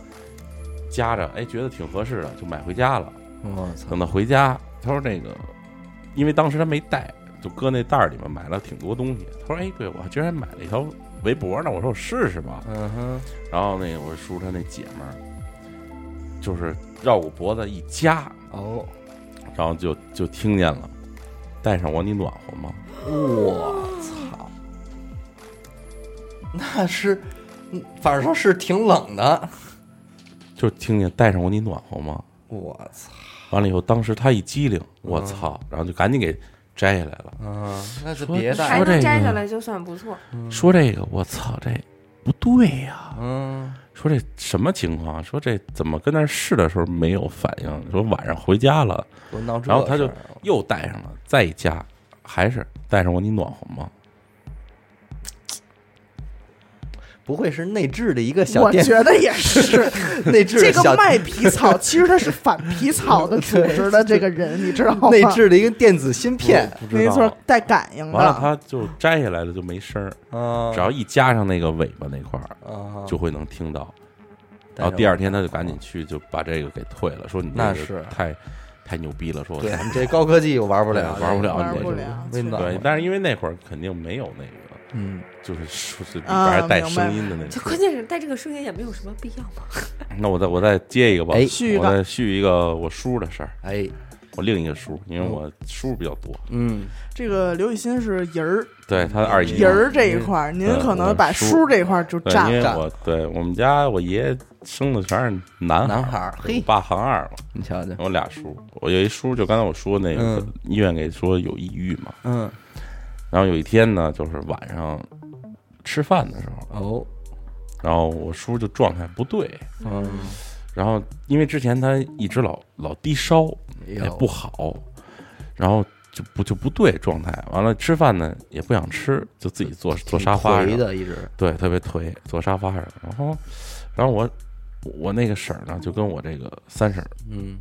[SPEAKER 1] 夹着，哎，觉得挺合适的，就买回家了。
[SPEAKER 4] 我操
[SPEAKER 1] 等，到回家，他说那个，因为当时他没带，就搁那袋儿里面买了挺多东西。他说：“哎，对我还居然买了一条围脖呢。”我说：“我试试吧。
[SPEAKER 4] 嗯哼，”
[SPEAKER 1] 然后那个我叔他那姐们儿，就是绕过脖子一夹，
[SPEAKER 4] 哦，
[SPEAKER 1] 然后就就听见了，戴上我你暖和吗？
[SPEAKER 4] 我操，那是，嗯反正是挺冷的，
[SPEAKER 1] 就听见戴上我你暖和吗？
[SPEAKER 4] 我操，
[SPEAKER 1] 完了以后，当时他一激灵，我操！然后就赶紧给摘下来了。
[SPEAKER 4] 啊，那就
[SPEAKER 1] 说
[SPEAKER 4] 别
[SPEAKER 3] 还
[SPEAKER 4] 带
[SPEAKER 1] 说
[SPEAKER 4] 了，
[SPEAKER 1] 这
[SPEAKER 3] 能摘下
[SPEAKER 1] 个
[SPEAKER 3] 来就算不错。
[SPEAKER 1] 说这个，我操，这不对呀、
[SPEAKER 4] 嗯，
[SPEAKER 1] 说这什么情况？说这怎么跟那儿试的时候没有反应？说晚上回家了，
[SPEAKER 4] 给我闹这事儿，
[SPEAKER 1] 然后他就又戴上了，再一加，还是戴上我你暖和吗？
[SPEAKER 4] 不会是内置的一个小
[SPEAKER 2] 我
[SPEAKER 4] 电，
[SPEAKER 2] 觉得也 是，
[SPEAKER 4] 内置
[SPEAKER 2] 这个
[SPEAKER 4] 的小
[SPEAKER 2] 卖皮草其实它是反皮草的组织的这个人，你知道吗？
[SPEAKER 4] 内置的一个电子芯片，
[SPEAKER 1] 不知
[SPEAKER 2] 没
[SPEAKER 1] 道
[SPEAKER 2] 错，带感应
[SPEAKER 1] 完了
[SPEAKER 2] 的。
[SPEAKER 1] 他就摘下来了，就没声儿。
[SPEAKER 4] 啊，
[SPEAKER 1] 嗯只要一加上那个尾巴那块儿，
[SPEAKER 4] 啊，
[SPEAKER 1] 就会能听到。
[SPEAKER 4] 戴上
[SPEAKER 1] 然后第二天他就赶紧去就把这个给退了，说你这
[SPEAKER 4] 那
[SPEAKER 1] 个
[SPEAKER 4] 是
[SPEAKER 1] 太太牛逼了，说我
[SPEAKER 4] 对
[SPEAKER 1] 太
[SPEAKER 4] 你这高科技我玩不了，
[SPEAKER 1] 玩不了
[SPEAKER 2] 玩不
[SPEAKER 1] 你这
[SPEAKER 2] 了，
[SPEAKER 4] 温暖
[SPEAKER 1] 对。但是因为那会儿肯定没有那个，
[SPEAKER 4] 嗯，
[SPEAKER 1] 就是说是里
[SPEAKER 2] 啊
[SPEAKER 1] 边带
[SPEAKER 2] 明白
[SPEAKER 1] 声音的那
[SPEAKER 3] 就
[SPEAKER 1] 种。
[SPEAKER 3] 关键是戴这个声音也没有什么必要嘛。
[SPEAKER 1] 那我再我再接一个吧，
[SPEAKER 4] 哎
[SPEAKER 2] 续一
[SPEAKER 1] 我
[SPEAKER 2] 个
[SPEAKER 1] 再续一个我叔的事儿。
[SPEAKER 4] 哎，
[SPEAKER 1] 我另一个叔，因为我叔比较多，
[SPEAKER 4] 嗯，
[SPEAKER 2] 这个刘雨欣是人儿，
[SPEAKER 1] 对他的二姨
[SPEAKER 4] 嗯
[SPEAKER 1] 嘛，
[SPEAKER 2] 人儿这一块儿，您
[SPEAKER 1] 嗯
[SPEAKER 2] 可能
[SPEAKER 1] 我
[SPEAKER 2] 把
[SPEAKER 1] 叔
[SPEAKER 2] 叔这块儿就
[SPEAKER 1] 对，
[SPEAKER 2] 占
[SPEAKER 1] 因为
[SPEAKER 2] 了。
[SPEAKER 1] 我对我们家我爷爷生的全是男
[SPEAKER 4] 男
[SPEAKER 1] 孩
[SPEAKER 4] 孩
[SPEAKER 1] 儿
[SPEAKER 4] 儿，
[SPEAKER 1] 对
[SPEAKER 4] 嘿
[SPEAKER 1] 我爸行二嘛，
[SPEAKER 4] 你瞧瞧，
[SPEAKER 1] 我俩叔，我有一叔，就刚才我说那个
[SPEAKER 4] 嗯
[SPEAKER 1] 医院给说有抑郁嘛，
[SPEAKER 4] 嗯，
[SPEAKER 1] 然后有一天呢，就是晚上吃饭的时候，
[SPEAKER 4] 哦，
[SPEAKER 1] 然后我叔就状态不对，
[SPEAKER 4] 嗯，
[SPEAKER 1] 然后因为之前他一直老老低烧，也
[SPEAKER 4] 也
[SPEAKER 1] 哎不好，然后就不就不对状态。完了吃饭呢也不想吃，就自己坐坐沙发
[SPEAKER 4] 回
[SPEAKER 1] 上，
[SPEAKER 4] 的一直，
[SPEAKER 1] 对，特别颓，坐沙发上。然后，然后我我那个婶儿呢，就跟我这个三婶儿，
[SPEAKER 4] 嗯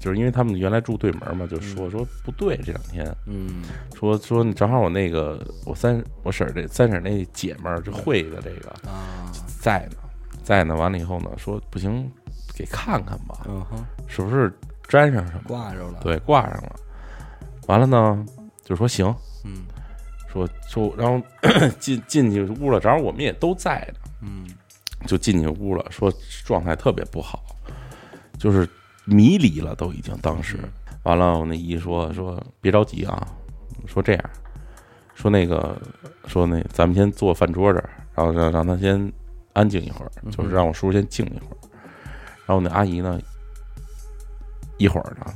[SPEAKER 1] 就是因为他们原来住对门嘛，就说说不对，这两天
[SPEAKER 4] 嗯，
[SPEAKER 1] 说说正好我那个我三我婶儿这三婶儿那姐们儿就会的这个
[SPEAKER 4] 啊，
[SPEAKER 1] 在呢在呢，完了以后呢说不行，给看看吧，
[SPEAKER 4] 嗯哼，
[SPEAKER 1] 是不是沾上什么？
[SPEAKER 4] 挂着了，，
[SPEAKER 1] 对，挂上了。完了呢，就说行，
[SPEAKER 4] 嗯
[SPEAKER 1] 说说，然后 进进去屋了，正好我们也都在呢，
[SPEAKER 4] 嗯，
[SPEAKER 1] 就进去屋了，说状态特别不好，就是迷离了，都已经当时。完了，我那姨说说别着急啊，说这样，说那个说那咱们先坐饭桌这儿，然后让让他先安静一会儿，就是让我叔叔先静一会儿。然后我那阿姨呢，一会儿呢，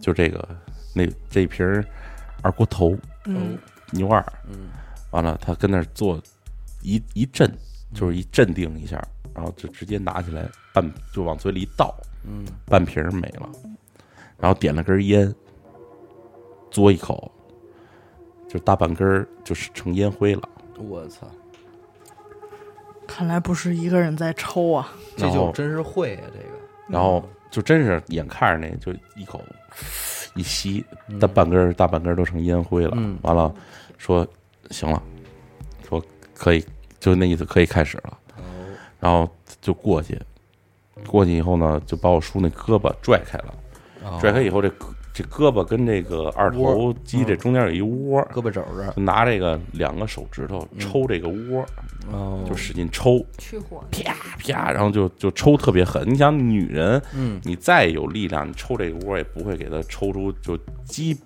[SPEAKER 1] 就这个那这瓶儿二锅头
[SPEAKER 2] 嗯，
[SPEAKER 1] 牛二，
[SPEAKER 4] 嗯，
[SPEAKER 1] 完了，他跟那儿坐一一镇，就是一镇定一下，然后就直接拿起来半就往嘴里倒，
[SPEAKER 4] 嗯，
[SPEAKER 1] 半瓶儿没了，然后点了根烟，嘬一口，就大半根儿就是成烟灰了。
[SPEAKER 4] 我操，
[SPEAKER 2] 看来不是一个人在抽啊。嗯
[SPEAKER 4] 这
[SPEAKER 1] 然
[SPEAKER 4] 就
[SPEAKER 1] 后
[SPEAKER 4] 真是会啊，这个，
[SPEAKER 1] 然后就真是眼看着那就一口一吸，大半根儿大半根儿都成烟灰了。
[SPEAKER 4] 嗯
[SPEAKER 1] 完了，说行了，说可以，就那意思可以开始了。
[SPEAKER 4] 哦，
[SPEAKER 1] 然后就过去，过去以后呢，就把我叔那胳膊拽开了，
[SPEAKER 4] 哦
[SPEAKER 1] 拽开以后这胳这胳膊跟这个二头
[SPEAKER 4] 嗯
[SPEAKER 1] 肌这中间有一窝，
[SPEAKER 4] 胳膊肘这儿，
[SPEAKER 1] 就拿这个两个手指
[SPEAKER 4] 嗯
[SPEAKER 1] 头抽这个窝，
[SPEAKER 4] 哦
[SPEAKER 1] 就使劲抽，
[SPEAKER 3] 去火，
[SPEAKER 1] 啪啪，然后就就抽特别狠。你想女人，
[SPEAKER 4] 嗯，
[SPEAKER 1] 你再有力量，你抽这个窝也不会给她抽出就几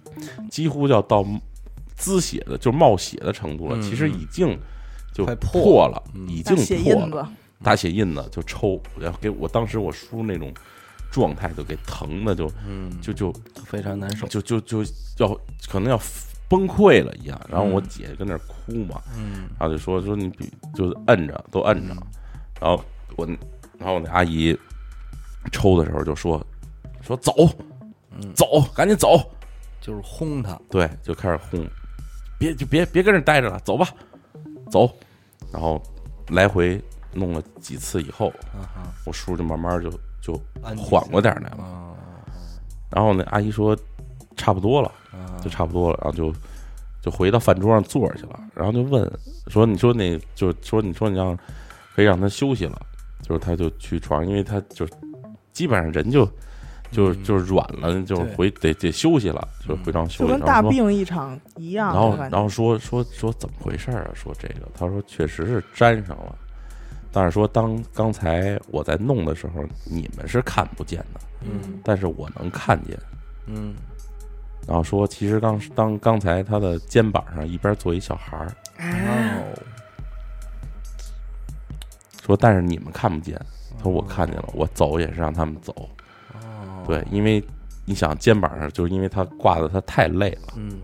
[SPEAKER 1] 几乎要到滋血的就冒血的程度了，
[SPEAKER 4] 嗯
[SPEAKER 1] 其实已经就
[SPEAKER 4] 快破
[SPEAKER 1] 破了，
[SPEAKER 4] 嗯
[SPEAKER 1] 已
[SPEAKER 2] 大
[SPEAKER 1] 经
[SPEAKER 2] 血
[SPEAKER 1] 破
[SPEAKER 2] 印
[SPEAKER 1] 了。
[SPEAKER 2] 子，
[SPEAKER 1] 打血印子就抽，然后给我当时我叔那种状态就给疼的就
[SPEAKER 4] 嗯，
[SPEAKER 1] 就就
[SPEAKER 4] 非常难受。
[SPEAKER 1] 就就就要可能要崩溃了一样。然后我姐跟那儿哭嘛，
[SPEAKER 4] 嗯
[SPEAKER 1] 然后就说说你比就是摁着都摁着，然后我然后我那阿姨抽的时候就说说走
[SPEAKER 4] 嗯，
[SPEAKER 1] 走赶紧走，
[SPEAKER 4] 就是轰他，
[SPEAKER 1] 对，就开始轰，别就别别跟这儿待着了，走吧，走。然后来回弄了几次以后，
[SPEAKER 4] 啊哈，
[SPEAKER 1] 我叔就慢慢就就
[SPEAKER 4] 安静
[SPEAKER 1] 缓过点儿来了。
[SPEAKER 4] 啊
[SPEAKER 1] 然后呢，阿姨说差不多了，
[SPEAKER 4] 啊，
[SPEAKER 1] 就差不多了，然后就就回到饭桌上坐着去了。然后就问说：“你说那就说你说你让可以让他休息了，就是他就去床上，因为他就基本上人就就
[SPEAKER 4] 嗯
[SPEAKER 1] 就是软了，就是
[SPEAKER 4] 对嗯
[SPEAKER 1] 回得得休息了，就回床休息。”
[SPEAKER 2] 就跟
[SPEAKER 1] 然后
[SPEAKER 2] 大
[SPEAKER 1] 说
[SPEAKER 2] 病一场一样。
[SPEAKER 1] 然后
[SPEAKER 2] 我感觉
[SPEAKER 1] 然后说说说怎么回事儿啊？说这个，他说确实是粘上了，但是说当刚才我在弄的时候，你们是看不见的，
[SPEAKER 4] 嗯
[SPEAKER 1] 但是我能看见。
[SPEAKER 4] 嗯，
[SPEAKER 1] 然后说，其实刚当刚才他的肩膀上一边坐一小孩儿，
[SPEAKER 3] 啊，
[SPEAKER 4] 哦，
[SPEAKER 1] 说但是你们看不见。他说我看见了，我走也是让他们走。
[SPEAKER 4] 哦，
[SPEAKER 1] 对，因为你想肩膀上，就是因为他挂的他太累了。
[SPEAKER 4] 嗯，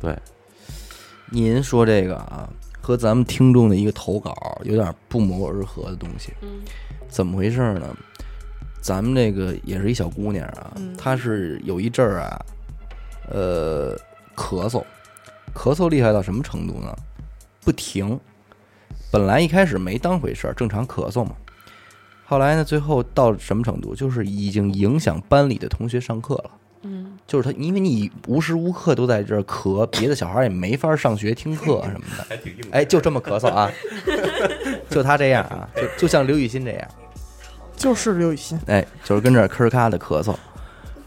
[SPEAKER 1] 对，
[SPEAKER 4] 您说这个啊，和咱们听众的一个投稿有点不谋而合的东西，
[SPEAKER 3] 嗯
[SPEAKER 4] 怎么回事呢？咱们这个也是一小姑娘啊，
[SPEAKER 2] 嗯
[SPEAKER 4] 她是有一阵儿啊，呃，咳嗽，咳嗽厉害到什么程度呢？不停。本来一开始没当回事儿，正常咳嗽嘛。后来呢，最后到什么程度？就是已经影响班里的同学上课了。
[SPEAKER 3] 嗯
[SPEAKER 4] 就是他，因为你无时无刻都在这儿咳，别的小孩也没法上学听课 什么的，还挺哎，就这么咳嗽 啊，就他这样啊，就就像刘雨欣这样，
[SPEAKER 2] 就是刘雨欣，
[SPEAKER 4] 哎，就是跟这儿吭儿咔的咳嗽。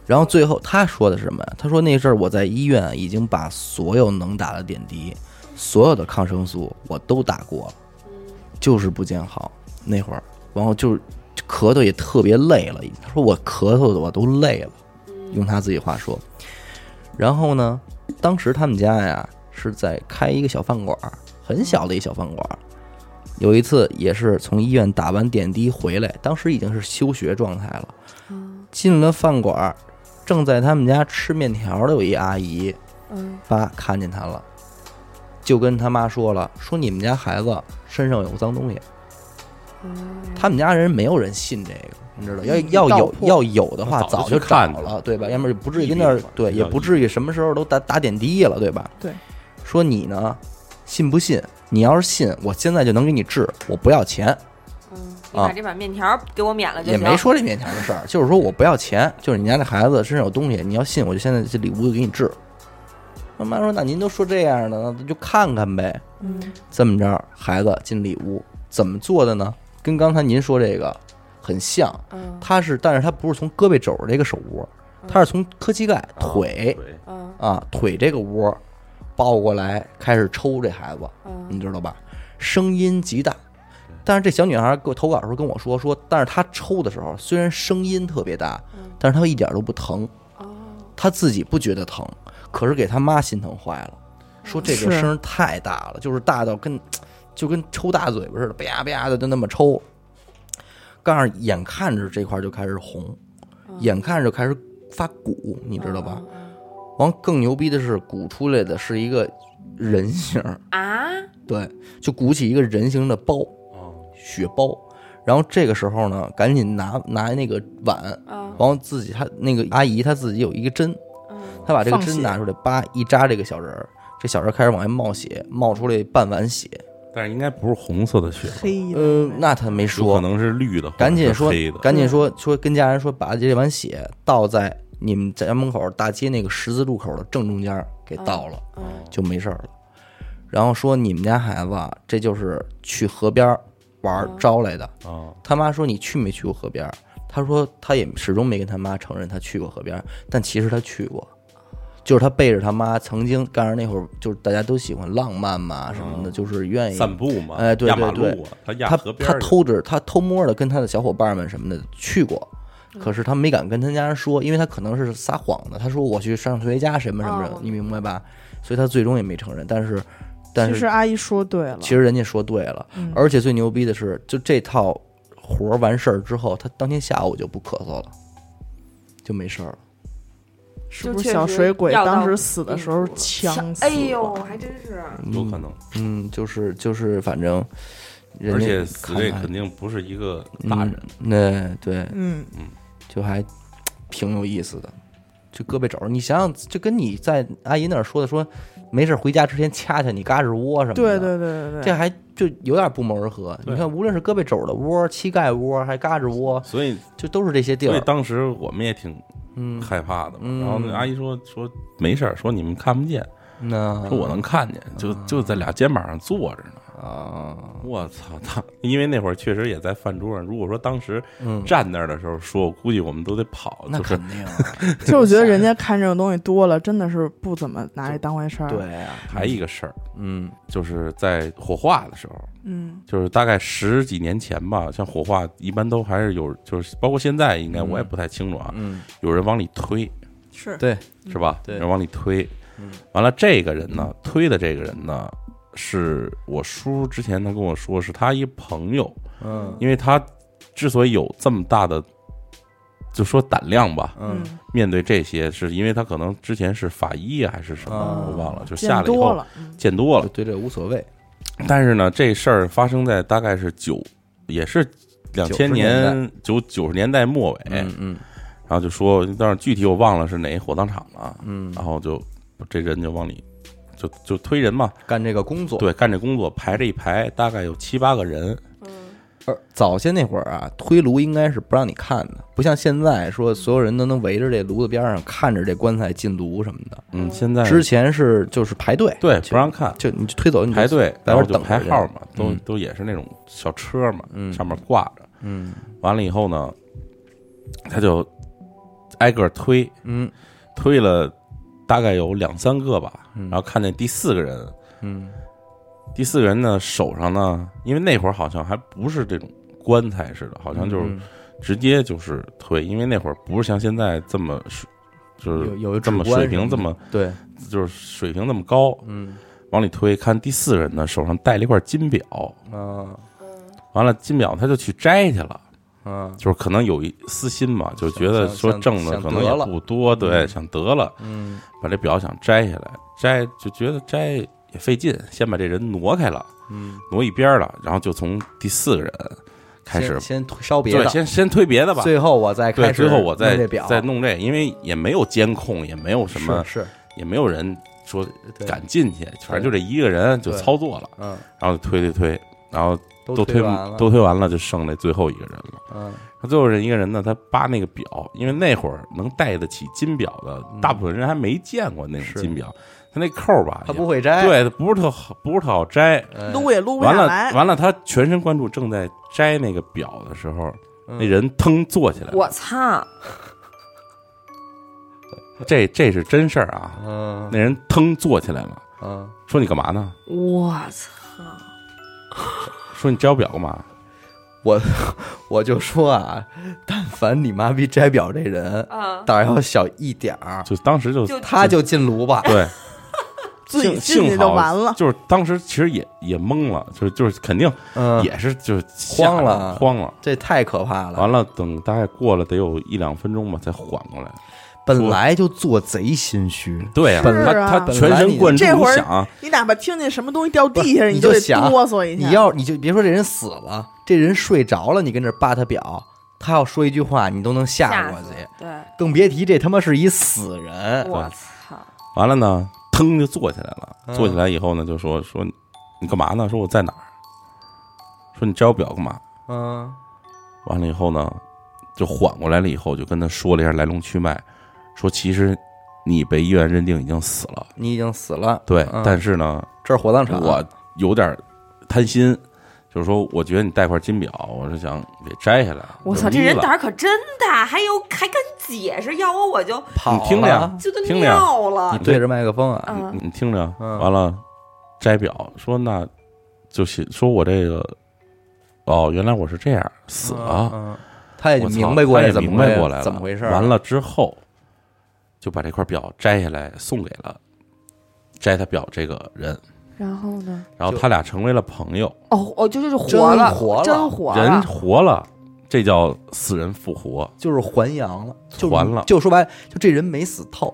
[SPEAKER 4] 然后最后他说的是什么呀？他说那阵儿我在医院啊已经把所有能打的点滴、所有的抗生素我都打过了，就是不见好。那会儿，然后就是咳嗽也特别累了，他说我咳嗽的我都累了，用他自己话说。然后呢，当时他们家呀是在开一个小饭馆儿，很小的一小饭馆儿。有一次也是从医院打完点滴回来，当时已经是休学状态了。进了饭馆儿，正在他们家吃面条的有一阿姨，
[SPEAKER 3] 嗯
[SPEAKER 4] 爸看见他了，就跟他妈说了，说你们家孩子身上有脏东西。
[SPEAKER 2] 嗯
[SPEAKER 4] 他们家人没有人信这个，你知道，要要
[SPEAKER 2] 道
[SPEAKER 4] 有
[SPEAKER 2] 破
[SPEAKER 4] 要有的话，
[SPEAKER 1] 早
[SPEAKER 4] 早
[SPEAKER 1] 就去
[SPEAKER 4] 就找
[SPEAKER 1] 看
[SPEAKER 4] 了
[SPEAKER 1] 了，
[SPEAKER 4] 对吧？要么就不至于
[SPEAKER 1] 一
[SPEAKER 4] 跟那儿
[SPEAKER 1] 定，
[SPEAKER 4] 对，
[SPEAKER 1] 一
[SPEAKER 4] 也
[SPEAKER 1] 定
[SPEAKER 4] 不至于什么时候都打打点滴了，对吧？
[SPEAKER 2] 对。
[SPEAKER 4] 说你呢，信不信？你要是信，我现在就能给你治，我不要钱。
[SPEAKER 3] 嗯，你把这碗面条给我免了就
[SPEAKER 4] 也
[SPEAKER 3] 行。
[SPEAKER 4] 没说这面条的事儿，就是说我不要钱，就是你家那孩子身上有东西，你要信我就现在这礼物就给你治。我妈说：“那您都说这样的，那就看看呗。
[SPEAKER 2] 嗯，”
[SPEAKER 4] 这么着，孩子进里屋怎么做的呢？跟刚才您说这个很像，
[SPEAKER 3] 嗯
[SPEAKER 4] 他是，但是他不是从胳膊肘这个手窝，他是从磕膝盖、腿
[SPEAKER 3] 嗯
[SPEAKER 4] 啊腿这个窝抱过来开始抽这孩子。
[SPEAKER 3] 嗯
[SPEAKER 4] 你知道吧？声音极大。但是这小女孩给我投稿的时候跟我说说，但是她抽的时候虽然声音特别大，但是她一点都不疼，
[SPEAKER 3] 哦
[SPEAKER 4] 她自己不觉得疼，可是给她妈心疼坏了，说这个
[SPEAKER 2] 是
[SPEAKER 4] 声儿太大了，就是大到跟就跟抽大嘴巴似的，啪啪的就那么抽。告诉你眼看着这块儿就开始红，眼看着就开始发鼓，你知道吧？完更牛逼的是，鼓出来的是一个人形儿，
[SPEAKER 3] 啊，
[SPEAKER 4] 对，就鼓起一个人形的包，
[SPEAKER 1] 哦
[SPEAKER 4] 血包。然后这个时候呢，赶紧拿拿那个碗，
[SPEAKER 2] 哦
[SPEAKER 3] 嗯
[SPEAKER 4] 然后自己她那个阿姨她自己有一个针，
[SPEAKER 3] 嗯
[SPEAKER 4] 她把这个
[SPEAKER 2] 放
[SPEAKER 4] 针
[SPEAKER 2] 血
[SPEAKER 4] 拿出来，叭一扎这个小人儿，这小人儿开始往外冒血，冒出来半碗血。
[SPEAKER 1] 但是应该不是红色的血，
[SPEAKER 2] 黑的，
[SPEAKER 4] 嗯、那她
[SPEAKER 1] 呃
[SPEAKER 4] 没
[SPEAKER 1] 有可
[SPEAKER 4] 说，
[SPEAKER 1] 能是绿的，
[SPEAKER 4] 赶紧说
[SPEAKER 1] 或者是黑，的。
[SPEAKER 4] 赶紧说说跟家人说，把这碗血倒在你们家门口大街那个十字路口的正中间儿给倒了。
[SPEAKER 3] 嗯
[SPEAKER 4] 就没事儿了。然后说你们家孩子啊这就是去河边儿玩儿招来的。
[SPEAKER 1] 啊，
[SPEAKER 4] 他妈说你去没去过河边儿？他说他也始终没跟他妈承认他去过河边儿，但其实他去过，就是他背着他妈曾经干上那会儿，就是大家都喜欢浪漫嘛什么的，就是愿意
[SPEAKER 1] 哦散步嘛，
[SPEAKER 4] 哎对
[SPEAKER 1] 压马
[SPEAKER 4] 对对
[SPEAKER 1] 路啊，他压
[SPEAKER 4] 他
[SPEAKER 1] 河边
[SPEAKER 4] 他
[SPEAKER 1] 儿去
[SPEAKER 4] 偷着他偷摸的跟他的小伙伴们什么的去过，可是他没敢跟他家人说，因为他可能是撒谎的。他说我去上同学家什么什么什么
[SPEAKER 3] 哦，
[SPEAKER 4] 你明白吧？所以他最终也没承认。但是，但
[SPEAKER 2] 其实
[SPEAKER 4] 是
[SPEAKER 2] 阿姨说对了，
[SPEAKER 4] 其实人家说对了，
[SPEAKER 2] 嗯
[SPEAKER 4] 而且最牛逼的是，就这套活儿完事儿之后，他当天下午就不咳嗽了，就没事儿了。
[SPEAKER 2] 是不是小水鬼
[SPEAKER 3] 就确实
[SPEAKER 2] 当时死的时候呛死
[SPEAKER 3] 哎呦，
[SPEAKER 2] 了
[SPEAKER 3] 还真是
[SPEAKER 1] 有可能，
[SPEAKER 4] 嗯，就是就是，反正人
[SPEAKER 1] 而
[SPEAKER 4] 家
[SPEAKER 1] 且死这
[SPEAKER 4] 看看
[SPEAKER 1] 肯定不是一个大人，
[SPEAKER 4] 嗯，对对，
[SPEAKER 2] 嗯，
[SPEAKER 4] 就还挺有意思的。就胳膊肘儿，你想想，就跟你在阿姨那儿说的，说没事儿回家之前掐掐你胳肢窝什么的，
[SPEAKER 2] 对对对对
[SPEAKER 4] 这
[SPEAKER 2] 对，
[SPEAKER 4] 还就有点不谋而合。
[SPEAKER 1] 对
[SPEAKER 4] 你看，无论是胳膊肘的窝、膝盖窝，还胳肢窝，
[SPEAKER 1] 所以
[SPEAKER 4] 就都是这些地
[SPEAKER 1] 所以
[SPEAKER 4] 儿。
[SPEAKER 1] 当时我们也挺
[SPEAKER 4] 嗯，
[SPEAKER 1] 害怕的嘛。
[SPEAKER 4] 嗯
[SPEAKER 1] 然后那阿姨说说没事儿，说你们看不见，
[SPEAKER 4] 那
[SPEAKER 1] 说我能看见，就就在俩肩膀上坐着呢。
[SPEAKER 4] 啊，
[SPEAKER 1] 嗯我操他！因为那会儿确实也在饭桌上，如果说当时
[SPEAKER 4] 嗯，
[SPEAKER 1] 站那儿的时候说，我估计我们都得跑。
[SPEAKER 4] 那
[SPEAKER 1] 就是
[SPEAKER 4] 肯定啊，
[SPEAKER 2] 其实我觉得人家看这种东西多了，真的是不怎么拿这当回事儿。，
[SPEAKER 4] 对啊，
[SPEAKER 1] 还一个事儿，
[SPEAKER 4] 嗯
[SPEAKER 1] 就是在火化的时候，
[SPEAKER 2] 嗯
[SPEAKER 1] 就是大概十几年前吧，像火化一般都还是有，就是包括现在，应该
[SPEAKER 4] 嗯
[SPEAKER 1] 我也不太清楚啊，
[SPEAKER 4] 嗯，
[SPEAKER 1] 有人往里推，
[SPEAKER 2] 是
[SPEAKER 4] 对，
[SPEAKER 1] 是吧？
[SPEAKER 4] 对
[SPEAKER 1] 有人往里推
[SPEAKER 4] 嗯，
[SPEAKER 1] 完了这个人呢，推的这个人呢，是我叔之前他跟我说，是他一朋友，
[SPEAKER 4] 嗯
[SPEAKER 1] 因为他之所以有这么大的，就说胆量吧，
[SPEAKER 4] 嗯，
[SPEAKER 1] 面对这些，是因为他可能之前是法医啊还是什么，
[SPEAKER 4] 啊
[SPEAKER 1] 我忘了，就
[SPEAKER 2] 见
[SPEAKER 1] 下来以
[SPEAKER 2] 多
[SPEAKER 1] 后
[SPEAKER 2] 了，嗯
[SPEAKER 1] 见多
[SPEAKER 4] 就
[SPEAKER 1] 了。
[SPEAKER 4] 对这无所谓。
[SPEAKER 1] 但是呢，这事儿发生在大概是九，也是两千年九九十年代末尾，
[SPEAKER 4] 嗯嗯
[SPEAKER 1] 然后就说，但是具体我忘了是哪火葬场了，
[SPEAKER 4] 嗯，
[SPEAKER 1] 然后就这人就往里就就推人嘛，
[SPEAKER 4] 干这个工作。
[SPEAKER 1] 对，干这工作排这一排，大概有七八个人，
[SPEAKER 4] 而早先那会儿啊，推炉应该是不让你看的，不像现在说所有人都能围着这炉子边上看着这棺材进炉什么的。
[SPEAKER 2] 哦
[SPEAKER 1] 嗯，现在
[SPEAKER 4] 之前是就是排队，
[SPEAKER 1] 对
[SPEAKER 4] 就
[SPEAKER 1] 不让看，
[SPEAKER 4] 就你就推走你就
[SPEAKER 1] 排队，
[SPEAKER 4] 在
[SPEAKER 1] 嗯然
[SPEAKER 4] 那
[SPEAKER 1] 后
[SPEAKER 4] 儿
[SPEAKER 1] 就
[SPEAKER 4] 等
[SPEAKER 1] 排
[SPEAKER 4] 着去
[SPEAKER 1] 号嘛，都
[SPEAKER 4] 嗯
[SPEAKER 1] 都也是那种小车嘛，
[SPEAKER 4] 嗯
[SPEAKER 1] 上面挂着。
[SPEAKER 4] 嗯
[SPEAKER 1] 完了以后呢，他就挨个推，
[SPEAKER 4] 嗯
[SPEAKER 1] 推了大概有两三个吧，
[SPEAKER 4] 嗯
[SPEAKER 1] 然后看见第四个人，
[SPEAKER 4] 嗯
[SPEAKER 1] 第四个人呢手上呢，因为那会儿好像还不是这种棺材似的，好像就是
[SPEAKER 4] 嗯
[SPEAKER 1] 直接就是推，因为那会儿不是像现在这么水，就
[SPEAKER 4] 有
[SPEAKER 1] 是
[SPEAKER 4] 有
[SPEAKER 1] 这么
[SPEAKER 4] 指关
[SPEAKER 1] 水
[SPEAKER 4] 什
[SPEAKER 1] 平这
[SPEAKER 4] 的
[SPEAKER 1] 么
[SPEAKER 4] 对，
[SPEAKER 1] 就是水平这么高，
[SPEAKER 4] 嗯
[SPEAKER 1] 往里推，看第四个人呢手上戴了一块金表，
[SPEAKER 4] 啊
[SPEAKER 1] 完了金表他就去摘去了。
[SPEAKER 4] 啊
[SPEAKER 1] 就是可能有一私心嘛，就觉得
[SPEAKER 4] 想
[SPEAKER 1] 说
[SPEAKER 4] 想
[SPEAKER 1] 挣的
[SPEAKER 4] 想
[SPEAKER 1] 可能
[SPEAKER 4] 得
[SPEAKER 1] 也
[SPEAKER 4] 了
[SPEAKER 1] 不多，对，
[SPEAKER 4] 嗯
[SPEAKER 1] 想得了，
[SPEAKER 4] 嗯
[SPEAKER 1] 把这表想摘下来，摘就觉得摘也费劲，先把这人挪开了，
[SPEAKER 4] 嗯，
[SPEAKER 1] 挪一边了，然后就从第四个人开始
[SPEAKER 4] 先，先推烧别
[SPEAKER 1] 对，
[SPEAKER 4] 的，
[SPEAKER 1] 先先推别的吧，
[SPEAKER 4] 最后我再
[SPEAKER 1] 对，
[SPEAKER 4] 开始
[SPEAKER 1] 最后我再
[SPEAKER 4] 弄这表
[SPEAKER 1] 再弄这，因为也没有监控，也没有什么，
[SPEAKER 4] 是
[SPEAKER 1] 也没有人说
[SPEAKER 4] 是对
[SPEAKER 1] 敢进去，反正就这一个人就
[SPEAKER 4] 对
[SPEAKER 1] 操作了，
[SPEAKER 4] 嗯
[SPEAKER 1] 然后就推推推，然后都
[SPEAKER 4] 推
[SPEAKER 1] 推
[SPEAKER 4] 完了
[SPEAKER 1] 都推完了，就剩那最后一个人了。
[SPEAKER 4] 嗯
[SPEAKER 1] 他最后这一个人呢，他扒那个表，因为那会儿能戴得起金表的，大部分人还没见过那
[SPEAKER 4] 嗯是
[SPEAKER 1] 种金表。他那扣儿吧，
[SPEAKER 4] 他
[SPEAKER 1] 也
[SPEAKER 4] 不会摘，
[SPEAKER 1] 对，他不是特好，不是特好摘。
[SPEAKER 4] 哎，
[SPEAKER 2] 撸也撸不
[SPEAKER 1] 完
[SPEAKER 2] 下
[SPEAKER 1] 了
[SPEAKER 2] 来，
[SPEAKER 1] 完了，他全神贯注正在摘那个表的时候，
[SPEAKER 4] 嗯
[SPEAKER 1] 那人腾坐起来了。
[SPEAKER 3] 我操！
[SPEAKER 1] 这这是真事儿啊！
[SPEAKER 4] 嗯
[SPEAKER 1] 那人腾坐起来了，
[SPEAKER 4] 嗯
[SPEAKER 1] 说你干嘛呢？
[SPEAKER 3] 我操！
[SPEAKER 1] 说你摘我表干嘛？
[SPEAKER 4] 我就说啊，但凡你妈逼摘表这人
[SPEAKER 3] 啊！
[SPEAKER 4] 胆儿要小一点儿，
[SPEAKER 1] 就当时就
[SPEAKER 3] 就
[SPEAKER 4] 他就进炉吧。
[SPEAKER 1] 对，
[SPEAKER 2] 自
[SPEAKER 1] 幸
[SPEAKER 2] 己进去
[SPEAKER 1] 幸
[SPEAKER 2] 就
[SPEAKER 1] 好
[SPEAKER 2] 完了。
[SPEAKER 1] 就是当时其实也也懵了，就是就是肯定
[SPEAKER 4] 嗯，
[SPEAKER 1] 也是就是吓
[SPEAKER 4] 慌了
[SPEAKER 1] 慌了。
[SPEAKER 4] 这太可怕了。
[SPEAKER 1] 完了，等大概过了得有一两分钟吧，才缓过来。
[SPEAKER 4] 本来就做贼心虚，
[SPEAKER 1] 对
[SPEAKER 4] 本
[SPEAKER 2] 是啊
[SPEAKER 1] 他他全神贯注，
[SPEAKER 2] 这
[SPEAKER 1] 你
[SPEAKER 2] 会儿
[SPEAKER 1] 想，啊
[SPEAKER 2] 你哪怕听见什么东西掉地
[SPEAKER 4] 不
[SPEAKER 2] 下，
[SPEAKER 4] 是你
[SPEAKER 2] 就
[SPEAKER 4] 就
[SPEAKER 2] 得
[SPEAKER 4] 想
[SPEAKER 2] 哆嗦一下。
[SPEAKER 4] 你要你就别说这人死了，这人睡着了，你跟这扒他表，他要说一句话，你都能吓过
[SPEAKER 3] 死
[SPEAKER 4] 去，！
[SPEAKER 3] 对，
[SPEAKER 4] 更别提这他妈是一死人。
[SPEAKER 3] 我操！
[SPEAKER 1] 完了呢，腾就坐起来了。
[SPEAKER 4] 嗯
[SPEAKER 1] 坐起来以后呢，就说说你干嘛呢？说我在哪儿？说你摘我表干嘛？
[SPEAKER 4] 嗯
[SPEAKER 1] 完了以后呢，就缓过来了以后，就跟他说了一下来龙去脉，说其实你被医院认定已经死了，
[SPEAKER 4] 你已经死了，
[SPEAKER 1] 对，
[SPEAKER 4] 嗯
[SPEAKER 1] 但是呢，
[SPEAKER 4] 这是火葬场，
[SPEAKER 1] 我有点贪心。就是说，我觉得你戴块金表，我是想给摘下来。
[SPEAKER 3] 我操！
[SPEAKER 1] 就
[SPEAKER 3] 这
[SPEAKER 1] 眯
[SPEAKER 3] 人
[SPEAKER 1] 了
[SPEAKER 3] 胆儿可真大，还有还敢解释，要我我就
[SPEAKER 4] 跑
[SPEAKER 1] 你听着呀
[SPEAKER 4] 了，
[SPEAKER 3] 就都
[SPEAKER 1] 听着呀
[SPEAKER 3] 尿了
[SPEAKER 1] 你。
[SPEAKER 4] 对着麦克风啊，
[SPEAKER 3] 啊！
[SPEAKER 1] 你听着，
[SPEAKER 4] 嗯
[SPEAKER 1] 完了摘表说那就写说我这个哦，原来我是这样死了，
[SPEAKER 4] 嗯，嗯他也
[SPEAKER 1] 我操
[SPEAKER 4] 明白过
[SPEAKER 1] 他
[SPEAKER 4] 来
[SPEAKER 1] 也
[SPEAKER 4] 怎么
[SPEAKER 1] 明白过来
[SPEAKER 4] 怎么回事，啊
[SPEAKER 1] 完，了之后就把这块表摘下来送给了摘他表这个人，
[SPEAKER 3] 然后呢？
[SPEAKER 1] 然后他俩成为了朋友，
[SPEAKER 3] 哦，哦，就就是
[SPEAKER 4] 真
[SPEAKER 3] 活了，
[SPEAKER 4] 活了
[SPEAKER 3] 真活
[SPEAKER 1] 人活了，这叫死人复活。
[SPEAKER 4] 就是还阳了，就
[SPEAKER 1] 还了
[SPEAKER 4] 就说白了，就这人没死透。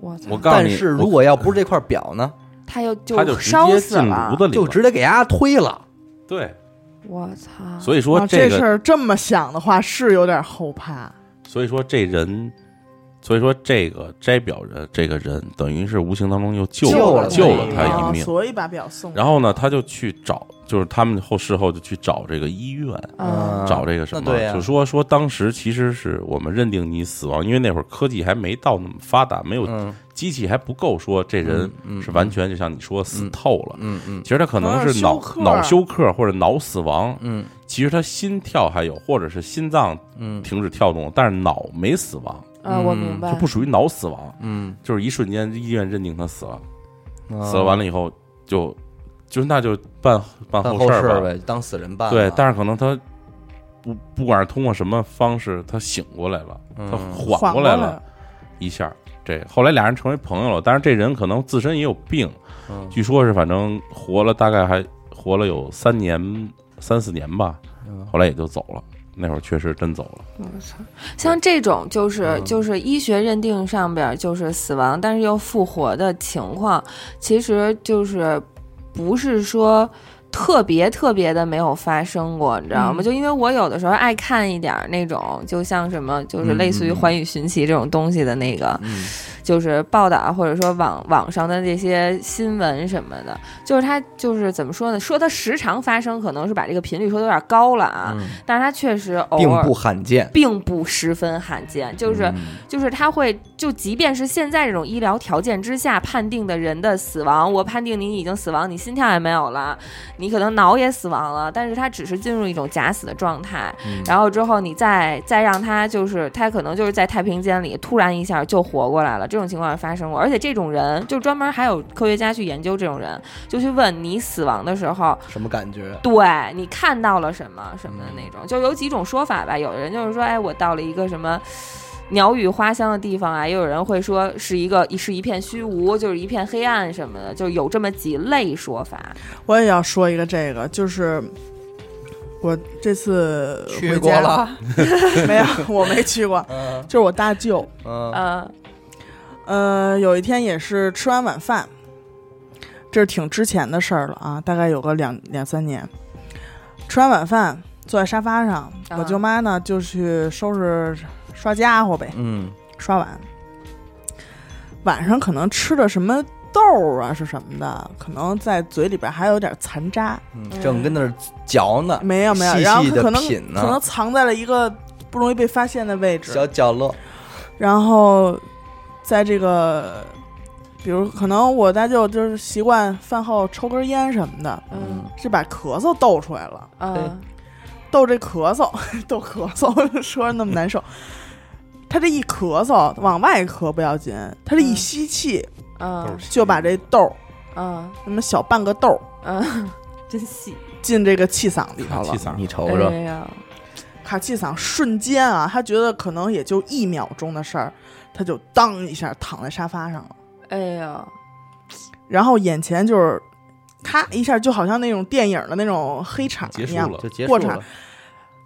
[SPEAKER 3] 我操
[SPEAKER 1] 我，告诉
[SPEAKER 4] 但
[SPEAKER 1] 你，
[SPEAKER 4] 是如果要不是这块表呢，
[SPEAKER 3] 他又
[SPEAKER 1] 他就直
[SPEAKER 3] 烧
[SPEAKER 1] 接
[SPEAKER 3] 死
[SPEAKER 1] 进
[SPEAKER 3] 了
[SPEAKER 1] 炉，子里
[SPEAKER 4] 就
[SPEAKER 1] 了，
[SPEAKER 4] 直接给家推了。
[SPEAKER 1] 对。
[SPEAKER 4] 啊
[SPEAKER 3] 我操！
[SPEAKER 1] 所
[SPEAKER 3] 以
[SPEAKER 1] 以说
[SPEAKER 2] 啊这事
[SPEAKER 1] 个，
[SPEAKER 2] 儿这么想的话，是有点后怕。
[SPEAKER 1] 所以说这人，所以说这个摘表人这个人，等于是无形当中又救
[SPEAKER 4] 救
[SPEAKER 1] 了
[SPEAKER 4] 了
[SPEAKER 1] 救
[SPEAKER 4] 他
[SPEAKER 1] 了
[SPEAKER 4] 一
[SPEAKER 1] 他
[SPEAKER 2] 啊
[SPEAKER 1] 一命。
[SPEAKER 2] 所以把表送。
[SPEAKER 1] 然后呢，他就去找，就是他们后事后就去找这个医院，
[SPEAKER 3] 嗯，
[SPEAKER 1] 找这个什
[SPEAKER 4] 那
[SPEAKER 1] 么，
[SPEAKER 4] 啊对啊呀
[SPEAKER 1] 就说说当时其实是我们认定你死亡，因为那会儿科技还没到那么发达，没有
[SPEAKER 4] 嗯
[SPEAKER 1] 机器还不够说这人
[SPEAKER 4] 嗯
[SPEAKER 1] 是完全就像你说死透了。
[SPEAKER 4] 嗯嗯
[SPEAKER 1] 其实他可能是脑
[SPEAKER 2] 脑啊休克
[SPEAKER 1] 脑休克或者脑死亡，
[SPEAKER 4] 嗯
[SPEAKER 1] 其实他心跳还有，或者是心脏
[SPEAKER 4] 嗯
[SPEAKER 1] 停止跳动，但是脑没死亡，
[SPEAKER 3] 啊，我明白
[SPEAKER 1] 嗯就，不属于脑死亡，
[SPEAKER 4] 嗯，
[SPEAKER 1] 就是一瞬间医院认定他死了，死
[SPEAKER 4] 死
[SPEAKER 1] 了完了以后就就那就办办
[SPEAKER 4] 办
[SPEAKER 1] 后
[SPEAKER 4] 后
[SPEAKER 1] 事儿吧，
[SPEAKER 4] 呗，啊当死人办了。
[SPEAKER 1] 对，但是可能他不不管是通过什么方式，他醒过来了，他
[SPEAKER 4] 嗯
[SPEAKER 1] 缓过
[SPEAKER 2] 过
[SPEAKER 1] 来
[SPEAKER 2] 了，
[SPEAKER 1] 一下。这后来俩人成为朋友了，但是这人可能自身也有病，
[SPEAKER 4] 嗯
[SPEAKER 1] 据说是反正活了大概还活了有三年三四年吧，后来也就走了。那会儿确实真走了，
[SPEAKER 3] 像这种
[SPEAKER 1] 嗯
[SPEAKER 3] 就是就是医学认定上边儿就是死亡，但是又复活的情况，其实就是不是说。特别特别的没有发生过，你知道吗？
[SPEAKER 2] 嗯
[SPEAKER 3] 就因为我有的时候爱看一点儿那种，就像什么，就是
[SPEAKER 4] 嗯
[SPEAKER 3] 类似于《
[SPEAKER 4] 嗯
[SPEAKER 3] 环宇寻奇》这种东西的那个，
[SPEAKER 4] 嗯
[SPEAKER 3] 就是报道或者说网网上的这些新闻什么的，就是它就是怎么说呢？说它时常发生，可能是把这个频率说的有点高了啊，
[SPEAKER 4] 嗯
[SPEAKER 3] 但是它确实偶
[SPEAKER 4] 并
[SPEAKER 3] 尔
[SPEAKER 4] 不罕见，
[SPEAKER 3] 并不十分罕见，就是、
[SPEAKER 4] 嗯
[SPEAKER 3] 就是它会就即便是现在这种医疗条件之下判定的人的死亡，我判定你已经死亡，你心跳也没有了，你可能脑也死亡了，但是它只是进入一种假死的状态，
[SPEAKER 4] 嗯
[SPEAKER 3] 然后之后你再再让他就是他可能就是在太平间里突然一下就活过来了，这种情况也发生过，而且这种人就专门还有科学家去研究这种人，就去问你死亡的时候
[SPEAKER 4] 什么感觉？
[SPEAKER 3] 对你看到了什么什么的那种，就有几种说法吧。有的人就是说，哎，我到了一个什么鸟语花香的地方啊，也有人会说是一个是一片虚无，就是一片黑暗什么的，就是有这么几类说法。
[SPEAKER 2] 我也要说一个这个，就是我这次
[SPEAKER 4] 去
[SPEAKER 2] 回
[SPEAKER 4] 过
[SPEAKER 2] 家
[SPEAKER 4] 了，
[SPEAKER 2] 没有？我没去过，
[SPEAKER 4] 嗯
[SPEAKER 2] 就是我大舅。
[SPEAKER 4] 嗯
[SPEAKER 3] 呃，
[SPEAKER 2] 呃，有一天也是吃完晚饭，这是挺之前的事儿了啊，大概有个两两三年。吃完晚饭，坐在沙发上，
[SPEAKER 3] 啊
[SPEAKER 2] 我舅妈呢就去收拾刷家伙呗，
[SPEAKER 4] 嗯
[SPEAKER 2] 刷碗。晚上可能吃的什么豆儿啊，是什么的，可能在嘴里边还有点残渣，
[SPEAKER 4] 嗯，正跟那儿嚼呢，
[SPEAKER 2] 没有没有，
[SPEAKER 4] 细细
[SPEAKER 2] 然后
[SPEAKER 4] 地
[SPEAKER 2] 可能
[SPEAKER 4] 品呢
[SPEAKER 2] 可能藏在了一个不容易被发现的位置，
[SPEAKER 4] 小角落，
[SPEAKER 2] 然后在这个，比如可能我大舅就是习惯饭后抽根烟什么的，
[SPEAKER 3] 嗯
[SPEAKER 2] 是把咳嗽逗出来了，
[SPEAKER 3] 呃，
[SPEAKER 2] 逗这咳嗽，逗咳嗽， 说着那么难受。他这一咳嗽往外咳不要紧，他这一
[SPEAKER 3] 嗯
[SPEAKER 2] 吸气
[SPEAKER 3] 嗯
[SPEAKER 2] 就把这豆儿，
[SPEAKER 3] 嗯
[SPEAKER 2] 那么小半个豆儿
[SPEAKER 3] 嗯， 真细。
[SPEAKER 2] 进这个气嗓里头
[SPEAKER 1] 气，
[SPEAKER 2] 了
[SPEAKER 1] 嗓
[SPEAKER 4] 你瞅
[SPEAKER 3] 哎
[SPEAKER 4] 瞅，
[SPEAKER 3] 呀，
[SPEAKER 2] 卡气嗓瞬间啊，他觉得可能也就一秒钟的事儿，他就当一下躺在沙发上了。
[SPEAKER 3] 哎呀，
[SPEAKER 2] 然后眼前就是咔一下，就好像那种电影的那种黑场
[SPEAKER 1] 结
[SPEAKER 2] 一
[SPEAKER 1] 束
[SPEAKER 2] 样
[SPEAKER 1] 了。
[SPEAKER 4] 就结束
[SPEAKER 2] 过场
[SPEAKER 4] 了，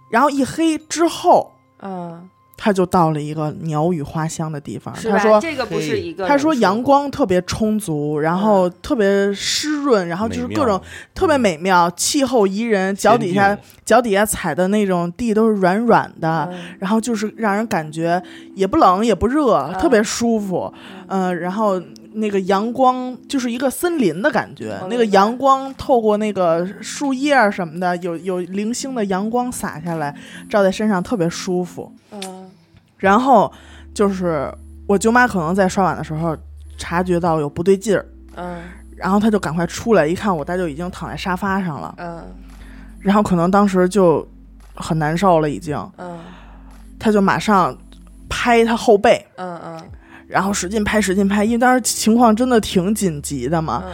[SPEAKER 2] 然后一黑之后，
[SPEAKER 3] 嗯，
[SPEAKER 2] 他就到了一个鸟语花香的地方。
[SPEAKER 3] 是
[SPEAKER 2] 啊他
[SPEAKER 3] 吧？
[SPEAKER 2] 说。
[SPEAKER 3] 这个不是一个人说的，
[SPEAKER 2] 他说阳光特别充足，然后特别湿润，然后就是各种特别美妙，气候宜人，脚底下脚底下踩的那种地都是软软的，
[SPEAKER 3] 嗯，
[SPEAKER 2] 然后就是让人感觉也不冷也不热，特别舒服。
[SPEAKER 3] 嗯
[SPEAKER 2] 呃，然后那个阳光就是一个森林的感觉
[SPEAKER 3] 我，
[SPEAKER 2] 那个
[SPEAKER 3] 哦明白
[SPEAKER 2] 阳光透过那个树叶儿什么的，有有零星的阳光洒下来，照在身上特别舒服。
[SPEAKER 3] 嗯
[SPEAKER 2] 然后就是我舅妈可能在刷碗的时候察觉到有不对劲儿，
[SPEAKER 3] 嗯
[SPEAKER 2] 然后她就赶快出来，一看我大舅已经躺在沙发上了，
[SPEAKER 3] 嗯
[SPEAKER 2] 然后可能当时就很难受了，已经，
[SPEAKER 3] 嗯
[SPEAKER 2] 她就马上拍他后背。
[SPEAKER 3] 嗯嗯
[SPEAKER 2] 然后使劲拍，使劲拍，因为当时情况真的挺紧急的嘛。
[SPEAKER 3] 嗯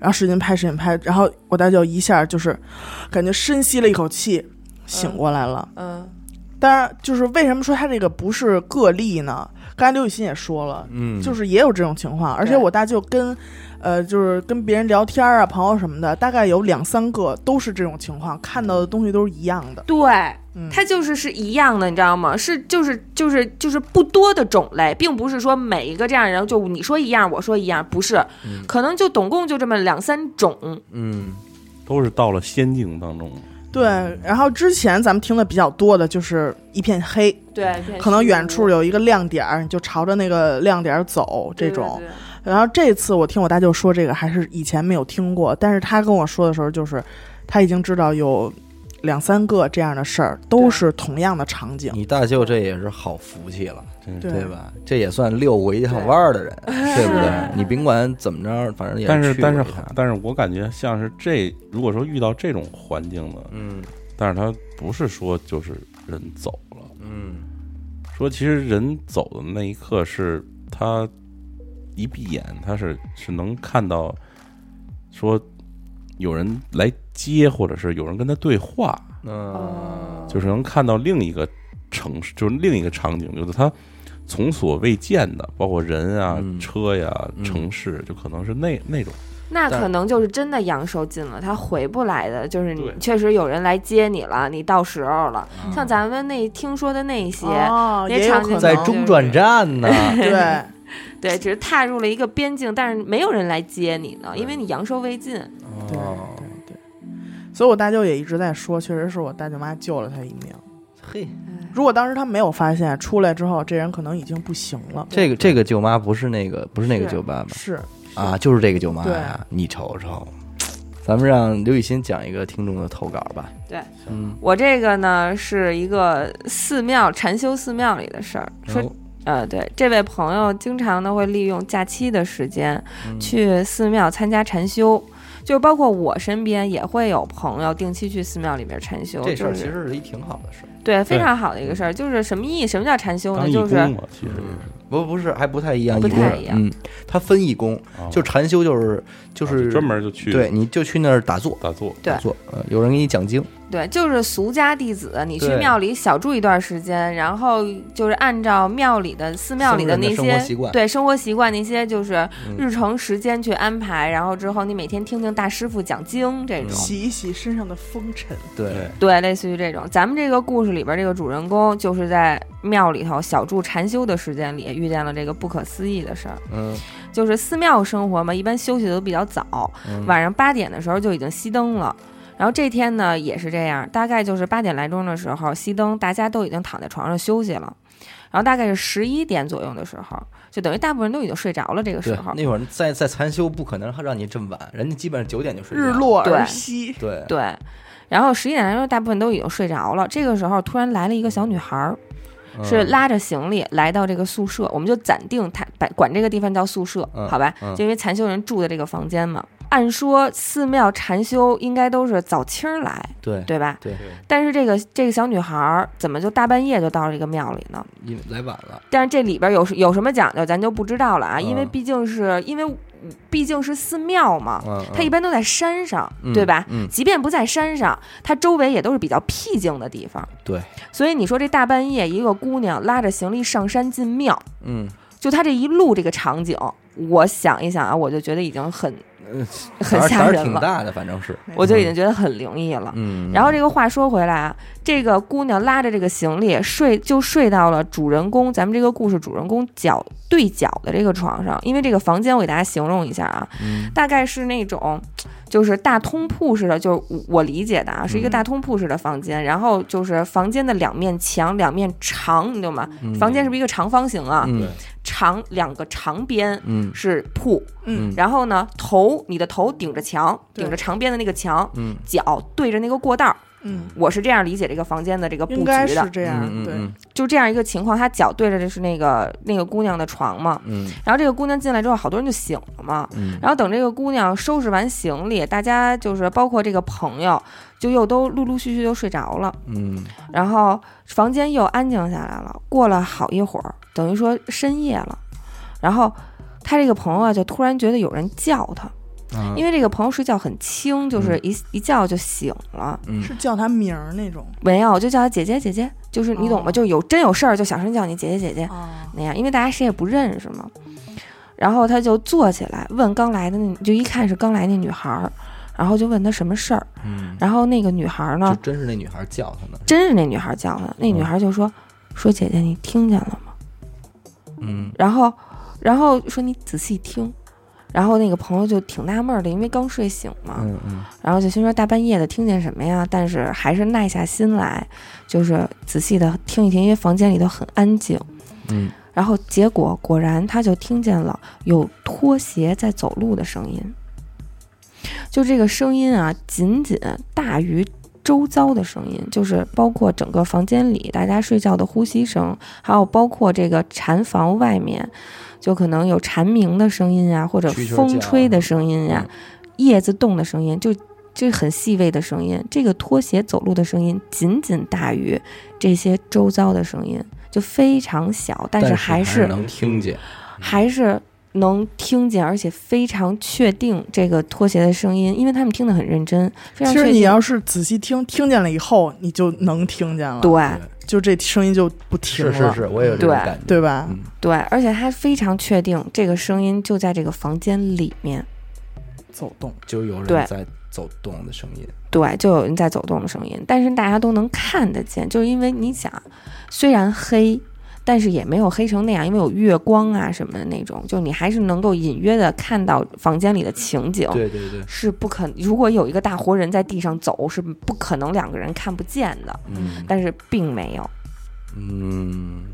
[SPEAKER 2] 然后使劲拍，使劲拍，然后我大舅一下就是感觉深吸了一口气，醒过来了。
[SPEAKER 3] 嗯
[SPEAKER 2] 当然，就是为什么说他这个不是个例呢？刚才刘雨欣也说了，
[SPEAKER 4] 嗯，
[SPEAKER 2] 就是也有这种情况，而且
[SPEAKER 3] 对
[SPEAKER 2] 我大舅跟，呃，就是跟别人聊天啊，朋友什么的，大概有两三个都是这种情况，看到的东西都是一样的。
[SPEAKER 3] 对，
[SPEAKER 2] 嗯，
[SPEAKER 3] 它就是是一样的，你知道吗？是就是就是就是不多的种类，并不是说每一个这样的人就你说一样，我说一样，不是，
[SPEAKER 4] 嗯
[SPEAKER 3] 可能就总共就这么两三种。
[SPEAKER 4] 嗯
[SPEAKER 1] 都是到了仙境当中了。
[SPEAKER 2] 对。然后之前咱们听的比较多的就是一片黑，
[SPEAKER 3] 对，
[SPEAKER 2] 可能远处有一个亮点儿，你就朝着那个亮点儿走这种。
[SPEAKER 3] 对对对
[SPEAKER 2] 然后这次我听我大舅说这个，还是以前没有听过，但是他跟我说的时候，就是他已经知道有两三个这样的事儿，都
[SPEAKER 3] 对
[SPEAKER 2] 是同样的场景。
[SPEAKER 4] 你大舅这也是好福气了，
[SPEAKER 1] 真是
[SPEAKER 2] 对
[SPEAKER 4] 对吧？这也算遛过一趟弯 儿的人，对不对？你甭管怎么着，反正也
[SPEAKER 1] 但是
[SPEAKER 4] 去
[SPEAKER 1] 但是
[SPEAKER 4] 过一趟
[SPEAKER 1] 但是我感觉像是这，如果说遇到这种环境呢，
[SPEAKER 4] 嗯
[SPEAKER 1] 但是它不是说就是人走了，
[SPEAKER 4] 嗯
[SPEAKER 1] 说其实人走的那一刻是他一闭眼，他是是能看到说有人来接，或者是有人跟他对话，
[SPEAKER 3] 哦
[SPEAKER 4] 嗯，
[SPEAKER 1] 就是能看到另一个城市，就是另一个场景，就是他从所未见的，包括人啊、
[SPEAKER 4] 嗯
[SPEAKER 1] 车呀、
[SPEAKER 4] 嗯
[SPEAKER 1] 城市，就可能是那那种。
[SPEAKER 3] 那
[SPEAKER 4] 但
[SPEAKER 3] 可能就是真的阳寿尽了，他回不来的，就是你
[SPEAKER 1] 对
[SPEAKER 3] 确实有人来接你了，你到时候了。
[SPEAKER 4] 嗯
[SPEAKER 3] 像咱们那听说的那些，
[SPEAKER 2] 哦，
[SPEAKER 3] 也
[SPEAKER 2] 也有
[SPEAKER 3] 常
[SPEAKER 2] 可能
[SPEAKER 3] 见
[SPEAKER 4] 在中转站呢，
[SPEAKER 2] 对，
[SPEAKER 3] 对，只是踏入了一个边境，但是没有人来接你呢，因为你阳寿未尽。
[SPEAKER 2] 对
[SPEAKER 4] 哦
[SPEAKER 2] 对对。所以我大舅也一直在说，确实是我大舅妈救了他一命。
[SPEAKER 4] 嘿，
[SPEAKER 2] 如果当时他没有发现，出来之后这人可能已经不行了。
[SPEAKER 4] 这个这个舅妈不是那个不是那个
[SPEAKER 3] 是
[SPEAKER 4] 舅妈吧？
[SPEAKER 2] 是，
[SPEAKER 4] 啊，就是这个舅妈
[SPEAKER 2] 对
[SPEAKER 4] 呀，你瞅瞅，咱们让刘雨欣讲一个听众的投稿吧。
[SPEAKER 3] 对，
[SPEAKER 4] 嗯，
[SPEAKER 3] 我这个呢是一个寺庙禅修寺庙里的事儿，说
[SPEAKER 4] 然后
[SPEAKER 3] 呃，对，这位朋友经常呢会利用假期的时间
[SPEAKER 4] 嗯
[SPEAKER 3] 去寺庙参加禅修，就是包括我身边也会有朋友定期去寺庙里面禅修。
[SPEAKER 4] 这事儿
[SPEAKER 3] 就
[SPEAKER 4] 其
[SPEAKER 3] 是
[SPEAKER 4] 实是一挺好的事儿，
[SPEAKER 3] 对非
[SPEAKER 1] 对
[SPEAKER 3] 常好的一个事儿，就是什么意义？什么叫禅修
[SPEAKER 1] 当
[SPEAKER 3] 呢？
[SPEAKER 1] 义
[SPEAKER 3] 就
[SPEAKER 1] 工
[SPEAKER 3] 是
[SPEAKER 1] 嘛，其实
[SPEAKER 4] 不不是还不太一样，
[SPEAKER 3] 不
[SPEAKER 4] 义工
[SPEAKER 3] 太一样
[SPEAKER 4] 嗯，它分义工，
[SPEAKER 1] 也是
[SPEAKER 4] 嗯就禅修就是就
[SPEAKER 1] 哦啊就是专门就去
[SPEAKER 4] 对，你就去那儿打坐
[SPEAKER 1] 打坐，
[SPEAKER 3] 对
[SPEAKER 4] 打坐，呃，有人给你讲经，
[SPEAKER 3] 对，就是俗家弟子，你去
[SPEAKER 4] 对
[SPEAKER 3] 庙里小住一段时间，然后就是按照庙里的寺庙里
[SPEAKER 4] 僧人的
[SPEAKER 3] 那
[SPEAKER 4] 生活
[SPEAKER 3] 些
[SPEAKER 4] 习惯
[SPEAKER 3] 对生活习惯那些就是
[SPEAKER 4] 嗯
[SPEAKER 3] 日程时间去安排，然后之后你每天听听大师傅讲经这种。
[SPEAKER 4] 嗯
[SPEAKER 2] 洗一洗身上的风尘。
[SPEAKER 4] 对，
[SPEAKER 3] 对，类似于这种，咱们这个故事里边这个主人公就是在庙里头小住禅修的时间里遇见了这个不可思议的事儿。
[SPEAKER 4] 嗯，
[SPEAKER 3] 就是寺庙生活嘛，一般休息的都比较早，
[SPEAKER 4] 嗯
[SPEAKER 3] 晚上八点的时候就已经熄灯了。然后这天呢也是这样，大概就是八点来钟的时候熄灯，大家都已经躺在床上休息了。然后大概是十一点左右的时候，就等于大部分人都已经睡着了。这个时
[SPEAKER 4] 对
[SPEAKER 3] 候，，
[SPEAKER 4] 那会儿在在禅修不可能让你这么晚，人家基本上九点就睡觉
[SPEAKER 2] 日，落而
[SPEAKER 3] 对
[SPEAKER 2] 息，
[SPEAKER 4] 对，
[SPEAKER 3] 对。然后十一点来钟，大部分都已经睡着了。这个时候突然来了一个小女孩儿，
[SPEAKER 4] 嗯
[SPEAKER 3] 是拉着行李来到这个宿舍，我们就暂定他把管这个地方叫宿舍，
[SPEAKER 4] 嗯
[SPEAKER 3] 好吧？
[SPEAKER 4] 嗯
[SPEAKER 3] 就因为禅修人住的这个房间嘛。按说寺庙禅修应该都是早清儿来，
[SPEAKER 4] 对，
[SPEAKER 3] 对吧？
[SPEAKER 4] 对。
[SPEAKER 3] 但是这个这个小女孩儿怎么就大半夜就到这个庙里呢？
[SPEAKER 4] 因为来晚了，
[SPEAKER 3] 但是这里边有有什么讲究，咱就不知道了啊，因为
[SPEAKER 4] 嗯
[SPEAKER 3] 毕竟是因为毕竟是寺庙嘛，
[SPEAKER 4] 嗯，
[SPEAKER 3] 它一般都在山上，对吧？
[SPEAKER 4] 嗯，
[SPEAKER 3] 即便不在山上，它周围也都是比较僻静的地方。
[SPEAKER 4] 对，
[SPEAKER 3] 所以你说这大半夜，一个姑娘拉着行李上山进庙，
[SPEAKER 4] 嗯，
[SPEAKER 3] 就她这一路这个场景，我想一想啊，我就觉得已经很
[SPEAKER 4] 呃
[SPEAKER 3] 很
[SPEAKER 4] 胆儿胆
[SPEAKER 3] 吓
[SPEAKER 4] 儿
[SPEAKER 3] 人
[SPEAKER 4] 挺
[SPEAKER 3] 了，
[SPEAKER 4] 大嗯的，反正是，
[SPEAKER 3] 我就已经觉得很灵异了。
[SPEAKER 4] 嗯，
[SPEAKER 3] 然后这个话说回来啊，这个姑娘拉着这个行李睡，就睡到了主人公咱们这个故事主人公脚对角的这个床上，因为这个房间我给大家形容一下啊，
[SPEAKER 4] 嗯
[SPEAKER 3] 大概是那种。就是大通铺似的，就是我我理解的啊，是一个大通铺式的房间，然后就是房间的两面墙、两面长，你懂吗？
[SPEAKER 4] 嗯
[SPEAKER 3] 房间是不是一个长方形啊？
[SPEAKER 4] 嗯
[SPEAKER 1] 对
[SPEAKER 3] 长两个长边
[SPEAKER 4] 嗯
[SPEAKER 3] 是铺，
[SPEAKER 2] 嗯
[SPEAKER 3] 然后呢，头你的头顶着墙，
[SPEAKER 2] 对
[SPEAKER 3] 顶着长边的那个墙，
[SPEAKER 4] 嗯
[SPEAKER 3] 脚对着那个过道儿。
[SPEAKER 2] 嗯，
[SPEAKER 3] 我是这样理解这个房间的这个布
[SPEAKER 2] 应
[SPEAKER 3] 局
[SPEAKER 2] 该是
[SPEAKER 3] 的，
[SPEAKER 2] 这样。
[SPEAKER 4] 嗯
[SPEAKER 2] 对，
[SPEAKER 4] 嗯
[SPEAKER 3] 就这样一个情况，他脚对着的是那个那个姑娘的床嘛。
[SPEAKER 4] 嗯
[SPEAKER 3] 然后这个姑娘进来之后，好多人就醒了嘛。
[SPEAKER 4] 嗯，
[SPEAKER 3] 然后等这个姑娘收拾完行李，大家就是包括这个朋友，就又都陆陆续续都睡着了。
[SPEAKER 4] 嗯
[SPEAKER 3] 然后房间又安静下来了。过了好一会儿，等于说深夜了，然后他这个朋友啊，就突然觉得有人叫他，
[SPEAKER 4] 啊
[SPEAKER 3] 因为这个朋友睡觉很轻，就是一、一觉就醒了。
[SPEAKER 4] 嗯
[SPEAKER 2] 是叫他名儿那种
[SPEAKER 3] 没有，我就叫他姐姐姐姐，就是你懂吗？
[SPEAKER 2] 哦
[SPEAKER 3] 就有真有事儿就小声叫你姐姐姐姐
[SPEAKER 2] 啊，
[SPEAKER 3] 那样，因为大家谁也不认识嘛。然后他就坐起来问刚来的那，就一看是刚来那女孩儿，然后就问她什么事儿。
[SPEAKER 4] 嗯，
[SPEAKER 3] 然后那个女孩儿
[SPEAKER 4] 就
[SPEAKER 3] 呢，
[SPEAKER 4] 真是那女孩叫他呢，
[SPEAKER 3] 真是那女孩儿叫他，那女孩儿就说、说姐姐你听见了吗？
[SPEAKER 4] 嗯
[SPEAKER 3] 然后然后说你仔细听。然后那个朋友就挺纳闷儿的，因为刚睡醒嘛，
[SPEAKER 4] 嗯嗯
[SPEAKER 3] 然后就心说大半夜的听见什么呀？但是还是耐下心来，就是仔细的听一听，因为房间里头很安静。
[SPEAKER 4] 嗯，
[SPEAKER 3] 然后结果果然他就听见了有拖鞋在走路的声音，就这个声音啊，仅仅大于周遭的声音，就是包括整个房间里大家睡觉的呼吸声，还有包括这个禅房外面，就可能有蝉鸣的声音呀、或者
[SPEAKER 4] 蛐蛐儿
[SPEAKER 3] 风
[SPEAKER 4] 叫啊
[SPEAKER 3] 吹的声音呀、叶子动的声音，就就很细微的声音。这个拖鞋走路的声音仅仅大于这些周遭的声音，就非常小，但是
[SPEAKER 4] 是
[SPEAKER 3] 还
[SPEAKER 4] 是
[SPEAKER 3] 是
[SPEAKER 4] 能听见，
[SPEAKER 3] 还是能听见，而且非常确定这个拖鞋的声音，因为他们听得很认真，非常
[SPEAKER 2] 其
[SPEAKER 3] 确
[SPEAKER 2] 实
[SPEAKER 3] 定。
[SPEAKER 2] 你要是仔细听，听见了以后，你就能听见了，
[SPEAKER 3] 对
[SPEAKER 2] 就这声音就不停
[SPEAKER 4] 是
[SPEAKER 2] 了，
[SPEAKER 4] 是是，我也有这种
[SPEAKER 3] 对
[SPEAKER 4] 感觉，
[SPEAKER 2] 对吧？
[SPEAKER 4] 嗯
[SPEAKER 3] 对，而且他非常确定这个声音就在这个房间里面，
[SPEAKER 2] 走动，
[SPEAKER 4] 就有人
[SPEAKER 3] 对
[SPEAKER 4] 在走动的声音，
[SPEAKER 3] 对，就有人在走动的声音，但是大家都能看得见，就是因为你想，虽然黑，但是也没有黑成那样，因为有月光啊什么的那种，就你还是能够隐约的看到房间里的情景。
[SPEAKER 4] 对对对，
[SPEAKER 3] 是不可，如果有一个大活人在地上走，是不可能两个人看不见的，
[SPEAKER 4] 嗯
[SPEAKER 3] 但是并没有。
[SPEAKER 4] 嗯，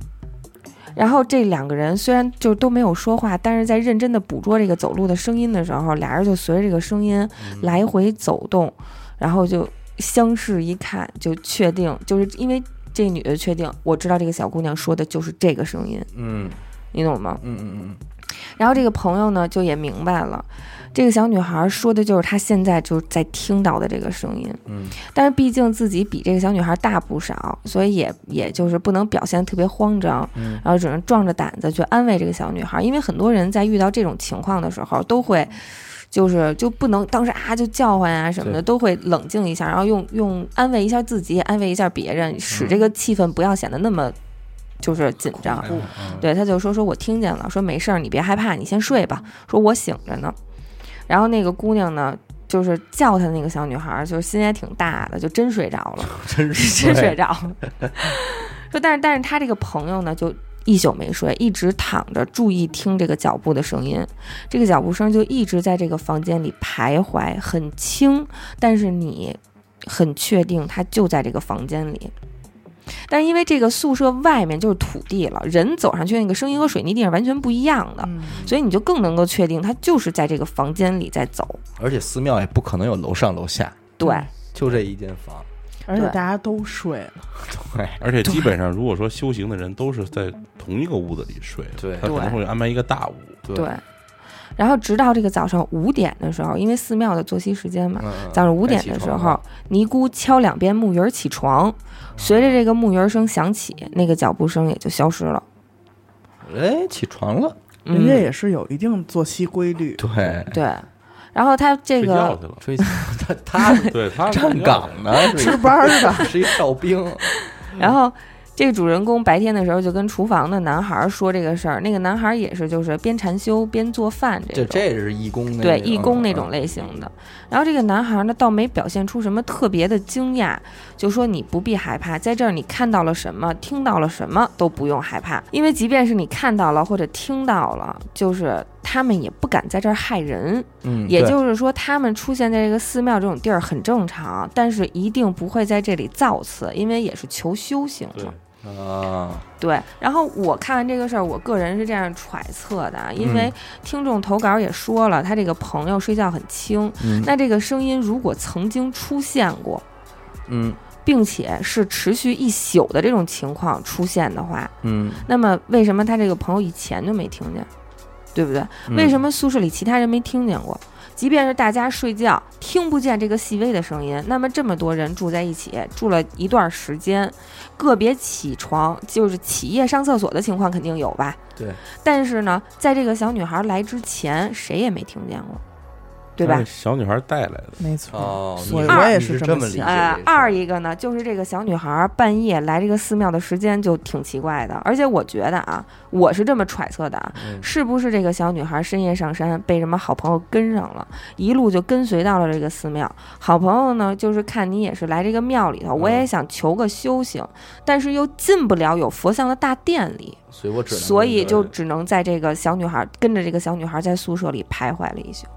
[SPEAKER 3] 然后这两个人虽然就都没有说话，但是在认真的捕捉这个走路的声音的时候，俩人就随着这个声音来回走动，然后就相视一看，就确定，就是因为这女的确定，我知道这个小姑娘说的就是这个声音，
[SPEAKER 4] 嗯
[SPEAKER 3] 你懂吗
[SPEAKER 4] 嗯？嗯嗯
[SPEAKER 3] 然后这个朋友呢就也明白了，这个小女孩说的就是她现在就是在听到的这个声音。
[SPEAKER 4] 嗯
[SPEAKER 3] 但是毕竟自己比这个小女孩大不少，所以也也就是不能表现特别慌张，
[SPEAKER 4] 嗯
[SPEAKER 3] 然后只能壮着胆子去安慰这个小女孩，因为很多人在遇到这种情况的时候都会。就是就不能当时啊就叫唤啊什么的，
[SPEAKER 4] 对
[SPEAKER 3] 都会冷静一下，然后用用安慰一下自己，也安慰一下别人，使这个气氛不要显得那么就是紧张。
[SPEAKER 4] 嗯，嗯，
[SPEAKER 3] 对，他就说说我听见了，说没事儿，你别害怕，你先睡吧。说我醒着呢。然后那个姑娘呢，就是叫她那个小女孩儿，就是心也挺大的，就真睡着了，
[SPEAKER 4] 真 是
[SPEAKER 3] 真睡着了。说但是但是她这个朋友呢，就一宿没睡，一直躺着注意听这个脚步的声音。这个脚步声就一直在这个房间里徘徊，很轻，但是你很确定它就在这个房间里。但是因为这个宿舍外面就是土地了，人走上去那个声音和水泥地是完全不一样的，
[SPEAKER 2] 嗯，
[SPEAKER 3] 所以你就更能够确定它就是在这个房间里在走。
[SPEAKER 4] 而且寺庙也不可能有楼上楼下，
[SPEAKER 3] 对，
[SPEAKER 4] 就这一间房，
[SPEAKER 2] 嗯而且
[SPEAKER 3] 对
[SPEAKER 2] 大家都睡了，
[SPEAKER 4] 对，
[SPEAKER 1] 而且基本上，如果说修行的人都是在同一个屋子里睡的，
[SPEAKER 4] 对
[SPEAKER 1] 他可能会安排一个大屋。
[SPEAKER 4] 对
[SPEAKER 3] 对。然后直到这个早上五点的时候，因为寺庙的作息时间嘛，
[SPEAKER 4] 嗯
[SPEAKER 3] 早上五点的时候，，尼姑敲两遍木鱼儿起床，随着这个木鱼儿声响起，那个脚步声也就消失了。
[SPEAKER 4] 哎，起床了，
[SPEAKER 3] 嗯
[SPEAKER 2] 人家也是有一定作息规律，
[SPEAKER 4] 对，
[SPEAKER 3] 对，然后他这
[SPEAKER 1] 睡觉
[SPEAKER 3] 个
[SPEAKER 1] 去了，
[SPEAKER 4] 吹他他是
[SPEAKER 1] 对他是
[SPEAKER 4] 站岗呢，是
[SPEAKER 2] 值班儿的，
[SPEAKER 4] 一 是一哨兵，
[SPEAKER 3] 然后这个主人公白天的时候就跟厨房的男孩儿说这个事儿，那个男孩儿也是就是边禅修边做饭
[SPEAKER 4] 这
[SPEAKER 3] 种。
[SPEAKER 4] 这是义工那
[SPEAKER 3] 对
[SPEAKER 4] 种嗯
[SPEAKER 3] 义工那种类型的，然后这个男孩儿呢，倒没表现出什么特别的惊讶，就说你不必害怕，在这儿你看到了什么，听到了什么都不用害怕，因为即便是你看到了或者听到了，就是他们也不敢在这儿害人，
[SPEAKER 4] 嗯，
[SPEAKER 3] 也
[SPEAKER 4] 对
[SPEAKER 3] 就是说，他们出现在这个寺庙这种地儿很正常，但是一定不会在这里造次，因为也是求修行
[SPEAKER 1] 对
[SPEAKER 3] 嘛。
[SPEAKER 4] 啊，
[SPEAKER 3] 对，然后我看完这个事儿，我个人是这样揣测的啊，因为
[SPEAKER 4] 嗯
[SPEAKER 3] 听众投稿也说了，他这个朋友睡觉很轻，
[SPEAKER 4] 嗯
[SPEAKER 3] 那这个声音如果曾经出现过，
[SPEAKER 4] 嗯
[SPEAKER 3] 并且是持续一宿的这种情况出现的话，
[SPEAKER 4] 嗯，
[SPEAKER 3] 那么为什么他这个朋友以前就没听见，对不对？为什
[SPEAKER 4] 么
[SPEAKER 3] 么宿舍里其他人没听见过？即便是大家睡觉听不见这个细微的声音，那么这么多人住在一起，住了一段时间，个别起床就是起夜上厕所的情况肯定有吧？
[SPEAKER 4] 对。
[SPEAKER 3] 但是呢，在这个小女孩来之前，谁也没听见过。对吧
[SPEAKER 1] 她是？小女孩带来的，
[SPEAKER 2] 没错。
[SPEAKER 4] 哦，
[SPEAKER 2] 所以
[SPEAKER 4] 你
[SPEAKER 2] 我也
[SPEAKER 4] 你
[SPEAKER 2] 是
[SPEAKER 4] 是
[SPEAKER 2] 这
[SPEAKER 4] 这
[SPEAKER 2] 么
[SPEAKER 4] 么理解
[SPEAKER 2] 想
[SPEAKER 3] 呃
[SPEAKER 4] 这，事儿
[SPEAKER 3] 二一个呢，就是这个小女孩儿半夜来这个寺庙的时间就挺奇怪的，而且我觉得啊，我是这么揣测的啊，
[SPEAKER 4] 嗯
[SPEAKER 3] 是不是这个小女孩深夜上山被什么好朋友跟上了，一路就跟随到了这个寺庙？好朋友呢，就是看你也是来这个庙里头，我
[SPEAKER 1] 嗯
[SPEAKER 3] 也想求个修行，但是又进不了有佛像的大殿里，
[SPEAKER 4] 所以我只能
[SPEAKER 3] 所以
[SPEAKER 4] 这
[SPEAKER 3] 就
[SPEAKER 4] 么
[SPEAKER 3] 只能在这个小女孩跟着这个小女孩在宿舍里徘徊了一宿。
[SPEAKER 4] 着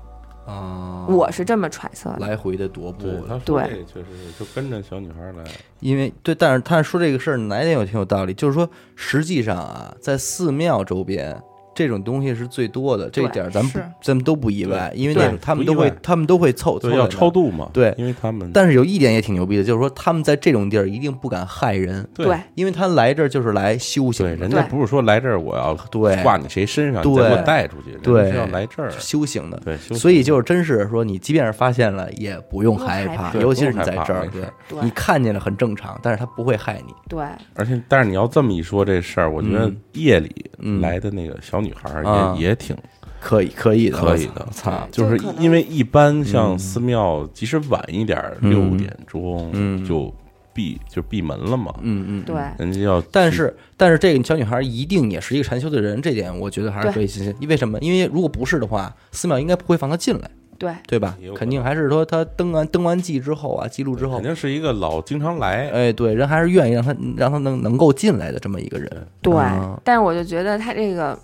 [SPEAKER 1] 哦
[SPEAKER 4] 啊，
[SPEAKER 3] 我是这么揣测的。
[SPEAKER 4] 来回的踱步
[SPEAKER 1] 对，
[SPEAKER 4] 了，
[SPEAKER 1] 她说这确实是就跟着小女孩来，
[SPEAKER 4] 因为对，但是他说这个事儿哪一点有挺有道理，就是说实际上啊，在寺庙周边这种东西是最多的，这
[SPEAKER 3] 对
[SPEAKER 4] 一点儿咱们不
[SPEAKER 2] 是
[SPEAKER 4] 咱们都不意外，因为那
[SPEAKER 1] 对
[SPEAKER 4] 种他们
[SPEAKER 1] 不
[SPEAKER 4] 都
[SPEAKER 1] 意
[SPEAKER 4] 会
[SPEAKER 1] 外
[SPEAKER 4] 他们都会凑凑
[SPEAKER 1] 对，要
[SPEAKER 4] 在那儿
[SPEAKER 1] 超度嘛，
[SPEAKER 4] 对
[SPEAKER 1] 因为他们
[SPEAKER 4] 但是有一点也挺牛逼的，就是说他们在这种地儿一定不敢害人，
[SPEAKER 3] 对，
[SPEAKER 4] 因为他来这儿就是来修行
[SPEAKER 1] 对，
[SPEAKER 4] 的，
[SPEAKER 1] 人家
[SPEAKER 3] 对
[SPEAKER 1] 不是说来这儿我要
[SPEAKER 4] 对
[SPEAKER 1] 挂你谁身上，
[SPEAKER 4] 对
[SPEAKER 1] 你再给我带出去，人家
[SPEAKER 4] 对
[SPEAKER 1] 是要来这儿，
[SPEAKER 4] 修行的。
[SPEAKER 1] 对，修
[SPEAKER 4] 所以
[SPEAKER 1] 行
[SPEAKER 4] 就是真是说，你即便是发现了，也不用
[SPEAKER 3] 不用
[SPEAKER 4] 害
[SPEAKER 3] 害
[SPEAKER 4] 怕，
[SPEAKER 3] 怕
[SPEAKER 1] 对
[SPEAKER 4] 尤其是
[SPEAKER 1] 不用
[SPEAKER 4] 你在
[SPEAKER 1] 害怕
[SPEAKER 4] 这儿，
[SPEAKER 1] 没事
[SPEAKER 4] 对
[SPEAKER 1] 儿，
[SPEAKER 3] 对
[SPEAKER 4] 你看见了很正常，但是他不会害你。
[SPEAKER 3] 对，
[SPEAKER 1] 而且，但是你要这么一说这事儿，我觉得
[SPEAKER 4] 嗯
[SPEAKER 1] 夜里
[SPEAKER 4] 嗯
[SPEAKER 1] 来的那个小女孩儿也、
[SPEAKER 4] 啊
[SPEAKER 1] 也挺
[SPEAKER 4] 可以，可以的，
[SPEAKER 1] 可以
[SPEAKER 4] 我
[SPEAKER 1] 的，
[SPEAKER 4] 操操，
[SPEAKER 1] 就是
[SPEAKER 3] 就可能
[SPEAKER 1] 因为一般像寺庙，即使晚一点儿，
[SPEAKER 4] 嗯
[SPEAKER 1] 六、点钟、
[SPEAKER 4] 嗯
[SPEAKER 1] 就闭就闭门了嘛，
[SPEAKER 4] 嗯嗯，嗯
[SPEAKER 3] 对。
[SPEAKER 1] 人家要去，
[SPEAKER 4] 但是，但是这个小女孩一定也是一个禅修的人，这点我觉得还是
[SPEAKER 3] 对
[SPEAKER 4] 可以信心。因为什么？因为如果不是的话，寺庙应该不会放她进来，
[SPEAKER 3] 对，
[SPEAKER 1] 嗯
[SPEAKER 4] 对吧
[SPEAKER 1] 也有？可能
[SPEAKER 4] 肯定还是说她登完登完记之后啊，记录之后
[SPEAKER 1] 肯，定是一个老经常来，
[SPEAKER 2] 呃
[SPEAKER 4] 哎，对，人还是愿意让她让她能能够进来的这么一个人。
[SPEAKER 3] 对，
[SPEAKER 4] 啊
[SPEAKER 3] 但是我就觉得他这个，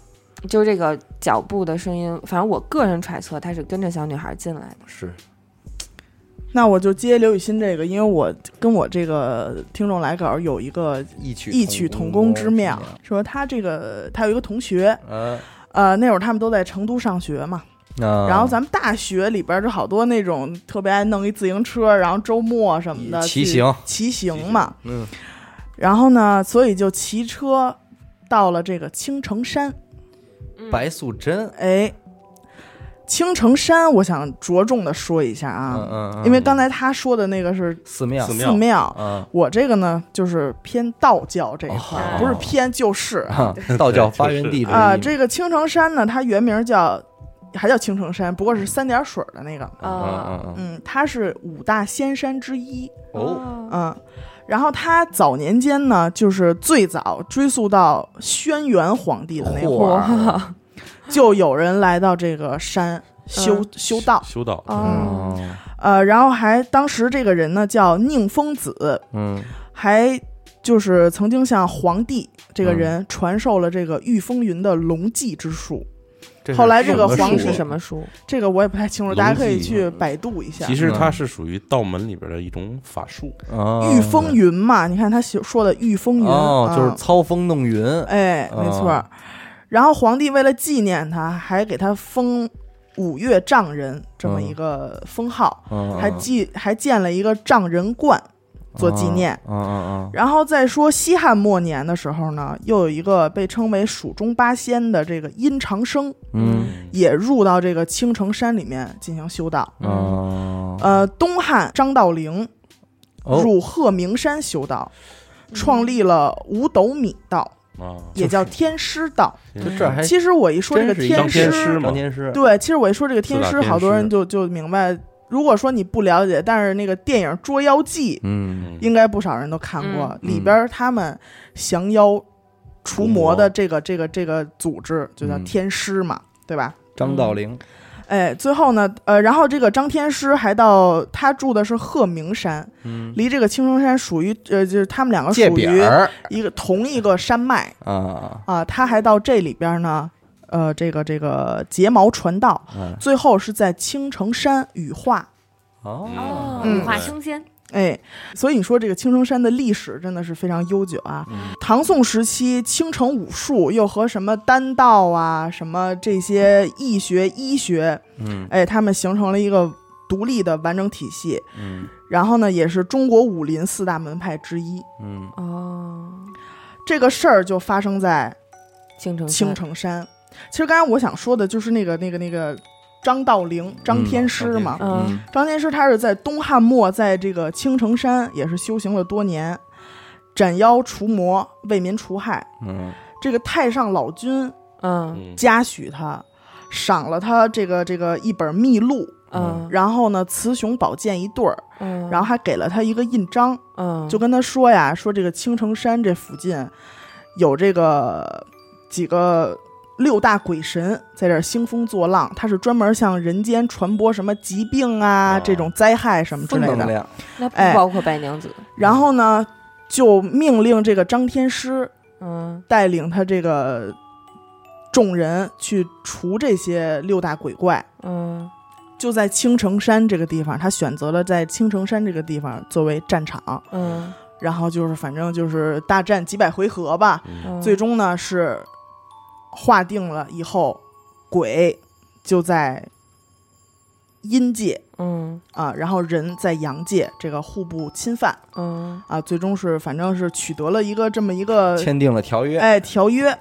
[SPEAKER 3] 就这个脚步的声音，反正我个人揣测他是跟着小女孩进来的。
[SPEAKER 4] 是，
[SPEAKER 2] 那我就接刘雨欣这个，因为我跟我这个听众来稿有一个
[SPEAKER 4] 异曲
[SPEAKER 2] 异曲同工之妙，说他这个他有一个同学，
[SPEAKER 4] 嗯，
[SPEAKER 2] 呃，那会儿他们都在成都上学嘛，
[SPEAKER 4] 啊
[SPEAKER 2] 然后咱们大学里边儿就好多那种特别爱弄一自行车，然后周末什么的
[SPEAKER 4] 嗯骑
[SPEAKER 2] 去
[SPEAKER 4] 行
[SPEAKER 2] 骑行嘛。
[SPEAKER 4] 嗯
[SPEAKER 2] 然后呢，所以就骑车到了这个青城山。
[SPEAKER 4] 白素贞，
[SPEAKER 2] 哎，青城山，我想着重的说一下
[SPEAKER 4] 嗯
[SPEAKER 2] 啊，
[SPEAKER 4] 嗯，嗯
[SPEAKER 2] 因为刚才他说的那个是
[SPEAKER 4] 寺庙
[SPEAKER 1] 寺庙
[SPEAKER 2] 寺庙，
[SPEAKER 4] 啊，
[SPEAKER 2] 我这个呢就是偏道教这一块儿，
[SPEAKER 4] 哦
[SPEAKER 2] 不是偏就是啊。
[SPEAKER 4] 道教
[SPEAKER 1] 对
[SPEAKER 4] 发
[SPEAKER 1] 就
[SPEAKER 4] 源
[SPEAKER 1] 是
[SPEAKER 4] 地之
[SPEAKER 2] 啊、
[SPEAKER 4] 一
[SPEAKER 2] 这个青城山呢，它原名叫还叫青城山，不过是三点水儿的那个。
[SPEAKER 1] 啊
[SPEAKER 3] 啊
[SPEAKER 4] 嗯嗯嗯
[SPEAKER 2] 嗯，它是五大仙山之一。
[SPEAKER 4] 哦，
[SPEAKER 2] 嗯，然后它早年间呢，就是最早追溯到轩辕皇帝的那会
[SPEAKER 4] 嚯
[SPEAKER 2] 儿，就有人来到这个山修、
[SPEAKER 3] 嗯
[SPEAKER 2] 修道。
[SPEAKER 1] 修道，
[SPEAKER 3] 哦，
[SPEAKER 4] 嗯
[SPEAKER 2] 呃，然后还当时这个人呢叫宁风子，
[SPEAKER 4] 嗯
[SPEAKER 2] 还就是曾经向皇帝这
[SPEAKER 4] 嗯
[SPEAKER 2] 个人传授了这个御风云的龙技之术。
[SPEAKER 4] 这是
[SPEAKER 2] 后来这个皇
[SPEAKER 4] 什么树
[SPEAKER 3] 黄
[SPEAKER 2] 室
[SPEAKER 3] 是
[SPEAKER 4] 啊
[SPEAKER 3] 什么书？
[SPEAKER 2] 这个我也不太清楚，大家可以
[SPEAKER 1] 龙技
[SPEAKER 2] 去百度一下。
[SPEAKER 1] 其实它是属于道门里边的一种法术，
[SPEAKER 4] 哦
[SPEAKER 2] 御风云嘛，你看他写说的御风云，
[SPEAKER 4] 哦，
[SPEAKER 2] 啊
[SPEAKER 4] 就是操风弄云，
[SPEAKER 2] 哎，没错儿。然后皇帝为了纪念他，还给他封五岳丈人这么一个封号，
[SPEAKER 4] 嗯
[SPEAKER 2] 还记还建了一个丈人观做纪念。，
[SPEAKER 4] 嗯嗯
[SPEAKER 2] 然后再说西汉末年的时候呢，又有一个被称为蜀中八仙的这个殷长生，
[SPEAKER 4] 嗯
[SPEAKER 2] 也入到这个青城山里面进行修道。
[SPEAKER 4] 嗯哦
[SPEAKER 2] 呃，东汉张道陵
[SPEAKER 4] 哦，
[SPEAKER 2] 入鹤鸣山修道，创立了五斗米道，
[SPEAKER 1] 啊，
[SPEAKER 2] 也叫天师道。
[SPEAKER 4] 就这儿还
[SPEAKER 2] 其实我一说这个
[SPEAKER 4] 哎真是一张
[SPEAKER 1] 天
[SPEAKER 2] 师，
[SPEAKER 1] 师嘛
[SPEAKER 4] 张天师，
[SPEAKER 2] 对，其实我一说这个天
[SPEAKER 1] 四大
[SPEAKER 2] 师，
[SPEAKER 1] 天师
[SPEAKER 2] 好多人就就明白。如果说你不了解，但是那个电影《捉妖记》
[SPEAKER 4] 嗯
[SPEAKER 1] 嗯
[SPEAKER 2] 应该不少人都看过，
[SPEAKER 4] 嗯
[SPEAKER 2] 里边他们降妖除魔
[SPEAKER 1] 除魔
[SPEAKER 2] 的这个这个这个组织就叫
[SPEAKER 4] 嗯
[SPEAKER 2] 天师嘛，对吧？
[SPEAKER 4] 张道陵，
[SPEAKER 2] 哎，最后呢，呃，然后这个张天师还到他住的是鹤鸣山，
[SPEAKER 4] 嗯，
[SPEAKER 2] 离这个青城山属于呃，就是他们两个
[SPEAKER 4] 借
[SPEAKER 2] 属
[SPEAKER 4] 饼
[SPEAKER 2] 于
[SPEAKER 4] 儿
[SPEAKER 2] 一个同一个山脉
[SPEAKER 4] 啊，
[SPEAKER 2] 啊、他还到这里边呢，呃，这个这个睫毛传道，
[SPEAKER 4] 嗯
[SPEAKER 2] 最后是在青城山羽化。
[SPEAKER 4] 哦
[SPEAKER 3] 哦，
[SPEAKER 2] 嗯
[SPEAKER 3] 五化升仙。
[SPEAKER 2] 哎，所以你说这个青城山的历史真的是非常悠久啊！唐宋时期，青城武术又和什么丹道啊、什么这些易学、医学，
[SPEAKER 4] 嗯
[SPEAKER 2] 哎，他们形成了一个独立的完整体系。
[SPEAKER 4] 嗯
[SPEAKER 2] 然后呢，也是中国武林四大门派之一。
[SPEAKER 4] 嗯
[SPEAKER 3] 哦，
[SPEAKER 2] 这个事儿就发生在
[SPEAKER 3] 青城
[SPEAKER 2] 青城山。其实刚才我想说的就是那个、那个、那个张道陵、嗯张天师嘛。
[SPEAKER 4] 嗯
[SPEAKER 2] 张天师他是在东汉末在这个青城山也是修行了多年，斩妖除魔，为民除害。
[SPEAKER 4] 嗯
[SPEAKER 2] 这个太上老君
[SPEAKER 3] 嗯
[SPEAKER 1] 嗯
[SPEAKER 2] 嘉许他，赏了他这个这个一本秘录，
[SPEAKER 3] 嗯嗯
[SPEAKER 2] 然后呢，雌雄宝剑一对儿，
[SPEAKER 3] 嗯，
[SPEAKER 2] 然后还给了他一个印章，
[SPEAKER 3] 嗯，
[SPEAKER 2] 就跟他说呀，说这个青城山这附近有这个几个六大鬼神在这儿兴风作浪，他是专门向人间传播什么疾病啊、
[SPEAKER 4] 哦
[SPEAKER 2] 这种灾害什么之
[SPEAKER 4] 正
[SPEAKER 2] 类
[SPEAKER 4] 能
[SPEAKER 2] 的。
[SPEAKER 4] 量，
[SPEAKER 3] 那不
[SPEAKER 2] 哎
[SPEAKER 3] 包括白娘子，
[SPEAKER 2] 然后呢，就命令这个张天师
[SPEAKER 3] 嗯
[SPEAKER 2] 带领他这个众人去除这些六大鬼怪。
[SPEAKER 3] 嗯
[SPEAKER 2] 就在青城山这个地方，他选择了在青城山这个地方作为战场，
[SPEAKER 3] 嗯
[SPEAKER 2] 然后就是反正就是大战几百回合吧，
[SPEAKER 1] 嗯
[SPEAKER 3] 嗯，
[SPEAKER 2] 最终呢是划定了以后，鬼就在阴界
[SPEAKER 3] 嗯
[SPEAKER 2] 啊，然后人在阳界，这个互不侵犯
[SPEAKER 3] 嗯
[SPEAKER 2] 啊，最终是反正是取得了一个这么一个
[SPEAKER 4] 签订了条约，
[SPEAKER 2] 呃哎条 约。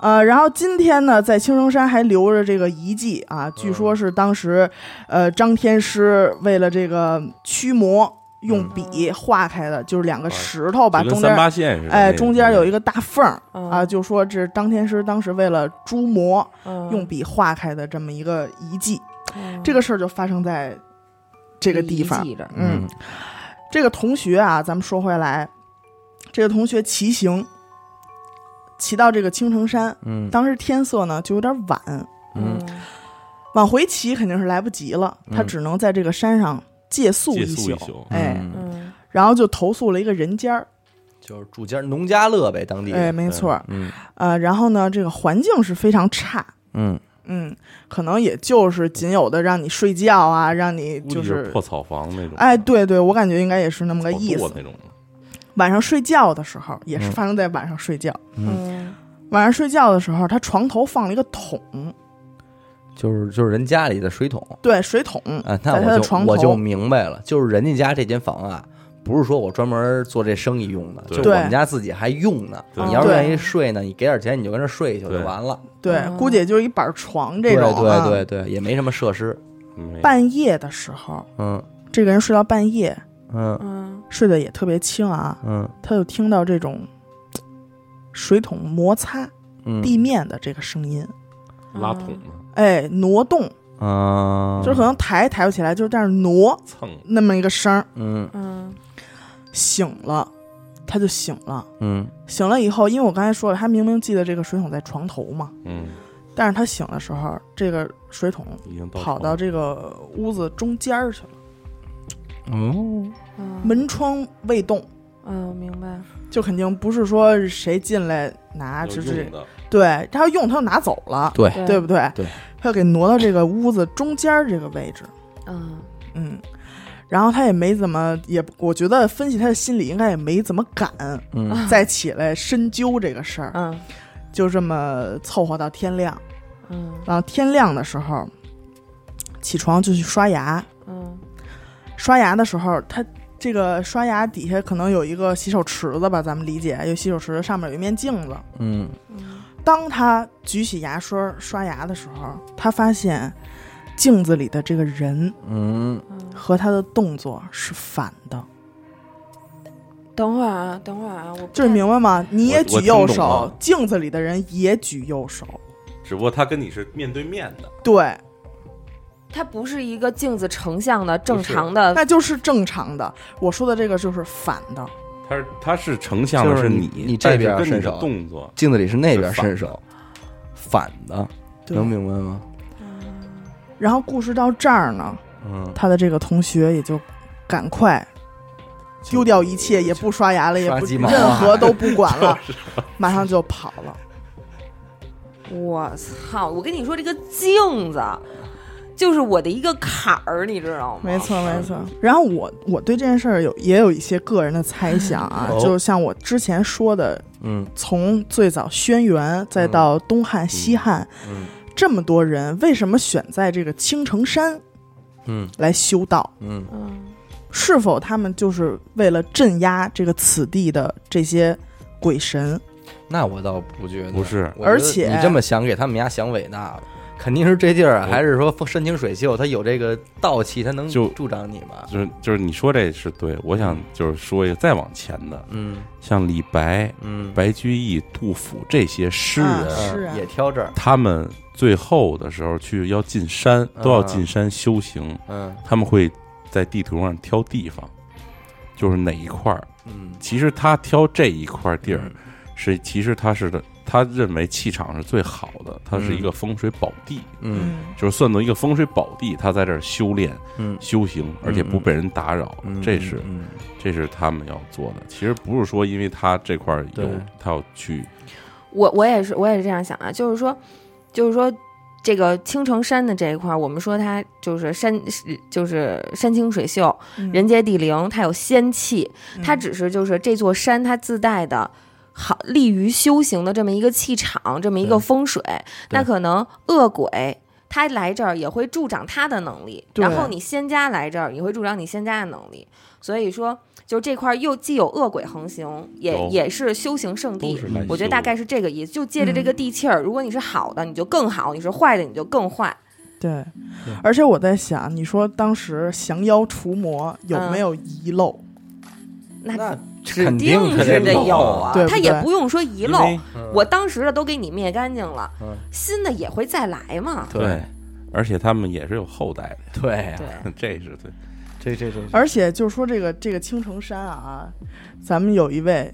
[SPEAKER 2] 呃，然后今天呢，在青城山还留着这个遗迹啊，据说是当时，呃，张天师为了这个驱魔，
[SPEAKER 1] 嗯
[SPEAKER 2] 用笔划开的，就是两个石头吧，
[SPEAKER 1] 就跟
[SPEAKER 2] 中
[SPEAKER 1] 三
[SPEAKER 2] 间
[SPEAKER 1] 八线似的。
[SPEAKER 2] 哎中间有一
[SPEAKER 1] 个
[SPEAKER 2] 个大缝儿
[SPEAKER 3] 嗯
[SPEAKER 2] 啊，就说这是张天师当时为了诛魔
[SPEAKER 3] 嗯
[SPEAKER 2] 用笔划开的这么一个遗迹，
[SPEAKER 3] 嗯
[SPEAKER 2] 这个事儿就发生在这个地方
[SPEAKER 3] 遗。迹着
[SPEAKER 2] 嗯，这个同学啊，咱们说回来，这个同学骑行，骑到这个青城山，
[SPEAKER 4] 嗯
[SPEAKER 2] 当时天色呢就有点晚，
[SPEAKER 4] 嗯
[SPEAKER 3] 嗯
[SPEAKER 2] 往回骑肯定是来不及了，他
[SPEAKER 4] 嗯
[SPEAKER 2] 只能在这个山上借宿
[SPEAKER 1] 借
[SPEAKER 2] 一
[SPEAKER 1] 宿
[SPEAKER 2] 宿
[SPEAKER 1] 一，宿，
[SPEAKER 2] 哎，
[SPEAKER 4] 嗯
[SPEAKER 3] 嗯
[SPEAKER 2] 然后就投宿了一个人家儿，
[SPEAKER 4] 就是住家农家乐呗，当地
[SPEAKER 2] 哎，
[SPEAKER 4] 人，
[SPEAKER 2] 没错儿，
[SPEAKER 4] 嗯
[SPEAKER 2] 呃，然后呢，这个环境是非常差。
[SPEAKER 4] 嗯，
[SPEAKER 2] 嗯，可能也就是仅有的让你睡觉啊，让你
[SPEAKER 1] 屋
[SPEAKER 2] 就
[SPEAKER 1] 里
[SPEAKER 2] 是，
[SPEAKER 1] 破草房那种。
[SPEAKER 2] 哎，对对，我感觉应该也是那么
[SPEAKER 1] 草
[SPEAKER 2] 个意
[SPEAKER 1] 垛
[SPEAKER 2] 思。
[SPEAKER 1] 那种。
[SPEAKER 2] 晚上睡觉的时候，也是
[SPEAKER 4] 嗯
[SPEAKER 2] 发生在晚上睡觉。
[SPEAKER 3] 嗯
[SPEAKER 2] 晚上睡觉的时候，他床头放了一个桶，
[SPEAKER 4] 就是就是人家里的水桶
[SPEAKER 2] 对，水桶，
[SPEAKER 4] 啊，那
[SPEAKER 2] 在他的
[SPEAKER 4] 我
[SPEAKER 2] 床
[SPEAKER 4] 就我就
[SPEAKER 2] 头。
[SPEAKER 4] 明白了，就是人家家这间房啊。不是说我专门做这生意用的，
[SPEAKER 1] 对
[SPEAKER 4] 就我们家自己还用呢。
[SPEAKER 1] 对
[SPEAKER 4] 你要是
[SPEAKER 2] 对
[SPEAKER 4] 愿意睡呢，你给点钱你就跟那儿睡一宿就
[SPEAKER 1] 对
[SPEAKER 4] 完了。
[SPEAKER 2] 对
[SPEAKER 3] 嗯，
[SPEAKER 2] 估计也就是一板床这
[SPEAKER 4] 对
[SPEAKER 2] 种、啊。
[SPEAKER 4] 对对对，也没什么设施。
[SPEAKER 1] 嗯
[SPEAKER 2] 半夜的时候，
[SPEAKER 4] 嗯
[SPEAKER 2] 这个人睡到半夜，
[SPEAKER 4] 嗯
[SPEAKER 3] 嗯
[SPEAKER 2] 睡得也特别轻啊，
[SPEAKER 4] 嗯
[SPEAKER 2] 他就听到这种嘖水桶摩擦
[SPEAKER 4] 嗯，
[SPEAKER 2] 地面的这个声音，
[SPEAKER 1] 拉桶呢，
[SPEAKER 2] 哎，挪动，
[SPEAKER 4] 啊，
[SPEAKER 2] 就是可能抬也抬不起来，就是在那儿挪
[SPEAKER 1] 蹭
[SPEAKER 2] 那么一个声儿。
[SPEAKER 4] 嗯
[SPEAKER 3] 嗯
[SPEAKER 2] 醒了，他就醒了。
[SPEAKER 4] 嗯
[SPEAKER 2] 醒了以后，因为我刚才说了，他明明记得这个水桶在床头嘛，
[SPEAKER 1] 嗯，
[SPEAKER 2] 但是他醒的时候，这个水桶
[SPEAKER 1] 已经到
[SPEAKER 2] 跑
[SPEAKER 1] 床
[SPEAKER 2] 到这个屋子中间儿去了，
[SPEAKER 4] 嗯
[SPEAKER 3] 嗯
[SPEAKER 2] 门窗未动，
[SPEAKER 3] 嗯，我明白
[SPEAKER 2] 就肯定不是说谁进来拿，
[SPEAKER 1] 有
[SPEAKER 2] 只
[SPEAKER 1] 用
[SPEAKER 2] 是
[SPEAKER 1] 的，
[SPEAKER 2] 对他要用他就拿走了，
[SPEAKER 4] 对，
[SPEAKER 2] 对不对？
[SPEAKER 4] 对，
[SPEAKER 2] 他就给挪到这个屋子中间儿这个位置，
[SPEAKER 3] 嗯
[SPEAKER 2] 嗯，然后他也没怎么，也我觉得分析他的心理应该也没怎么敢
[SPEAKER 4] 嗯
[SPEAKER 2] 再起来深究这个事儿，
[SPEAKER 3] 嗯
[SPEAKER 2] 就这么凑合到天亮。
[SPEAKER 3] 嗯
[SPEAKER 2] 然后天亮的时候，起床就去刷牙。
[SPEAKER 3] 嗯
[SPEAKER 2] 刷牙的时候，他这个刷牙底下可能有一个洗手池子吧，咱们理解有洗手池，上面有一面镜子。
[SPEAKER 4] 嗯
[SPEAKER 2] 当他举起牙刷刷牙的时候，他发现镜子里的这个人
[SPEAKER 4] 嗯，
[SPEAKER 3] 嗯，
[SPEAKER 2] 和他的动作是反的，
[SPEAKER 3] 等会儿啊，等会儿啊，我不
[SPEAKER 2] 就是
[SPEAKER 3] 太
[SPEAKER 2] 明白吗？你也举右
[SPEAKER 1] 我听懂
[SPEAKER 2] 手
[SPEAKER 1] 了，
[SPEAKER 2] 镜子里的人也举右手，
[SPEAKER 1] 只不过他跟你是面对面的，
[SPEAKER 2] 对，
[SPEAKER 3] 它不是一个镜子成像的正常的，
[SPEAKER 2] 那就是正常的。我说的这个就是反的，
[SPEAKER 1] 他是他是成像的
[SPEAKER 4] 就是
[SPEAKER 1] 你，
[SPEAKER 4] 你你
[SPEAKER 1] 但
[SPEAKER 4] 这边
[SPEAKER 1] 是跟你
[SPEAKER 4] 伸
[SPEAKER 1] 的
[SPEAKER 4] 手
[SPEAKER 1] 动作，
[SPEAKER 4] 镜子里是那边伸手，反的，
[SPEAKER 2] 对。
[SPEAKER 4] 能明白吗？
[SPEAKER 2] 然后故事到这儿呢，
[SPEAKER 4] 嗯，
[SPEAKER 2] 他的这个同学也就赶快丢掉一切，也不刷牙了，也
[SPEAKER 4] 刷
[SPEAKER 2] 不
[SPEAKER 4] 鸡毛啊
[SPEAKER 2] 任何都不管 了，马上就跑了。
[SPEAKER 3] 我操！我跟你说，这个镜子就是我的一个坎儿，你知道吗？
[SPEAKER 2] 没错，没错。然后我我对这件事儿有也有一些个人的猜想啊，
[SPEAKER 4] 哦
[SPEAKER 2] 就像我之前说的，
[SPEAKER 4] 嗯
[SPEAKER 2] 从最早轩辕再到东汉、西汉，
[SPEAKER 4] 嗯
[SPEAKER 2] 这么多人为什么选在这个青城山
[SPEAKER 4] 嗯
[SPEAKER 2] 来修道？
[SPEAKER 4] 嗯
[SPEAKER 3] 嗯
[SPEAKER 2] 是否他们就是为了镇压这个此地的这些鬼神？
[SPEAKER 4] 那我倒不觉得，
[SPEAKER 1] 不是
[SPEAKER 4] 我觉得
[SPEAKER 2] 而且
[SPEAKER 4] 你这么想，给他们家想伟大了，肯定是这劲儿啊，
[SPEAKER 1] 我
[SPEAKER 4] 还是说风山清水秀，它有这个道气，它能
[SPEAKER 1] 就
[SPEAKER 4] 助长你嘛？
[SPEAKER 1] 就是就是你说这是对，我想就是说一个再往前的，
[SPEAKER 4] 嗯
[SPEAKER 1] 像李白、
[SPEAKER 4] 嗯，呃
[SPEAKER 1] 白居易、杜甫这些诗人，
[SPEAKER 2] 啊是啊
[SPEAKER 4] 也挑这儿，
[SPEAKER 1] 他们最后的时候去要进山，
[SPEAKER 4] 啊
[SPEAKER 1] 都要进山修行，
[SPEAKER 4] 嗯
[SPEAKER 1] 他们会在地图上挑地方，就是哪一块儿。
[SPEAKER 4] 嗯，
[SPEAKER 1] 其实他挑这一块地儿
[SPEAKER 4] 嗯，
[SPEAKER 1] 是其实他是的，他认为气场是最好的，它是一个风水宝地，
[SPEAKER 4] 嗯
[SPEAKER 1] 就是算作一个风水宝地，他在这儿修炼
[SPEAKER 4] 嗯，
[SPEAKER 1] 修行，而且不被人打扰，
[SPEAKER 4] 嗯
[SPEAKER 1] 这是
[SPEAKER 4] 嗯
[SPEAKER 1] 这是他们要做的。其实不是说因为他这块儿有
[SPEAKER 4] 对
[SPEAKER 1] 他要去，
[SPEAKER 3] 我我也是我也是这样想啊，就是说，就是说，这个青城山的这一块儿，我们说它就是山，是就是山清水秀，
[SPEAKER 2] 嗯
[SPEAKER 3] 人杰地灵，它有仙气，它
[SPEAKER 2] 嗯
[SPEAKER 3] 只是就是这座山它自带的。好，利于修行的这么一个气场，这么一个
[SPEAKER 4] 对
[SPEAKER 3] 风水，
[SPEAKER 4] 对
[SPEAKER 3] 那可能恶鬼他来这儿也会助长他的能力，
[SPEAKER 2] 对
[SPEAKER 3] 然后你仙家来这儿也会助长你仙家的能力，所以说就这块儿又既有恶鬼横行，也
[SPEAKER 1] 有
[SPEAKER 3] 也是修行圣地
[SPEAKER 1] 都是来修
[SPEAKER 3] 我觉得大概是这个意思，就借着这个地气儿，如果你是好的，你就更好；你是坏的，你就更坏。
[SPEAKER 2] 对
[SPEAKER 4] 对，
[SPEAKER 2] 而且我在想，你说当时降妖除魔有
[SPEAKER 3] 嗯
[SPEAKER 2] 没有遗漏？
[SPEAKER 3] 那指
[SPEAKER 4] 肯
[SPEAKER 3] 定
[SPEAKER 4] 肯
[SPEAKER 3] 是
[SPEAKER 4] 定
[SPEAKER 3] 得
[SPEAKER 4] 有
[SPEAKER 3] 有啊
[SPEAKER 2] 对，不
[SPEAKER 3] 他也
[SPEAKER 2] 对
[SPEAKER 3] 不用说遗
[SPEAKER 1] 因
[SPEAKER 3] 漏，
[SPEAKER 1] 为
[SPEAKER 3] 我当时的都给你灭干净了
[SPEAKER 4] 嗯，
[SPEAKER 3] 新的也会再来嘛。
[SPEAKER 1] 对
[SPEAKER 4] 对，
[SPEAKER 1] 而且他们也是有后代
[SPEAKER 4] 对哎呀
[SPEAKER 3] 对，
[SPEAKER 1] 的， 这是对。
[SPEAKER 4] 这这这
[SPEAKER 2] 而且就是说这个这个青城山啊，咱们有一位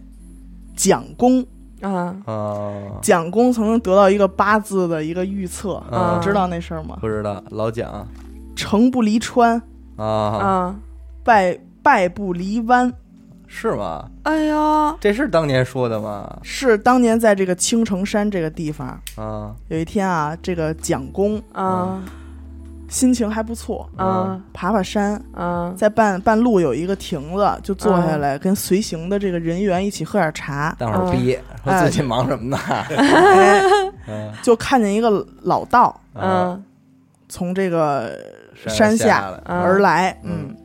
[SPEAKER 2] 蒋公，
[SPEAKER 3] 啊，
[SPEAKER 4] 啊，
[SPEAKER 2] 蒋公曾经得到一个八字的一个预测，
[SPEAKER 4] 啊
[SPEAKER 3] 嗯
[SPEAKER 2] 你知道那事儿吗？
[SPEAKER 4] 不知道老蒋
[SPEAKER 2] 城不离川，
[SPEAKER 4] 啊，
[SPEAKER 3] 啊，
[SPEAKER 2] 败败不离湾，
[SPEAKER 4] 是吗？
[SPEAKER 3] 哎呦，
[SPEAKER 4] 这是当年说的吗？
[SPEAKER 2] 是当年在这个青城山这个地方，
[SPEAKER 4] 啊，
[SPEAKER 2] 有一天啊，这个蒋公
[SPEAKER 3] 啊
[SPEAKER 2] 心情还不
[SPEAKER 4] 嗯
[SPEAKER 2] 错，
[SPEAKER 3] 啊
[SPEAKER 2] 爬爬山，
[SPEAKER 3] 啊
[SPEAKER 2] 在半半路有一个亭子，就坐下来跟随行的这个人员一起喝点茶，
[SPEAKER 4] 大伙儿逼说最近忙什么呢？
[SPEAKER 2] 哎，
[SPEAKER 4] 嗯
[SPEAKER 2] 就看见一个老道
[SPEAKER 4] 啊，
[SPEAKER 3] 啊
[SPEAKER 2] 从这个
[SPEAKER 4] 山
[SPEAKER 2] 山下
[SPEAKER 4] 来
[SPEAKER 3] 啊
[SPEAKER 2] 而来，
[SPEAKER 4] 嗯
[SPEAKER 2] 嗯，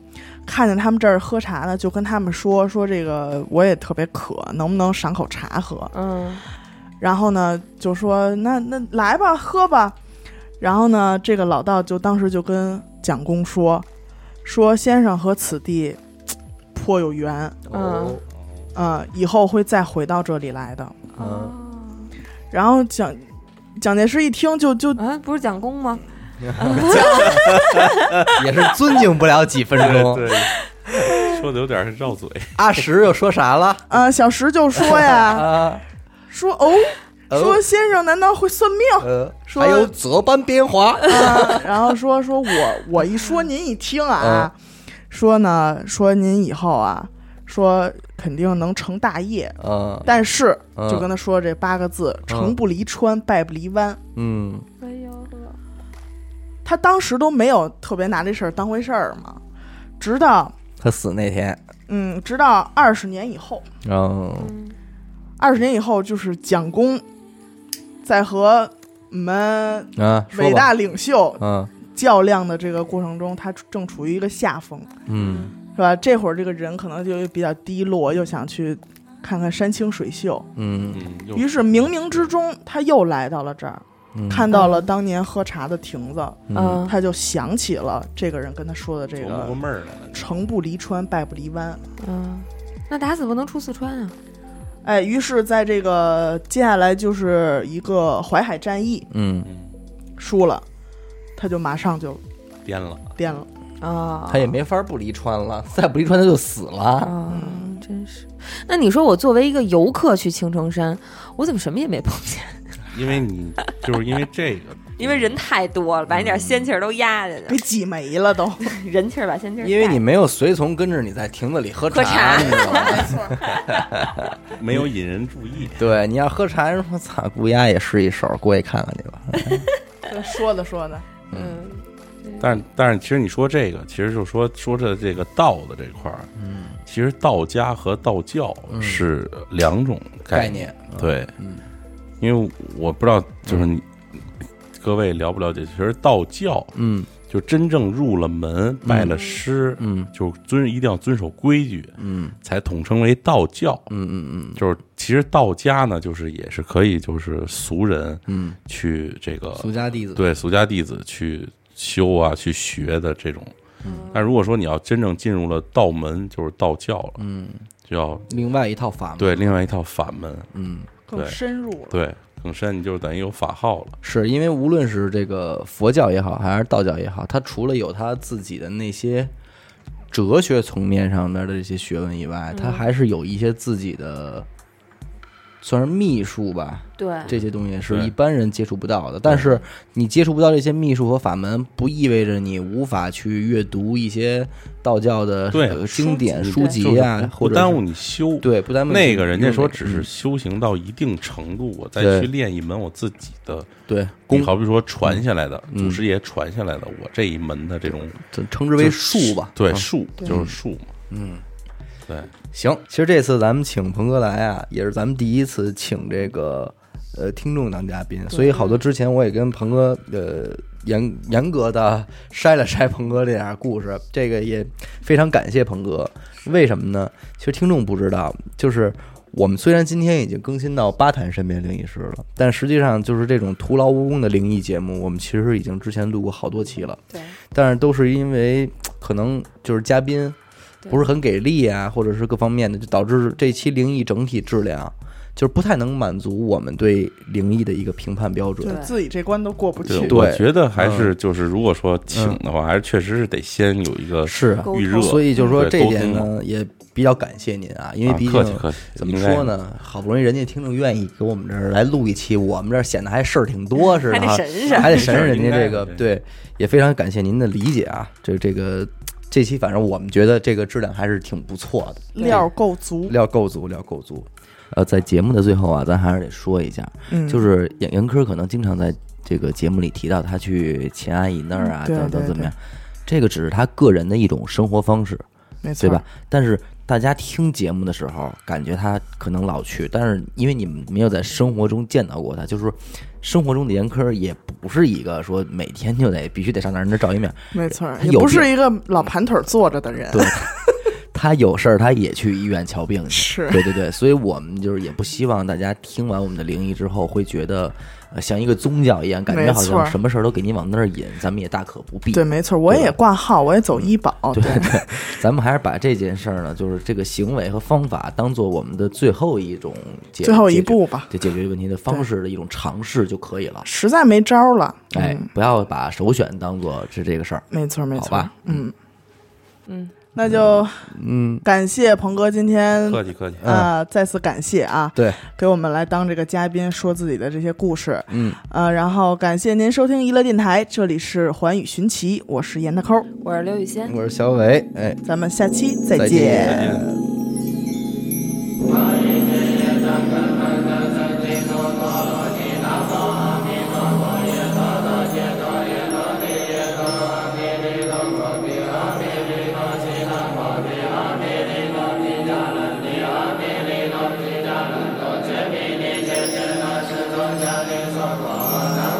[SPEAKER 2] 看见他们这儿喝茶呢，就跟他们说说这个我也特别渴，能不能赏口茶喝？
[SPEAKER 3] 嗯
[SPEAKER 2] 然后呢，就说那那来吧，喝吧。然后呢，这个老道就当时就跟蒋公说，说先生和此地嘖颇有缘，
[SPEAKER 4] 哦
[SPEAKER 2] 啊，以后会再回到这里来的。
[SPEAKER 4] 嗯
[SPEAKER 3] 啊
[SPEAKER 2] 然后蒋蒋介石一听就就
[SPEAKER 3] 啊，不是蒋公吗？
[SPEAKER 4] 哦 也是尊敬不了几分
[SPEAKER 1] 哦
[SPEAKER 4] 钟。
[SPEAKER 1] 对， 说的有点绕嘴。
[SPEAKER 4] 阿石又说啥了？
[SPEAKER 2] 呃，小石就说 呀，
[SPEAKER 4] 啊，
[SPEAKER 2] 说哦，
[SPEAKER 4] 哦
[SPEAKER 2] 说先生难道会算命？
[SPEAKER 4] 呃，
[SPEAKER 2] 说
[SPEAKER 4] 还有泽般变化，
[SPEAKER 2] 啊，然后说说我我一说您一听啊，
[SPEAKER 4] 嗯
[SPEAKER 2] 说呢说您以后啊，说肯定能成大业，
[SPEAKER 4] 嗯
[SPEAKER 2] 但是
[SPEAKER 4] 嗯
[SPEAKER 2] 就跟他说这八个字：成不离川，败不离湾。
[SPEAKER 4] 嗯
[SPEAKER 3] 哎呦呵，
[SPEAKER 2] 他当时都没有特别拿这事儿当回事儿嘛，直到
[SPEAKER 4] 他死那天，
[SPEAKER 2] 嗯，直到二十年以后，
[SPEAKER 4] 然后
[SPEAKER 3] 嗯
[SPEAKER 2] 二十年以后就是蒋公在和我们
[SPEAKER 4] 啊，说
[SPEAKER 2] 伟
[SPEAKER 4] 吧，
[SPEAKER 2] 大领袖
[SPEAKER 4] 嗯
[SPEAKER 2] 较量的这个过程中，他正处于一个下风。
[SPEAKER 4] 嗯
[SPEAKER 2] 是吧？这会儿这个人可能就比较低落，又想去看看山清水秀，
[SPEAKER 4] 嗯
[SPEAKER 1] 嗯，又
[SPEAKER 2] 于是冥冥之中他又来到了这儿，
[SPEAKER 4] 嗯，
[SPEAKER 2] 看到了当年喝茶的亭子，
[SPEAKER 4] 嗯
[SPEAKER 3] 啊
[SPEAKER 2] 他就想起了这个人跟他说的这
[SPEAKER 1] 琢磨
[SPEAKER 2] 个
[SPEAKER 1] 过闷儿来了
[SPEAKER 2] “城不离川，败不离湾
[SPEAKER 3] 嗯，那打死不能出四川啊！”。
[SPEAKER 2] 哎，于是在这个接下来就是一个淮海战役
[SPEAKER 4] 嗯，
[SPEAKER 2] 输了，他就马上就
[SPEAKER 1] 颠了。
[SPEAKER 2] 颠了。
[SPEAKER 3] 啊，
[SPEAKER 4] 他也没法不离川了，再不离川他就死了。
[SPEAKER 3] 啊
[SPEAKER 2] 嗯，
[SPEAKER 3] 真是。那你说我作为一个游客去青城山，我怎么什么也没碰见？
[SPEAKER 1] 因为你就是 因为这个，
[SPEAKER 3] 因为人太多了，把那点仙气儿都压 下去
[SPEAKER 2] 给
[SPEAKER 3] 了，
[SPEAKER 2] 挤没了 都，
[SPEAKER 3] 人气儿把仙气儿带。
[SPEAKER 4] 因为你没有随从跟着你在亭子里喝
[SPEAKER 3] 喝茶
[SPEAKER 4] 你知道吗？
[SPEAKER 1] 没有引人注意，
[SPEAKER 4] 对，你要喝茶，人说操，顾丫也是一手，过去看看去吧。
[SPEAKER 2] 说的说的，
[SPEAKER 3] 嗯
[SPEAKER 1] 但是但是其实你说这个，其实就说说这这个道的这块儿，嗯，其实道家和道教是两种
[SPEAKER 4] 概
[SPEAKER 1] 念，
[SPEAKER 4] 念，
[SPEAKER 1] 对，
[SPEAKER 4] 嗯，
[SPEAKER 1] 因为我不知道就是你各位了不了解，其实道教
[SPEAKER 4] 嗯
[SPEAKER 1] 就真正入了门、拜了师，
[SPEAKER 4] 嗯
[SPEAKER 1] 就遵一定要遵守规矩，
[SPEAKER 4] 嗯
[SPEAKER 1] 才统称为道教。
[SPEAKER 4] 嗯嗯嗯
[SPEAKER 1] 就是其实道家呢，就是也是可以，就是俗人
[SPEAKER 4] 嗯，
[SPEAKER 1] 去这个
[SPEAKER 4] 俗家弟子，
[SPEAKER 1] 对俗家弟子去修啊、去学的这种。
[SPEAKER 4] 嗯
[SPEAKER 1] 但如果说你要真正进入了道门，就是道教了，
[SPEAKER 4] 嗯，
[SPEAKER 1] 就要
[SPEAKER 4] 另外一套法门，
[SPEAKER 1] 对另外一套法门，
[SPEAKER 4] 嗯。
[SPEAKER 2] 更
[SPEAKER 1] 对
[SPEAKER 2] 深入了。
[SPEAKER 1] 对更深，你就等于有法号了。
[SPEAKER 4] 是因为无论是这个佛教也好，还是道教也好，它除了有它自己的那些哲学层面上面的这些学问以外，
[SPEAKER 1] 嗯
[SPEAKER 4] 它还是有一些自己的，算是秘术吧。
[SPEAKER 3] 对，
[SPEAKER 4] 这些东西是
[SPEAKER 1] 对
[SPEAKER 4] 一般人接触不到的。但是你接触不到这些秘术和法门，不意味着你无法去阅读一些道教的
[SPEAKER 1] 对
[SPEAKER 4] 呃经典
[SPEAKER 3] 书籍
[SPEAKER 4] 书籍
[SPEAKER 1] 就
[SPEAKER 4] 啊
[SPEAKER 1] 是，
[SPEAKER 4] 或
[SPEAKER 1] 不
[SPEAKER 4] 者
[SPEAKER 1] 耽
[SPEAKER 4] 是
[SPEAKER 1] 误你修。
[SPEAKER 4] 对不耽误
[SPEAKER 1] 那个人家说
[SPEAKER 4] 你
[SPEAKER 1] 只是修行到一定程度，我再
[SPEAKER 4] 嗯对
[SPEAKER 1] 去练一门我自己的
[SPEAKER 4] 对
[SPEAKER 1] 功，
[SPEAKER 4] 功，
[SPEAKER 1] 好比说传下来的
[SPEAKER 4] 嗯
[SPEAKER 1] 祖师爷传下来的我这一门的这种
[SPEAKER 4] 称之为术吧。
[SPEAKER 1] 对
[SPEAKER 4] 啊
[SPEAKER 1] 术就是术嘛，
[SPEAKER 4] 嗯。
[SPEAKER 1] 对，
[SPEAKER 4] 行，其实这次咱们请鹏哥来啊，也是咱们第一次请这个呃听众当嘉宾，所以好多之前我也跟鹏哥呃严严格的筛了筛鹏哥这点故事，这个也非常感谢鹏哥。为什么呢？其实听众不知道，就是我们虽然今天已经更新到八坛身边灵异事了，但实际上就是这种徒劳无功的灵异节目，我们其实已经之前录过好多期了。
[SPEAKER 3] 对，
[SPEAKER 4] 但是都是因为可能就是嘉宾
[SPEAKER 3] 对
[SPEAKER 4] 不是很给力啊，或者是各方面的，就导致这期灵异整体质量就是不太能满足我们对灵异的一个评判标
[SPEAKER 2] 就
[SPEAKER 4] 准。
[SPEAKER 2] 是自己这关都过不去
[SPEAKER 1] 对，，
[SPEAKER 4] 对嗯
[SPEAKER 1] 我觉得还是就是如果说请的话，还是确实是得先有一个
[SPEAKER 4] 是啊，
[SPEAKER 3] 沟
[SPEAKER 1] 预
[SPEAKER 3] 通
[SPEAKER 1] 热，
[SPEAKER 4] 所以就是说
[SPEAKER 1] 对
[SPEAKER 4] 这
[SPEAKER 1] 沟
[SPEAKER 4] 点
[SPEAKER 1] 通嘛
[SPEAKER 4] 呢，也比较感谢您啊，因为
[SPEAKER 1] 啊
[SPEAKER 4] 毕
[SPEAKER 1] 客气
[SPEAKER 4] 竟
[SPEAKER 1] 客气，
[SPEAKER 4] 怎么
[SPEAKER 1] 应该
[SPEAKER 4] 说？呢，好不容易人家听众愿意给我们这儿来录一期，我们这儿显得还事儿挺多似
[SPEAKER 3] 还
[SPEAKER 4] 的
[SPEAKER 3] 得
[SPEAKER 4] 哈，
[SPEAKER 3] 审审
[SPEAKER 4] 还得审审人
[SPEAKER 1] 应
[SPEAKER 4] 家
[SPEAKER 1] 该
[SPEAKER 4] 这个
[SPEAKER 1] 的，
[SPEAKER 4] 对，也非常感谢您的理解啊，这这个这期反正我们觉得这个质量还是挺不错的，
[SPEAKER 2] 料够足。
[SPEAKER 4] 料够足，料够足。呃，在节目的最后啊，咱还是得说一下，
[SPEAKER 2] 嗯，
[SPEAKER 4] 就是严严科可能经常在这个节目里提到他去秦阿姨那儿啊，
[SPEAKER 2] 嗯对
[SPEAKER 4] 等等
[SPEAKER 2] 对
[SPEAKER 4] 怎么样，这个只是他个人的一种生活方式，
[SPEAKER 2] 没错，
[SPEAKER 4] 对吧？？但是大家听节目的时候，感觉他可能老去，但是因为你们没有在生活中见到过他，就是说生活中的严科也不是一个说每天就得必须得上哪儿那儿照一面，
[SPEAKER 2] 没错，
[SPEAKER 4] 他
[SPEAKER 2] 也
[SPEAKER 4] 有
[SPEAKER 2] 不
[SPEAKER 4] 病
[SPEAKER 2] 是一个老盘腿坐着的人，
[SPEAKER 4] 对他有事儿他也去医院瞧病去。
[SPEAKER 2] 是
[SPEAKER 4] 对对对，所以我们就是也不希望大家听完我们的灵异之后会觉得，呃，像一个宗教一样，感觉
[SPEAKER 2] 没
[SPEAKER 4] 好
[SPEAKER 2] 错
[SPEAKER 4] 像
[SPEAKER 2] 儿
[SPEAKER 4] 什么事儿都给你往那儿引，咱们也大可不必。
[SPEAKER 2] 对，没错，我
[SPEAKER 4] 对吧
[SPEAKER 2] 也挂号，我也走医保，
[SPEAKER 4] 对 对，咱们还是把这件事儿呢，就是这个行为和方法，当做我们的最后一种解
[SPEAKER 2] 最后
[SPEAKER 4] 解
[SPEAKER 2] 一
[SPEAKER 4] 决
[SPEAKER 2] 步吧，
[SPEAKER 4] 对解决问题的方式的一种尝试就可以了。
[SPEAKER 2] 实在没招儿了，
[SPEAKER 4] 哎
[SPEAKER 2] 嗯，，
[SPEAKER 4] 不要把首选当做是这个事儿。
[SPEAKER 2] 没错没
[SPEAKER 4] 好
[SPEAKER 2] 错
[SPEAKER 4] 吧，
[SPEAKER 2] 嗯
[SPEAKER 3] 嗯，
[SPEAKER 2] 那就
[SPEAKER 4] 嗯，
[SPEAKER 2] 感谢鹏哥今天
[SPEAKER 1] 客气客气，
[SPEAKER 2] 呃再次感谢啊，
[SPEAKER 4] 对，
[SPEAKER 2] 给我们来当这个嘉宾说自己的这些故事，
[SPEAKER 4] 嗯，
[SPEAKER 2] 呃，然后感谢您收听娱乐电台，这里是环宇寻奇，我是严大抠，
[SPEAKER 3] 我是刘雨欣，
[SPEAKER 4] 我是小伟，哎。
[SPEAKER 2] 咱们下期再
[SPEAKER 4] 再见
[SPEAKER 2] 见。
[SPEAKER 1] 再见。
[SPEAKER 5] Thank